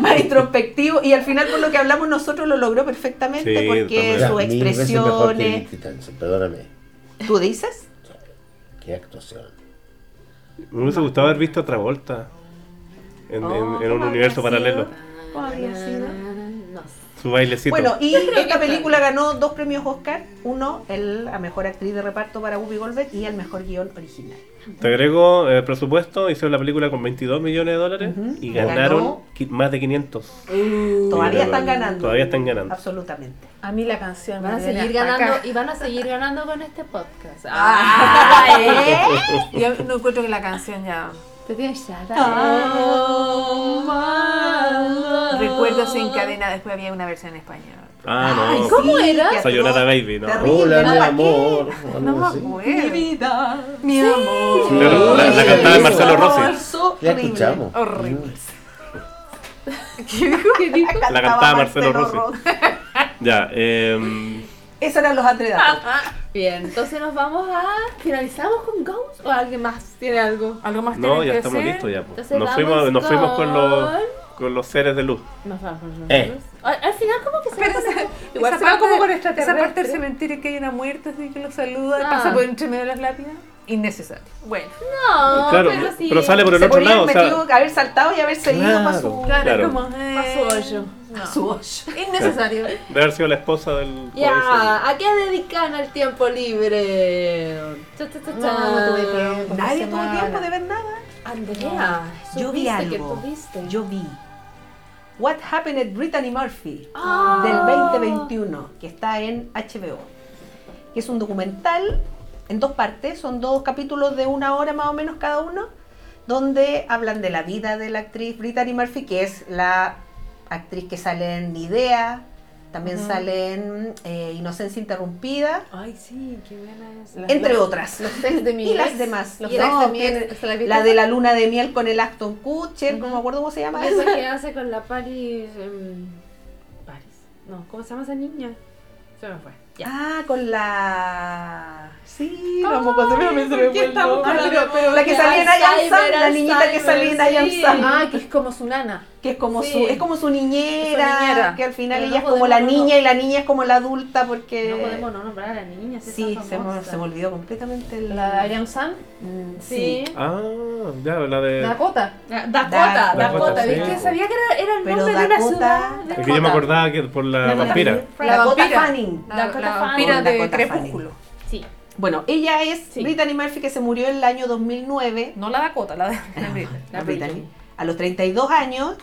S3: más introspectivo. Y al final, por lo que hablamos nosotros, lo logró perfectamente
S1: Sí,
S3: porque
S1: también.
S3: sus
S5: Era mil veces mejor que
S3: expresiones.
S5: Dirty Dancing, perdóname.
S3: ¿Tú dices?
S5: Qué actuación.
S1: Me hubiese gustado haber visto otra vuelta en,
S3: Oh,
S1: en- en
S3: ¿cómo
S1: un
S3: habría
S1: universo
S3: sido?
S1: paralelo.
S3: ¿Cómo habría sido?
S4: No sé.
S1: Su bailecito.
S3: Bueno, y
S4: que
S3: esta
S4: está
S3: película ganó dos premios Oscar: uno, el, a mejor actriz de reparto para Whoopi Goldberg y el mejor guión original.
S1: Te agrego eh, presupuesto, hicieron la película con 22 millones de dólares
S3: Ujú.
S1: y
S3: Ganó.
S1: ganaron qui- más de 500.
S3: Todavía
S1: Mira,
S3: están ganando.
S1: Todavía están ganando.
S3: Absolutamente.
S2: A mí la canción.
S4: Van a
S2: me viene
S4: seguir
S2: hasta acá.
S4: ganando y van a seguir ganando con este podcast.
S2: Ah, ¿eh? Yo no encuentro que la canción ya.
S4: Tú tienes chata.
S2: Recuerdo se encadena, después había una versión en español.
S1: Ah,
S3: Ay,
S1: no.
S4: ¿cómo
S3: sí,
S4: era?
S3: que hace
S1: Sayonara
S3: dos-
S1: Baby, no. Uh,
S3: Terrible.
S5: Hola,
S3: ¿no?
S5: mi
S3: ¿Para qué?
S5: amor.
S2: No
S5: algo
S2: me
S5: así.
S2: acuerdo.
S3: vida.
S2: Mi amor.
S5: Sí.
S1: Claro, la, la cantaba de Marcelo Rossi.
S3: Amoroso,
S5: Ya
S3: horrible.
S5: escuchamos. Mm,
S2: Horrible.
S1: La cantaba Marcelo Rossi. Ya, eh,
S3: Esos eran los atredatos.
S4: Bien, entonces nos vamos a. ¿Finalizamos con Ghost o alguien más tiene algo?
S2: ¿Algo más
S1: no,
S2: tienen
S1: ya
S2: que
S1: estamos
S2: hacer?
S1: listos ya. po.
S4: Entonces
S1: Nos
S4: vamos
S1: fuimos, nos fuimos con los, con los seres de luz.
S4: Nos vamos con los
S5: Eh.
S4: Al, al final, como que se
S2: Pero esa,
S4: Igual
S2: esa
S4: se va
S2: parte,
S4: como con
S2: esa
S4: extraterrestres.
S2: parte del cementerio que hay una muerte así que lo saluda,
S4: Ah.
S2: pasa por entre medio de las lápidas. Innecesario. Bueno.
S4: No,
S1: Claro,
S4: Ah, pero sí.
S1: pero sale por el
S3: Se
S1: otro
S3: podrían
S1: lado. o sea,
S3: metido, haber saltado y haberse ido para su,
S1: Claro.
S2: Claro, es como. eh.
S4: Pa' su hoyo.
S2: no.
S3: su hoyo.
S4: [laughs]
S2: Innecesario.
S1: De haber sido la esposa del.
S4: Ya, ¿a qué dedican el tiempo libre? Cha, cha, cha,
S2: No,
S4: cha.
S2: no tuve tiempo.
S3: Nadie
S2: Una
S3: tuvo
S2: semana.
S3: tiempo de ver nada.
S4: Andrea,
S3: Yo vi
S4: supiste que
S3: algo.
S4: tuviste.
S3: Yo vi. What Happened at Brittany Murphy.
S4: Ah.
S3: del 2021, que está en HBO. Que es un documental en dos partes, son dos capítulos de una hora más o menos cada uno, donde hablan de la vida de la actriz Brittany Murphy, que es la actriz que sale en Idea, también
S2: Ujú.
S3: sale en eh, Inocencia Interrumpida,
S4: Ay, sí, qué buena es.
S3: entre otras.
S4: Los seis de mi
S3: Y las
S4: ex.
S3: demás.
S4: Los
S3: Y
S4: seis
S3: no,
S4: de mi
S3: tiene-
S4: ex. ¿Se la,
S3: La de la luna de miel con el Aston Kutcher,
S4: Ujú.
S3: no me acuerdo cómo se llama.
S4: Eso que hace con la Paris. em, Paris. No, ¿cómo se llama esa niña? Se me fue. Ya.
S3: Ah, con la... Sí,
S4: Ay,
S3: tampoco se me, se me
S4: ¿por qué
S3: fue el
S4: estamos
S3: nombre.
S4: con la
S3: Pero- pero la que
S4: memoria?
S3: salía en I Am Sam,
S4: Alzheimer,
S3: la niñita que salía en I Am
S4: Alzheimer,
S3: Sam.
S4: sí.
S2: Ah, que es como su nana.
S3: Que es como
S4: Sí.
S3: su, es como su niñera,
S2: Su niñera.
S3: que al final
S4: Pero no
S3: ella es como la
S4: podemos, no,
S3: niña y la niña es como la adulta porque...
S4: No podemos no nombrar a la niña. si es
S3: Sí,
S4: tan
S3: se me,
S4: famosa.
S3: se me olvidó completamente el...
S2: La Ariam Sam,
S3: Mm, sí.
S4: Sí.
S1: Ah, ya, la de.
S2: Dakota.
S4: Da- Dakota,
S3: Dakota,
S4: Dakota,
S1: sí.
S4: ¿viste? Sabía que era, era el
S3: Pero
S4: nombre de una
S3: Dakota-
S4: ciudad.
S1: Es que yo me
S4: Dakota.
S1: acordaba que por la vampira.
S3: La Dakota
S2: vampira.
S3: Fanning.
S2: La,
S4: Dakota
S2: la
S4: Fanning.
S2: vampira de
S3: Dakota
S2: Crepúsculo.
S4: Sí.
S3: Bueno, ella es
S4: Sí.
S3: Brittany Murphy que se murió en el año 2009.
S2: No la Dakota, la de [laughs] la Britney.
S3: la Brittany, a los 32 años,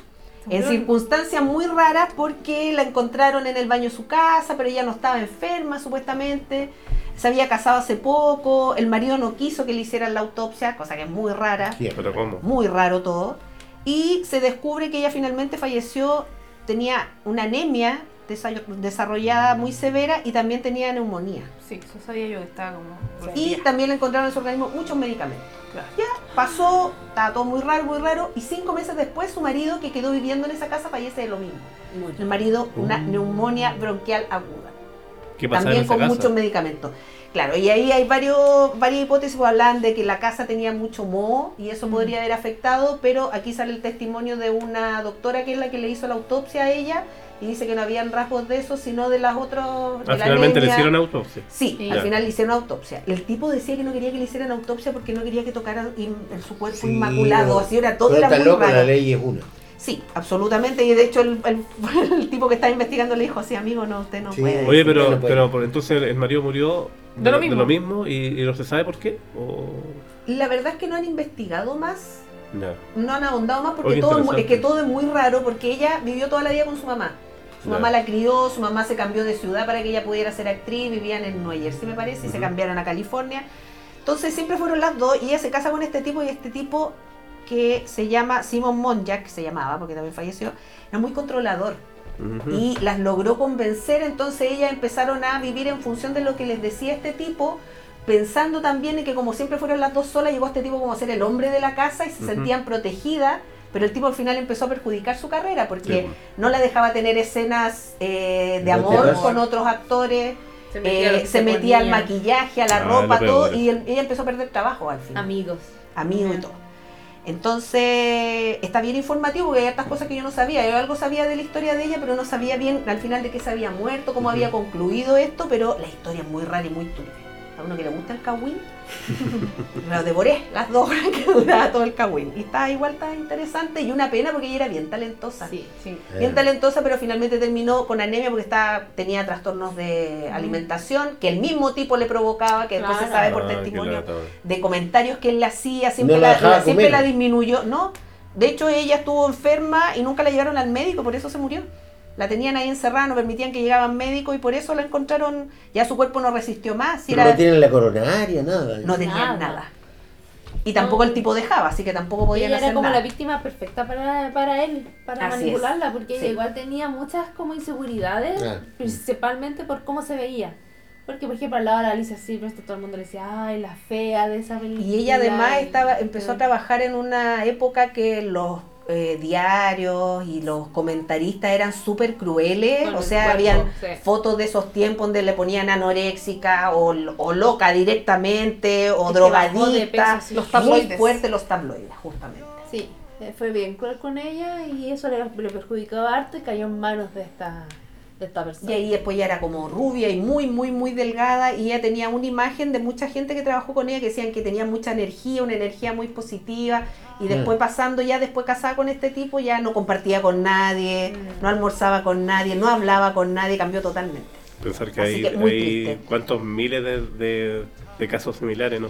S3: en
S2: murió.
S3: circunstancias muy raras porque la encontraron en el baño de su casa, pero ella no estaba enferma supuestamente, se había casado hace poco, el marido no quiso que le hicieran la autopsia, cosa que es muy rara,
S5: Siempre.
S1: Pero ¿cómo?
S3: muy raro todo, y se descubre que ella finalmente falleció, tenía una anemia desa- desarrollada muy severa y también tenía neumonía.
S2: Sí, eso sabía yo que estaba como.
S3: Y también le encontraron en su organismo muchos medicamentos.
S2: Claro.
S3: Ya pasó, estaba todo muy raro, muy raro. Y cinco meses después, su marido, que quedó viviendo en esa casa, fallece de lo mismo. El marido, una
S1: Uh.
S3: neumonía bronquial aguda.
S1: ¿Qué pasaba
S3: También
S1: en esa
S3: con
S1: casa?
S3: muchos medicamentos. Claro, y ahí hay varios, varias hipótesis. pues, Hablan de que la casa tenía mucho moho y eso podría haber afectado, pero aquí sale el testimonio de una doctora que es la que le hizo la autopsia a ella y dice que no habían rasgos de eso, sino de las otras. de
S1: Ah,
S3: la
S1: finalmente
S3: anemia.
S1: le hicieron autopsia.
S3: Sí,
S4: Sí.
S3: al
S1: Ya.
S3: final le hicieron autopsia. El tipo decía que no quería que le hicieran autopsia porque no quería que tocaran in- en su cuerpo
S5: Sí,
S3: inmaculado. Así era todo,
S5: Todo
S3: era
S5: está
S3: muy
S5: loco,
S3: raro.
S5: la ley es una.
S3: Sí, absolutamente. Y de hecho el, [laughs] el- el tipo que estaba investigando le dijo así, amigo, no, usted no
S5: Sí.
S3: puede.
S1: Oye,
S5: Sí,
S1: pero,
S5: no puede.
S1: pero por- entonces el marido murió
S2: De lo mismo.
S1: y, y no se sabe por qué. O...
S3: La verdad es que no han investigado más,
S1: No.
S3: no han ahondado más porque
S1: Oye,
S3: todo es, mu- es
S1: Oh, interesante.
S3: que todo es muy raro porque ella vivió toda la vida con su mamá. Su
S1: Ya.
S3: mamá la crió, su mamá se cambió de ciudad para que ella pudiera ser actriz, vivían en Nueva Jersey, me parece, y se
S1: Ujú.
S3: cambiaron a California. Entonces siempre fueron las dos y ella se casa con este tipo y este tipo que se llama Simon Monjak, se llamaba porque también falleció, era muy controlador
S1: Ujú.
S3: y las logró convencer, entonces ellas empezaron a vivir en función de lo que les decía este tipo, pensando también en que como siempre fueron las dos solas, llegó este tipo como a ser el hombre de la casa y se
S1: Ujú.
S3: sentían protegidas Pero el tipo al final empezó a perjudicar su carrera porque
S1: Sí, pues. bueno.
S3: no la dejaba tener escenas eh, de
S5: No te
S3: amor
S5: das.
S3: con otros actores,
S4: Se
S3: eh,
S4: lo que
S3: se metía al
S4: ponía.
S3: maquillaje, a la
S1: Ah,
S3: ropa,
S1: lo peor.
S3: todo, y él- ella empezó a perder trabajo al final
S4: Amigos.
S3: amigo y
S4: Ujú.
S3: todo. Entonces, está bien informativo porque hay hartas cosas que yo no sabía. Yo algo sabía de la historia de ella, pero no sabía bien al final de qué se había muerto, cómo había concluido esto, pero la historia es muy rara y muy turbia. A uno que le gusta el kawin, la devoré las dos horas que duraba todo el kawin. Y está igual tan interesante y una pena porque ella era bien talentosa.
S4: Sí, sí.
S5: Eh.
S3: Bien talentosa, pero finalmente terminó con anemia porque estaba, tenía trastornos de alimentación que el mismo tipo le provocaba, que después se
S4: Claro.
S3: sabe por
S1: Ah, qué
S3: testimonio
S1: lata.
S3: de comentarios que él le hacía, siempre,
S5: No la
S3: la,
S5: dejaba
S3: la- siempre
S5: comer.
S3: la disminuyó, ¿no? De hecho, ella estuvo enferma y nunca la llevaron al médico, por eso se murió. La tenían ahí encerrada, no permitían que llegaban médicos y por eso la encontraron, ya su cuerpo no resistió más, si
S5: Pero
S3: era-
S5: no tienen la coronaria, nada.
S3: no tenían nada.
S4: Nada.
S3: Y tampoco
S4: No.
S3: el tipo dejaba, así que tampoco podían
S4: Ella
S3: hacer
S4: era como
S3: nada.
S4: la víctima perfecta para, para él, para
S3: Así
S4: manipularla, porque
S3: sí.
S4: ella igual tenía muchas como inseguridades,
S5: Ah.
S4: principalmente por cómo se veía. Porque, por ejemplo, al lado de la Alicia Silverstone todo el mundo le decía, ay, la fea de esa película.
S3: Y ella además
S4: y-
S3: estaba, empezó a trabajar en una época que los eh, diarios y los comentaristas eran súper crueles,
S4: Con
S3: o
S4: el
S3: sea,
S4: cuerpo,
S3: habían
S4: sí.
S3: fotos de esos tiempos donde le ponían anoréxica o, o loca directamente o
S4: Es que bajó de peso,
S3: drogadicta,
S4: sí.
S2: Los
S3: muy
S2: tabloides.
S3: fuerte los tabloides, justamente.
S4: Sí, eh, fue bien cruel con ella y eso le, le perjudicaba harto y cayó en manos de esta, de esta
S3: Y
S4: persona.
S3: ahí después ya era como rubia y muy, muy, muy delgada. Y ella tenía una imagen de mucha gente que trabajó con ella que decían que tenía mucha energía, una energía muy positiva.
S1: Mm.
S3: Y después pasando ya, después casada con este tipo, ya no compartía con nadie,
S4: Mm.
S3: no almorzaba con nadie, no hablaba con nadie, cambió totalmente.
S1: Pensar que
S3: Así
S1: hay,
S3: que muy
S1: hay
S3: triste.
S1: cuantos miles de, de- de casos similares, no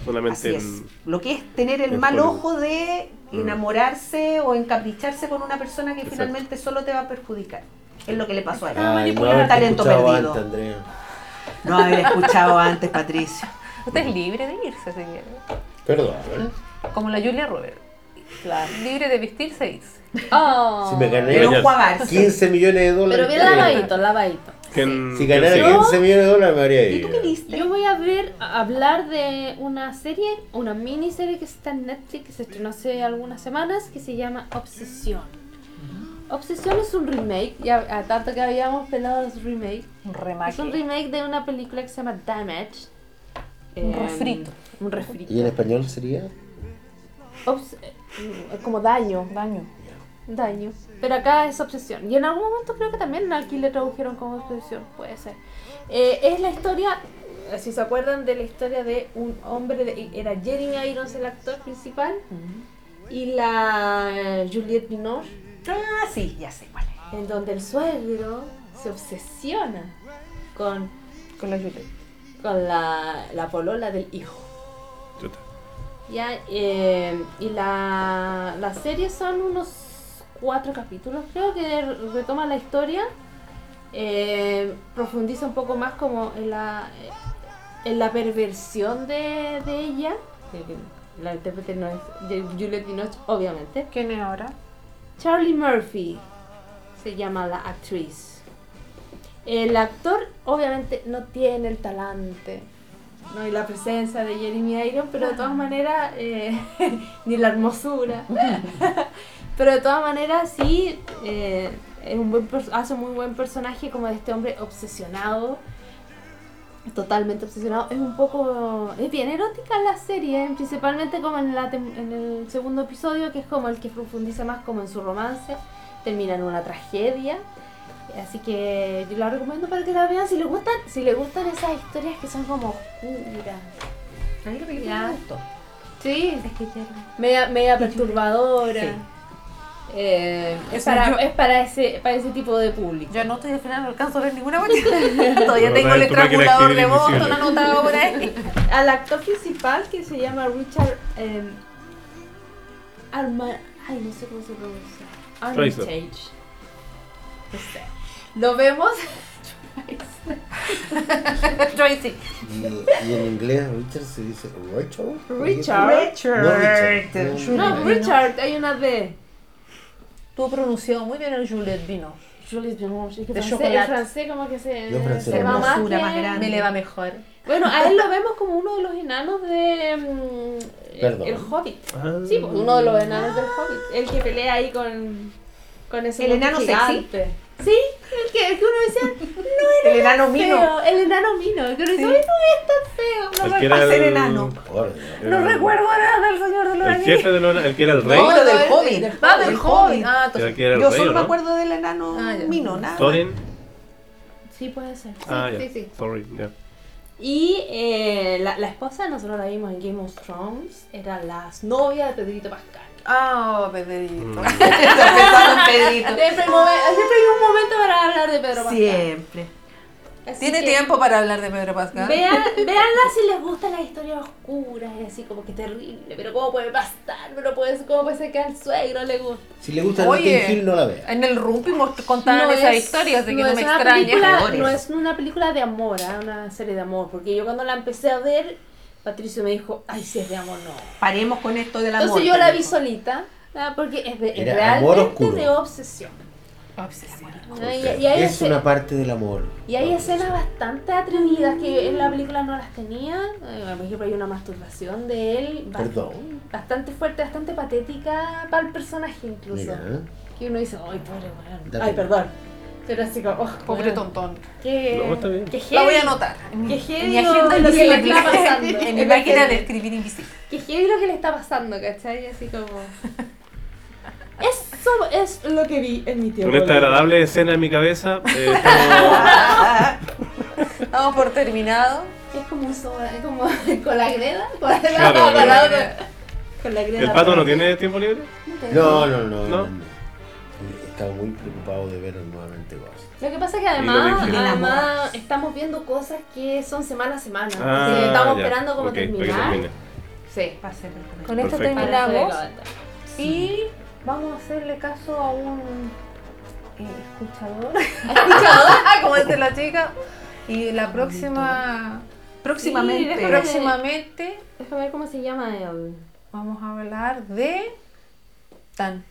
S3: Así
S1: solamente
S3: es.
S1: en...
S3: Lo que es tener el
S1: en
S3: mal
S1: Hollywood.
S3: ojo de
S1: Mm.
S3: enamorarse o encapricharse con una persona que
S1: Exacto. Ah,
S3: finalmente solo te va a perjudicar. Es lo que le pasó a ella.
S5: Ay, no
S4: manipular.
S5: haberte
S3: Talento
S5: escuchado
S3: perdido.
S5: antes, Andrea.
S3: No haber escuchado antes, Patricio.
S2: Usted es libre de irse si quiere.
S5: Perdón. ¿eh?
S2: Como la Julia Roberts. Libre de vestirse e irse.
S4: Oh.
S5: Si me gané
S3: Pero
S1: ya-
S3: jugabarse.
S5: 15 millones de dólares. eh,
S4: Pero bien lavadito, lavadito.
S1: ¿Quién-
S5: Si
S1: quién
S5: ganara
S1: sigue?
S5: 15 millones de dólares me habría
S3: ¿Y
S5: ido.
S3: tú qué viste?
S4: Yo voy a ver, a hablar de una serie, una miniserie que está en Netflix, que se estrenó hace algunas semanas, que se llama Obsesión. Obsesión es un remake, ya a tanto que habíamos pelado los remakes.
S2: Un
S4: Es un
S2: remaje.
S4: remake de una película que se llama Damage. Em,
S2: Un refrito.
S4: Un refrito.
S5: ¿Y en español sería?
S4: Obs- eh, como daño,
S2: Daño.
S4: daño. Pero acá es obsesión. Y en algún momento creo que también aquí le tradujeron como obsesión, puede ser. Eh, es la historia, eh, si se acuerdan de la historia de un hombre, de- era Jeremy Irons el actor principal y la eh, Juliette Binoche,
S3: Ah, sí, ya sé cuál es.
S4: en donde el suegro se obsesiona con,
S2: Con la Julia.
S4: con la, la polola del hijo.
S1: Chuta.
S4: Ya, eh, y la, la serie son unos cuatro capítulos, creo que re- retoma la historia, eh, profundiza un poco más como en la, en la perversión de, de ella. de- de- La intérprete no es de Juliette Binoche, obviamente.
S2: ¿Quién es ahora?
S4: Charlie Murphy se llama la actriz. El actor obviamente no tiene el talante ¿no? y la presencia de Jeremy Irons, pero de todas maneras, eh, [laughs] ni la hermosura. [laughs] pero de todas maneras sí eh, es un buen pers- hace un muy buen personaje como de este hombre obsesionado. Totalmente obsesionado. Es un poco. Es bien erótica la serie, ¿eh? principalmente como en, la tem- en el segundo episodio, que es como el que profundiza más como en su romance. Termina en una tragedia. Así que yo la recomiendo para que la vean si les gustan, si les gustan esas historias que son como oscuras.
S3: A mí la película
S4: Ya.
S3: me gustó.
S4: Sí, media, media perturbadora.
S3: Sí.
S4: Eh, es,
S2: O sea,
S4: para,
S2: yo-
S4: es para ese para ese tipo de público.
S2: Yo anoto y al final no alcanzo a ver ninguna cuestión. [laughs] Todavía
S1: No,
S2: tengo el
S1: no, tú me quieres
S2: estrangulador de
S1: escribir
S2: Boston
S1: invisible.
S2: anotado por ahí.
S4: Al actor principal que se llama Richard eh, Arma... Ay, no sé cómo se pronuncia.
S1: Fraser.
S4: Armitage. No sé. Lo vemos.
S2: Tracy.
S5: Y, y en inglés Richard se dice Richard.
S4: Richard.
S5: No, Richard.
S4: No, Richard, hay una D.
S2: [laughs] Tú pronunciado muy bien el Juliette Vino.
S4: Julius Binoche, es que
S2: De
S4: francés-
S2: chocolate.
S4: el francés como que se,
S5: Yo francés
S4: se va
S5: no.
S4: más,
S3: Basura
S4: que-
S3: más grande.
S2: Me le va mejor.
S4: Bueno, a él lo vemos como uno de los enanos de mm,
S5: Perdón.
S4: El Hobbit.
S1: Ah.
S4: Sí, pues, uno de los enanos del Hobbit. El que pelea ahí con, con ese
S3: El
S4: monstruo
S3: enano sexy.
S4: gigante. Sí, el que, el que uno [laughs] decía, no
S3: El
S4: era
S3: enano
S4: tan
S3: mino.
S4: feo. El enano mino. Que uno
S3: Sí.
S4: decía, "Ay, no es tan feo.
S1: El que era
S4: No,
S3: para ser
S1: el-
S3: enano.
S5: Por Dios.
S1: el-
S2: nada del Señor de
S1: El jefe de los el que era el rey.
S3: No, pero del
S2: el-
S3: Hobbit.
S2: del- Ah, del
S3: Del
S2: Hobbit.
S3: Hobbit.
S2: Ah,
S1: Era el
S2: entonces.
S1: que era el
S3: Yo
S1: rey,
S3: solo
S1: ¿o
S3: me
S1: no?
S3: acuerdo del enano
S2: Ah, ya.
S3: Mino, nada.
S1: Thorin.
S4: Sí, puede ser.
S1: Ah, ya.
S2: sí, sí.
S1: Sorry, ya.
S4: Y eh, la, la esposa, nosotros la vimos en Game of Thrones, era la novia de Pedrito [laughs] Pascal.
S2: Ah, oh, Pedrito. [laughs]
S3: Está pensando
S1: Mm.
S3: en Pedrito.
S4: Siempre hay, momen- siempre hay un momento para hablar de Pedro Pascal.
S3: Siempre.
S4: Así
S2: Tiene
S4: que
S2: tiempo para hablar de Pedro Pascal.
S4: Vean, veanla si les gustan las historias oscuras y así como que terrible, pero cómo puede pasar, pero puede, cómo puede ser que al suegro le guste.
S5: Si le gusta
S2: Oye.
S5: Notting Hill, no la vea.
S2: En el Rumpi mos- contaban esas historias, así que no, me
S4: una
S2: extraña.
S4: película-
S3: Peores.
S4: no es una película de amor, es una serie de amor, porque yo cuando la empecé a ver, Patricio me dijo, ay, si es de amor, no.
S3: Paremos con esto del amor.
S4: Entonces yo la vi
S3: pendejo.
S4: solita, ah, porque es, de, es
S5: Era amor
S4: realmente
S5: oscuro.
S4: de obsesión.
S2: Obsesión.
S4: ¿no? Y, y hay
S5: es
S4: escen-
S5: una parte del amor.
S4: y hay escenas bastante atrevidas que en la película no las tenía. Eh, Por ejemplo, hay una masturbación de él ba-
S5: Perdón.
S4: bastante fuerte, bastante patética para el personaje incluso.
S5: Mira. ¿eh?
S4: Que uno dice, ay, pobre weón.
S5: Date.
S4: Ay, perdón. Pero así como, oh,
S2: Pobre
S4: weón,
S2: tontón.
S4: Qué,
S1: No, está bien.
S4: qué
S2: La voy a
S4: heavy.
S2: anotar. En mi-
S4: Qué heavy
S2: en mi
S4: lo-
S2: agenda
S4: lo que le
S2: invisible. [laughs]
S4: está [laughs] pasando.
S2: En mi
S4: En la
S2: máquina de
S4: agenda.
S2: escribir invisible.
S4: Qué heavy lo que le está pasando, ¿cachai? Así como... [laughs] Eso es lo que vi en mi tiempo.
S1: Con esta
S4: libre.
S1: agradable escena en mi cabeza, eh,
S3: [laughs]
S1: estamos-
S3: Ah,
S2: Vamos por terminado.
S4: Es como un soda, es como [laughs] con la greda, con la greda,
S1: Claro,
S4: con, la
S2: claro.
S4: otra- con la greda.
S1: el pato no tiene tiempo libre.
S5: No, no, no.
S1: ¿No?
S5: no, no. Estaba muy preocupado de ver nuevamente Ghost.
S4: Lo que pasa es
S1: lo
S4: que además,
S1: dije.
S4: además estamos viendo cosas que son semana a semana.
S1: Ah,
S4: Entonces, estamos
S1: ya.
S4: esperando como
S1: Ok, para que
S4: terminar.
S1: termine.
S4: Sí.
S3: Va a ser el
S2: Con esto
S1: Perfecto.
S2: terminamos.
S4: Para-
S2: Y vamos a hacerle caso a un eh, [laughs] escuchador. Ah, como dice la chica. Y la próxima.
S3: Próximamente.
S4: Sí, déjame-
S2: Próximamente
S4: Déjame ver cómo se llama el.
S2: vamos a hablar de. Tan,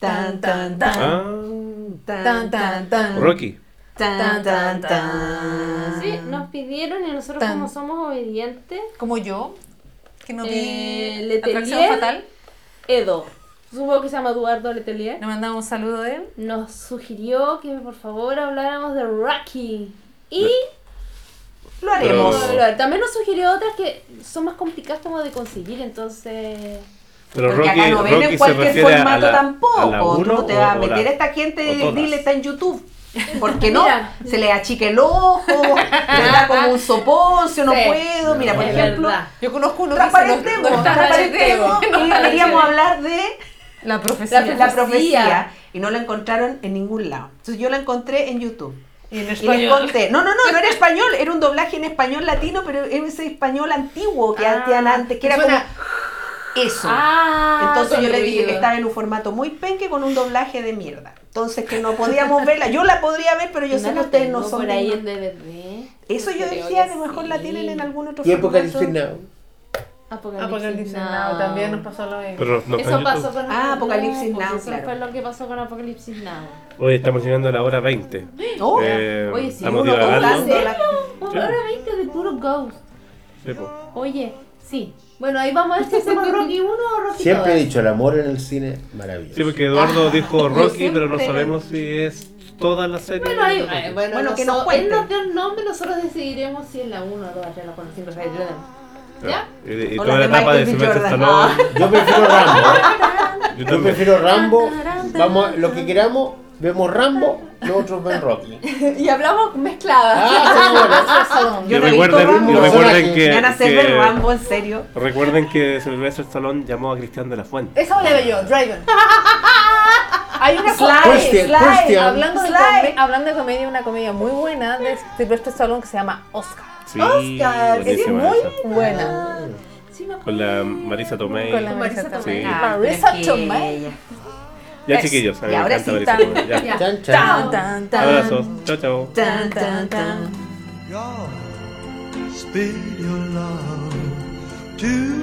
S3: Tan, tan, tan,
S1: Ah,
S2: tan, tan, tan.
S1: Rocky.
S3: Tan, tan, tan.
S4: Sí, nos pidieron y nosotros
S2: Tan.
S4: como somos obedientes,
S2: Como yo, que no vi
S4: Eh, Le
S2: Atracción
S4: Tellier.
S2: Fatal.
S4: Edo, supongo que se llama Eduardo Letelier,
S2: Le mandamos un saludo de él.
S4: nos sugirió que por favor habláramos de Rocky. Y
S3: Lo haremos.
S1: Pero-
S4: Pero también nos sugirió otras que son más complicadas como de conseguir, entonces...
S1: Pero
S3: Porque
S1: Rocky,
S3: acá no ven
S1: Rocky
S3: en
S1: se
S3: cualquier
S1: refiere a
S3: formato
S1: la-
S3: tampoco.
S1: a la uno
S3: Tú no te
S1: o-
S3: vas a
S1: o la-
S3: meter a esta gente
S1: o todas.
S3: dile está en YouTube. [laughs] Porque no,
S4: Mira.
S3: se le achica el ojo, le da como un soponcio, no
S4: Sí.
S3: puedo. Mira, por
S4: Es
S3: ejemplo,
S4: verdad.
S2: Yo conozco uno
S3: transparentemos, transparentemos. Y queríamos hablar de
S2: La
S3: la,
S2: profecía.
S3: la
S4: La
S3: profecía
S4: profecía.
S3: y no la encontraron en ningún lado. Entonces yo la encontré en YouTube.
S2: Y en
S3: Y les
S2: español.
S3: conté. No, no, no, no era español, era un doblaje en español latino, pero era ese español antiguo que
S2: Ah,
S3: hacían antes, que era
S2: suena-
S3: como eso.
S4: Ah,
S3: Entonces yo le
S4: ruido.
S3: dije que estaba en un formato muy penque con un doblaje de mierda. Entonces que no podíamos verla. Yo la podría ver, pero yo
S4: No
S3: sé que
S4: la
S3: ustedes
S4: tengo
S3: no son
S4: por
S3: de
S4: ahí
S3: ahí.
S4: en DVD.
S3: Eso yo
S4: Creo
S3: decía, a
S4: que
S3: lo mejor
S4: sí.
S3: la tienen en algún otro
S5: Y Apocalipsis
S3: formato.
S5: Now.
S2: Ah,
S4: Apocalipsis
S2: Now, también nos pasó lo mismo.
S1: Pero no está
S4: Eso
S1: en
S4: pasó
S1: YouTube.
S4: con
S3: Ah, Apocalipsis
S4: porque
S3: Now,
S4: Eso
S3: claro.
S4: fue lo que pasó con Apocalipsis Now.
S1: Hoy estamos llegando a la hora 20.
S3: Oh,
S1: Eh,
S4: Oye, sí,
S1: estamos
S3: uno
S1: divagando.
S3: contando la-
S4: Una hora 20 de puro Ghost.
S1: Sí, po.
S4: Oye, sí. Bueno, ahí vamos a ver
S3: [laughs]
S4: si hacemos Rocky 1 o Rocky 2.
S5: Siempre he dicho, el amor en el cine, maravilloso.
S1: Sí, porque Eduardo dijo Rocky, pero no
S3: Ah, siempre-
S1: sabemos si es toda la serie. Ah,
S4: Bueno, ahí, eh, bueno,
S3: Bueno, que
S4: noso-
S3: nos cuenten.
S4: Él nos dio el nombre, nosotros decidiremos si es la 1, 2, 3, 4, 5,
S3: Ah.
S4: 6, 7. ¿Ya?
S1: Y, y
S3: O
S1: toda la
S3: las de
S1: etapa de
S3: Michael B.
S1: Sylvester
S3: Jordan. Ah.
S1: Stallone.
S5: Yo prefiero Rambo.
S1: [laughs] Yo
S5: ¿eh?
S3: [laughs]
S5: Yo
S1: también.
S5: prefiero Rambo. Vamos, lo que queramos, vemos Rambo, nosotros ven Rocky.
S4: [laughs] Y hablamos mezcladas.
S5: Ah,
S1: Y
S3: Yo no he visto
S1: recuerden,
S3: Rambo.
S1: y recuerden
S5: Personaje.
S1: que,
S3: Me van a hacer
S1: que-
S3: ver Rambo, en serio.
S1: recuerden que Sylvester Stallone llamó a Cristian de la Fuente.
S2: Esa la veo yo, [laughs] Driven. Hay una
S3: Slide,
S2: comedia,
S5: slide. Christian.
S2: hablando, de
S3: Slide.
S2: come- hablando de comedia, una comedia muy buena de Silvestre Stallone que se llama Oscar.
S1: Sí,
S3: Oscar, sí,
S1: buenísima
S2: muy
S1: esa.
S2: buena.
S5: Ah.
S4: Sí, me acuerdo.
S1: Con la Marisa Tomei.
S2: Con la
S4: Con
S2: Marisa
S4: Marisa
S2: Tomei.
S1: Sí.
S3: Ah,
S2: Marisa
S3: pero es que
S2: Tomei.
S3: ella-
S1: Ya
S2: Es-
S1: chiquillos, a
S3: Pues,
S1: mí
S3: y
S1: me
S3: ahora
S1: encanta
S3: sí,
S1: Marisa
S3: tan-
S1: Tomei.
S3: [laughs]
S1: Ya.
S5: bueno.
S2: Tan,
S5: Chan, chan.
S2: tan, tan.
S1: Abrazos. Chao, chao.
S3: Tan, tan, tan.
S6: God, speed your love to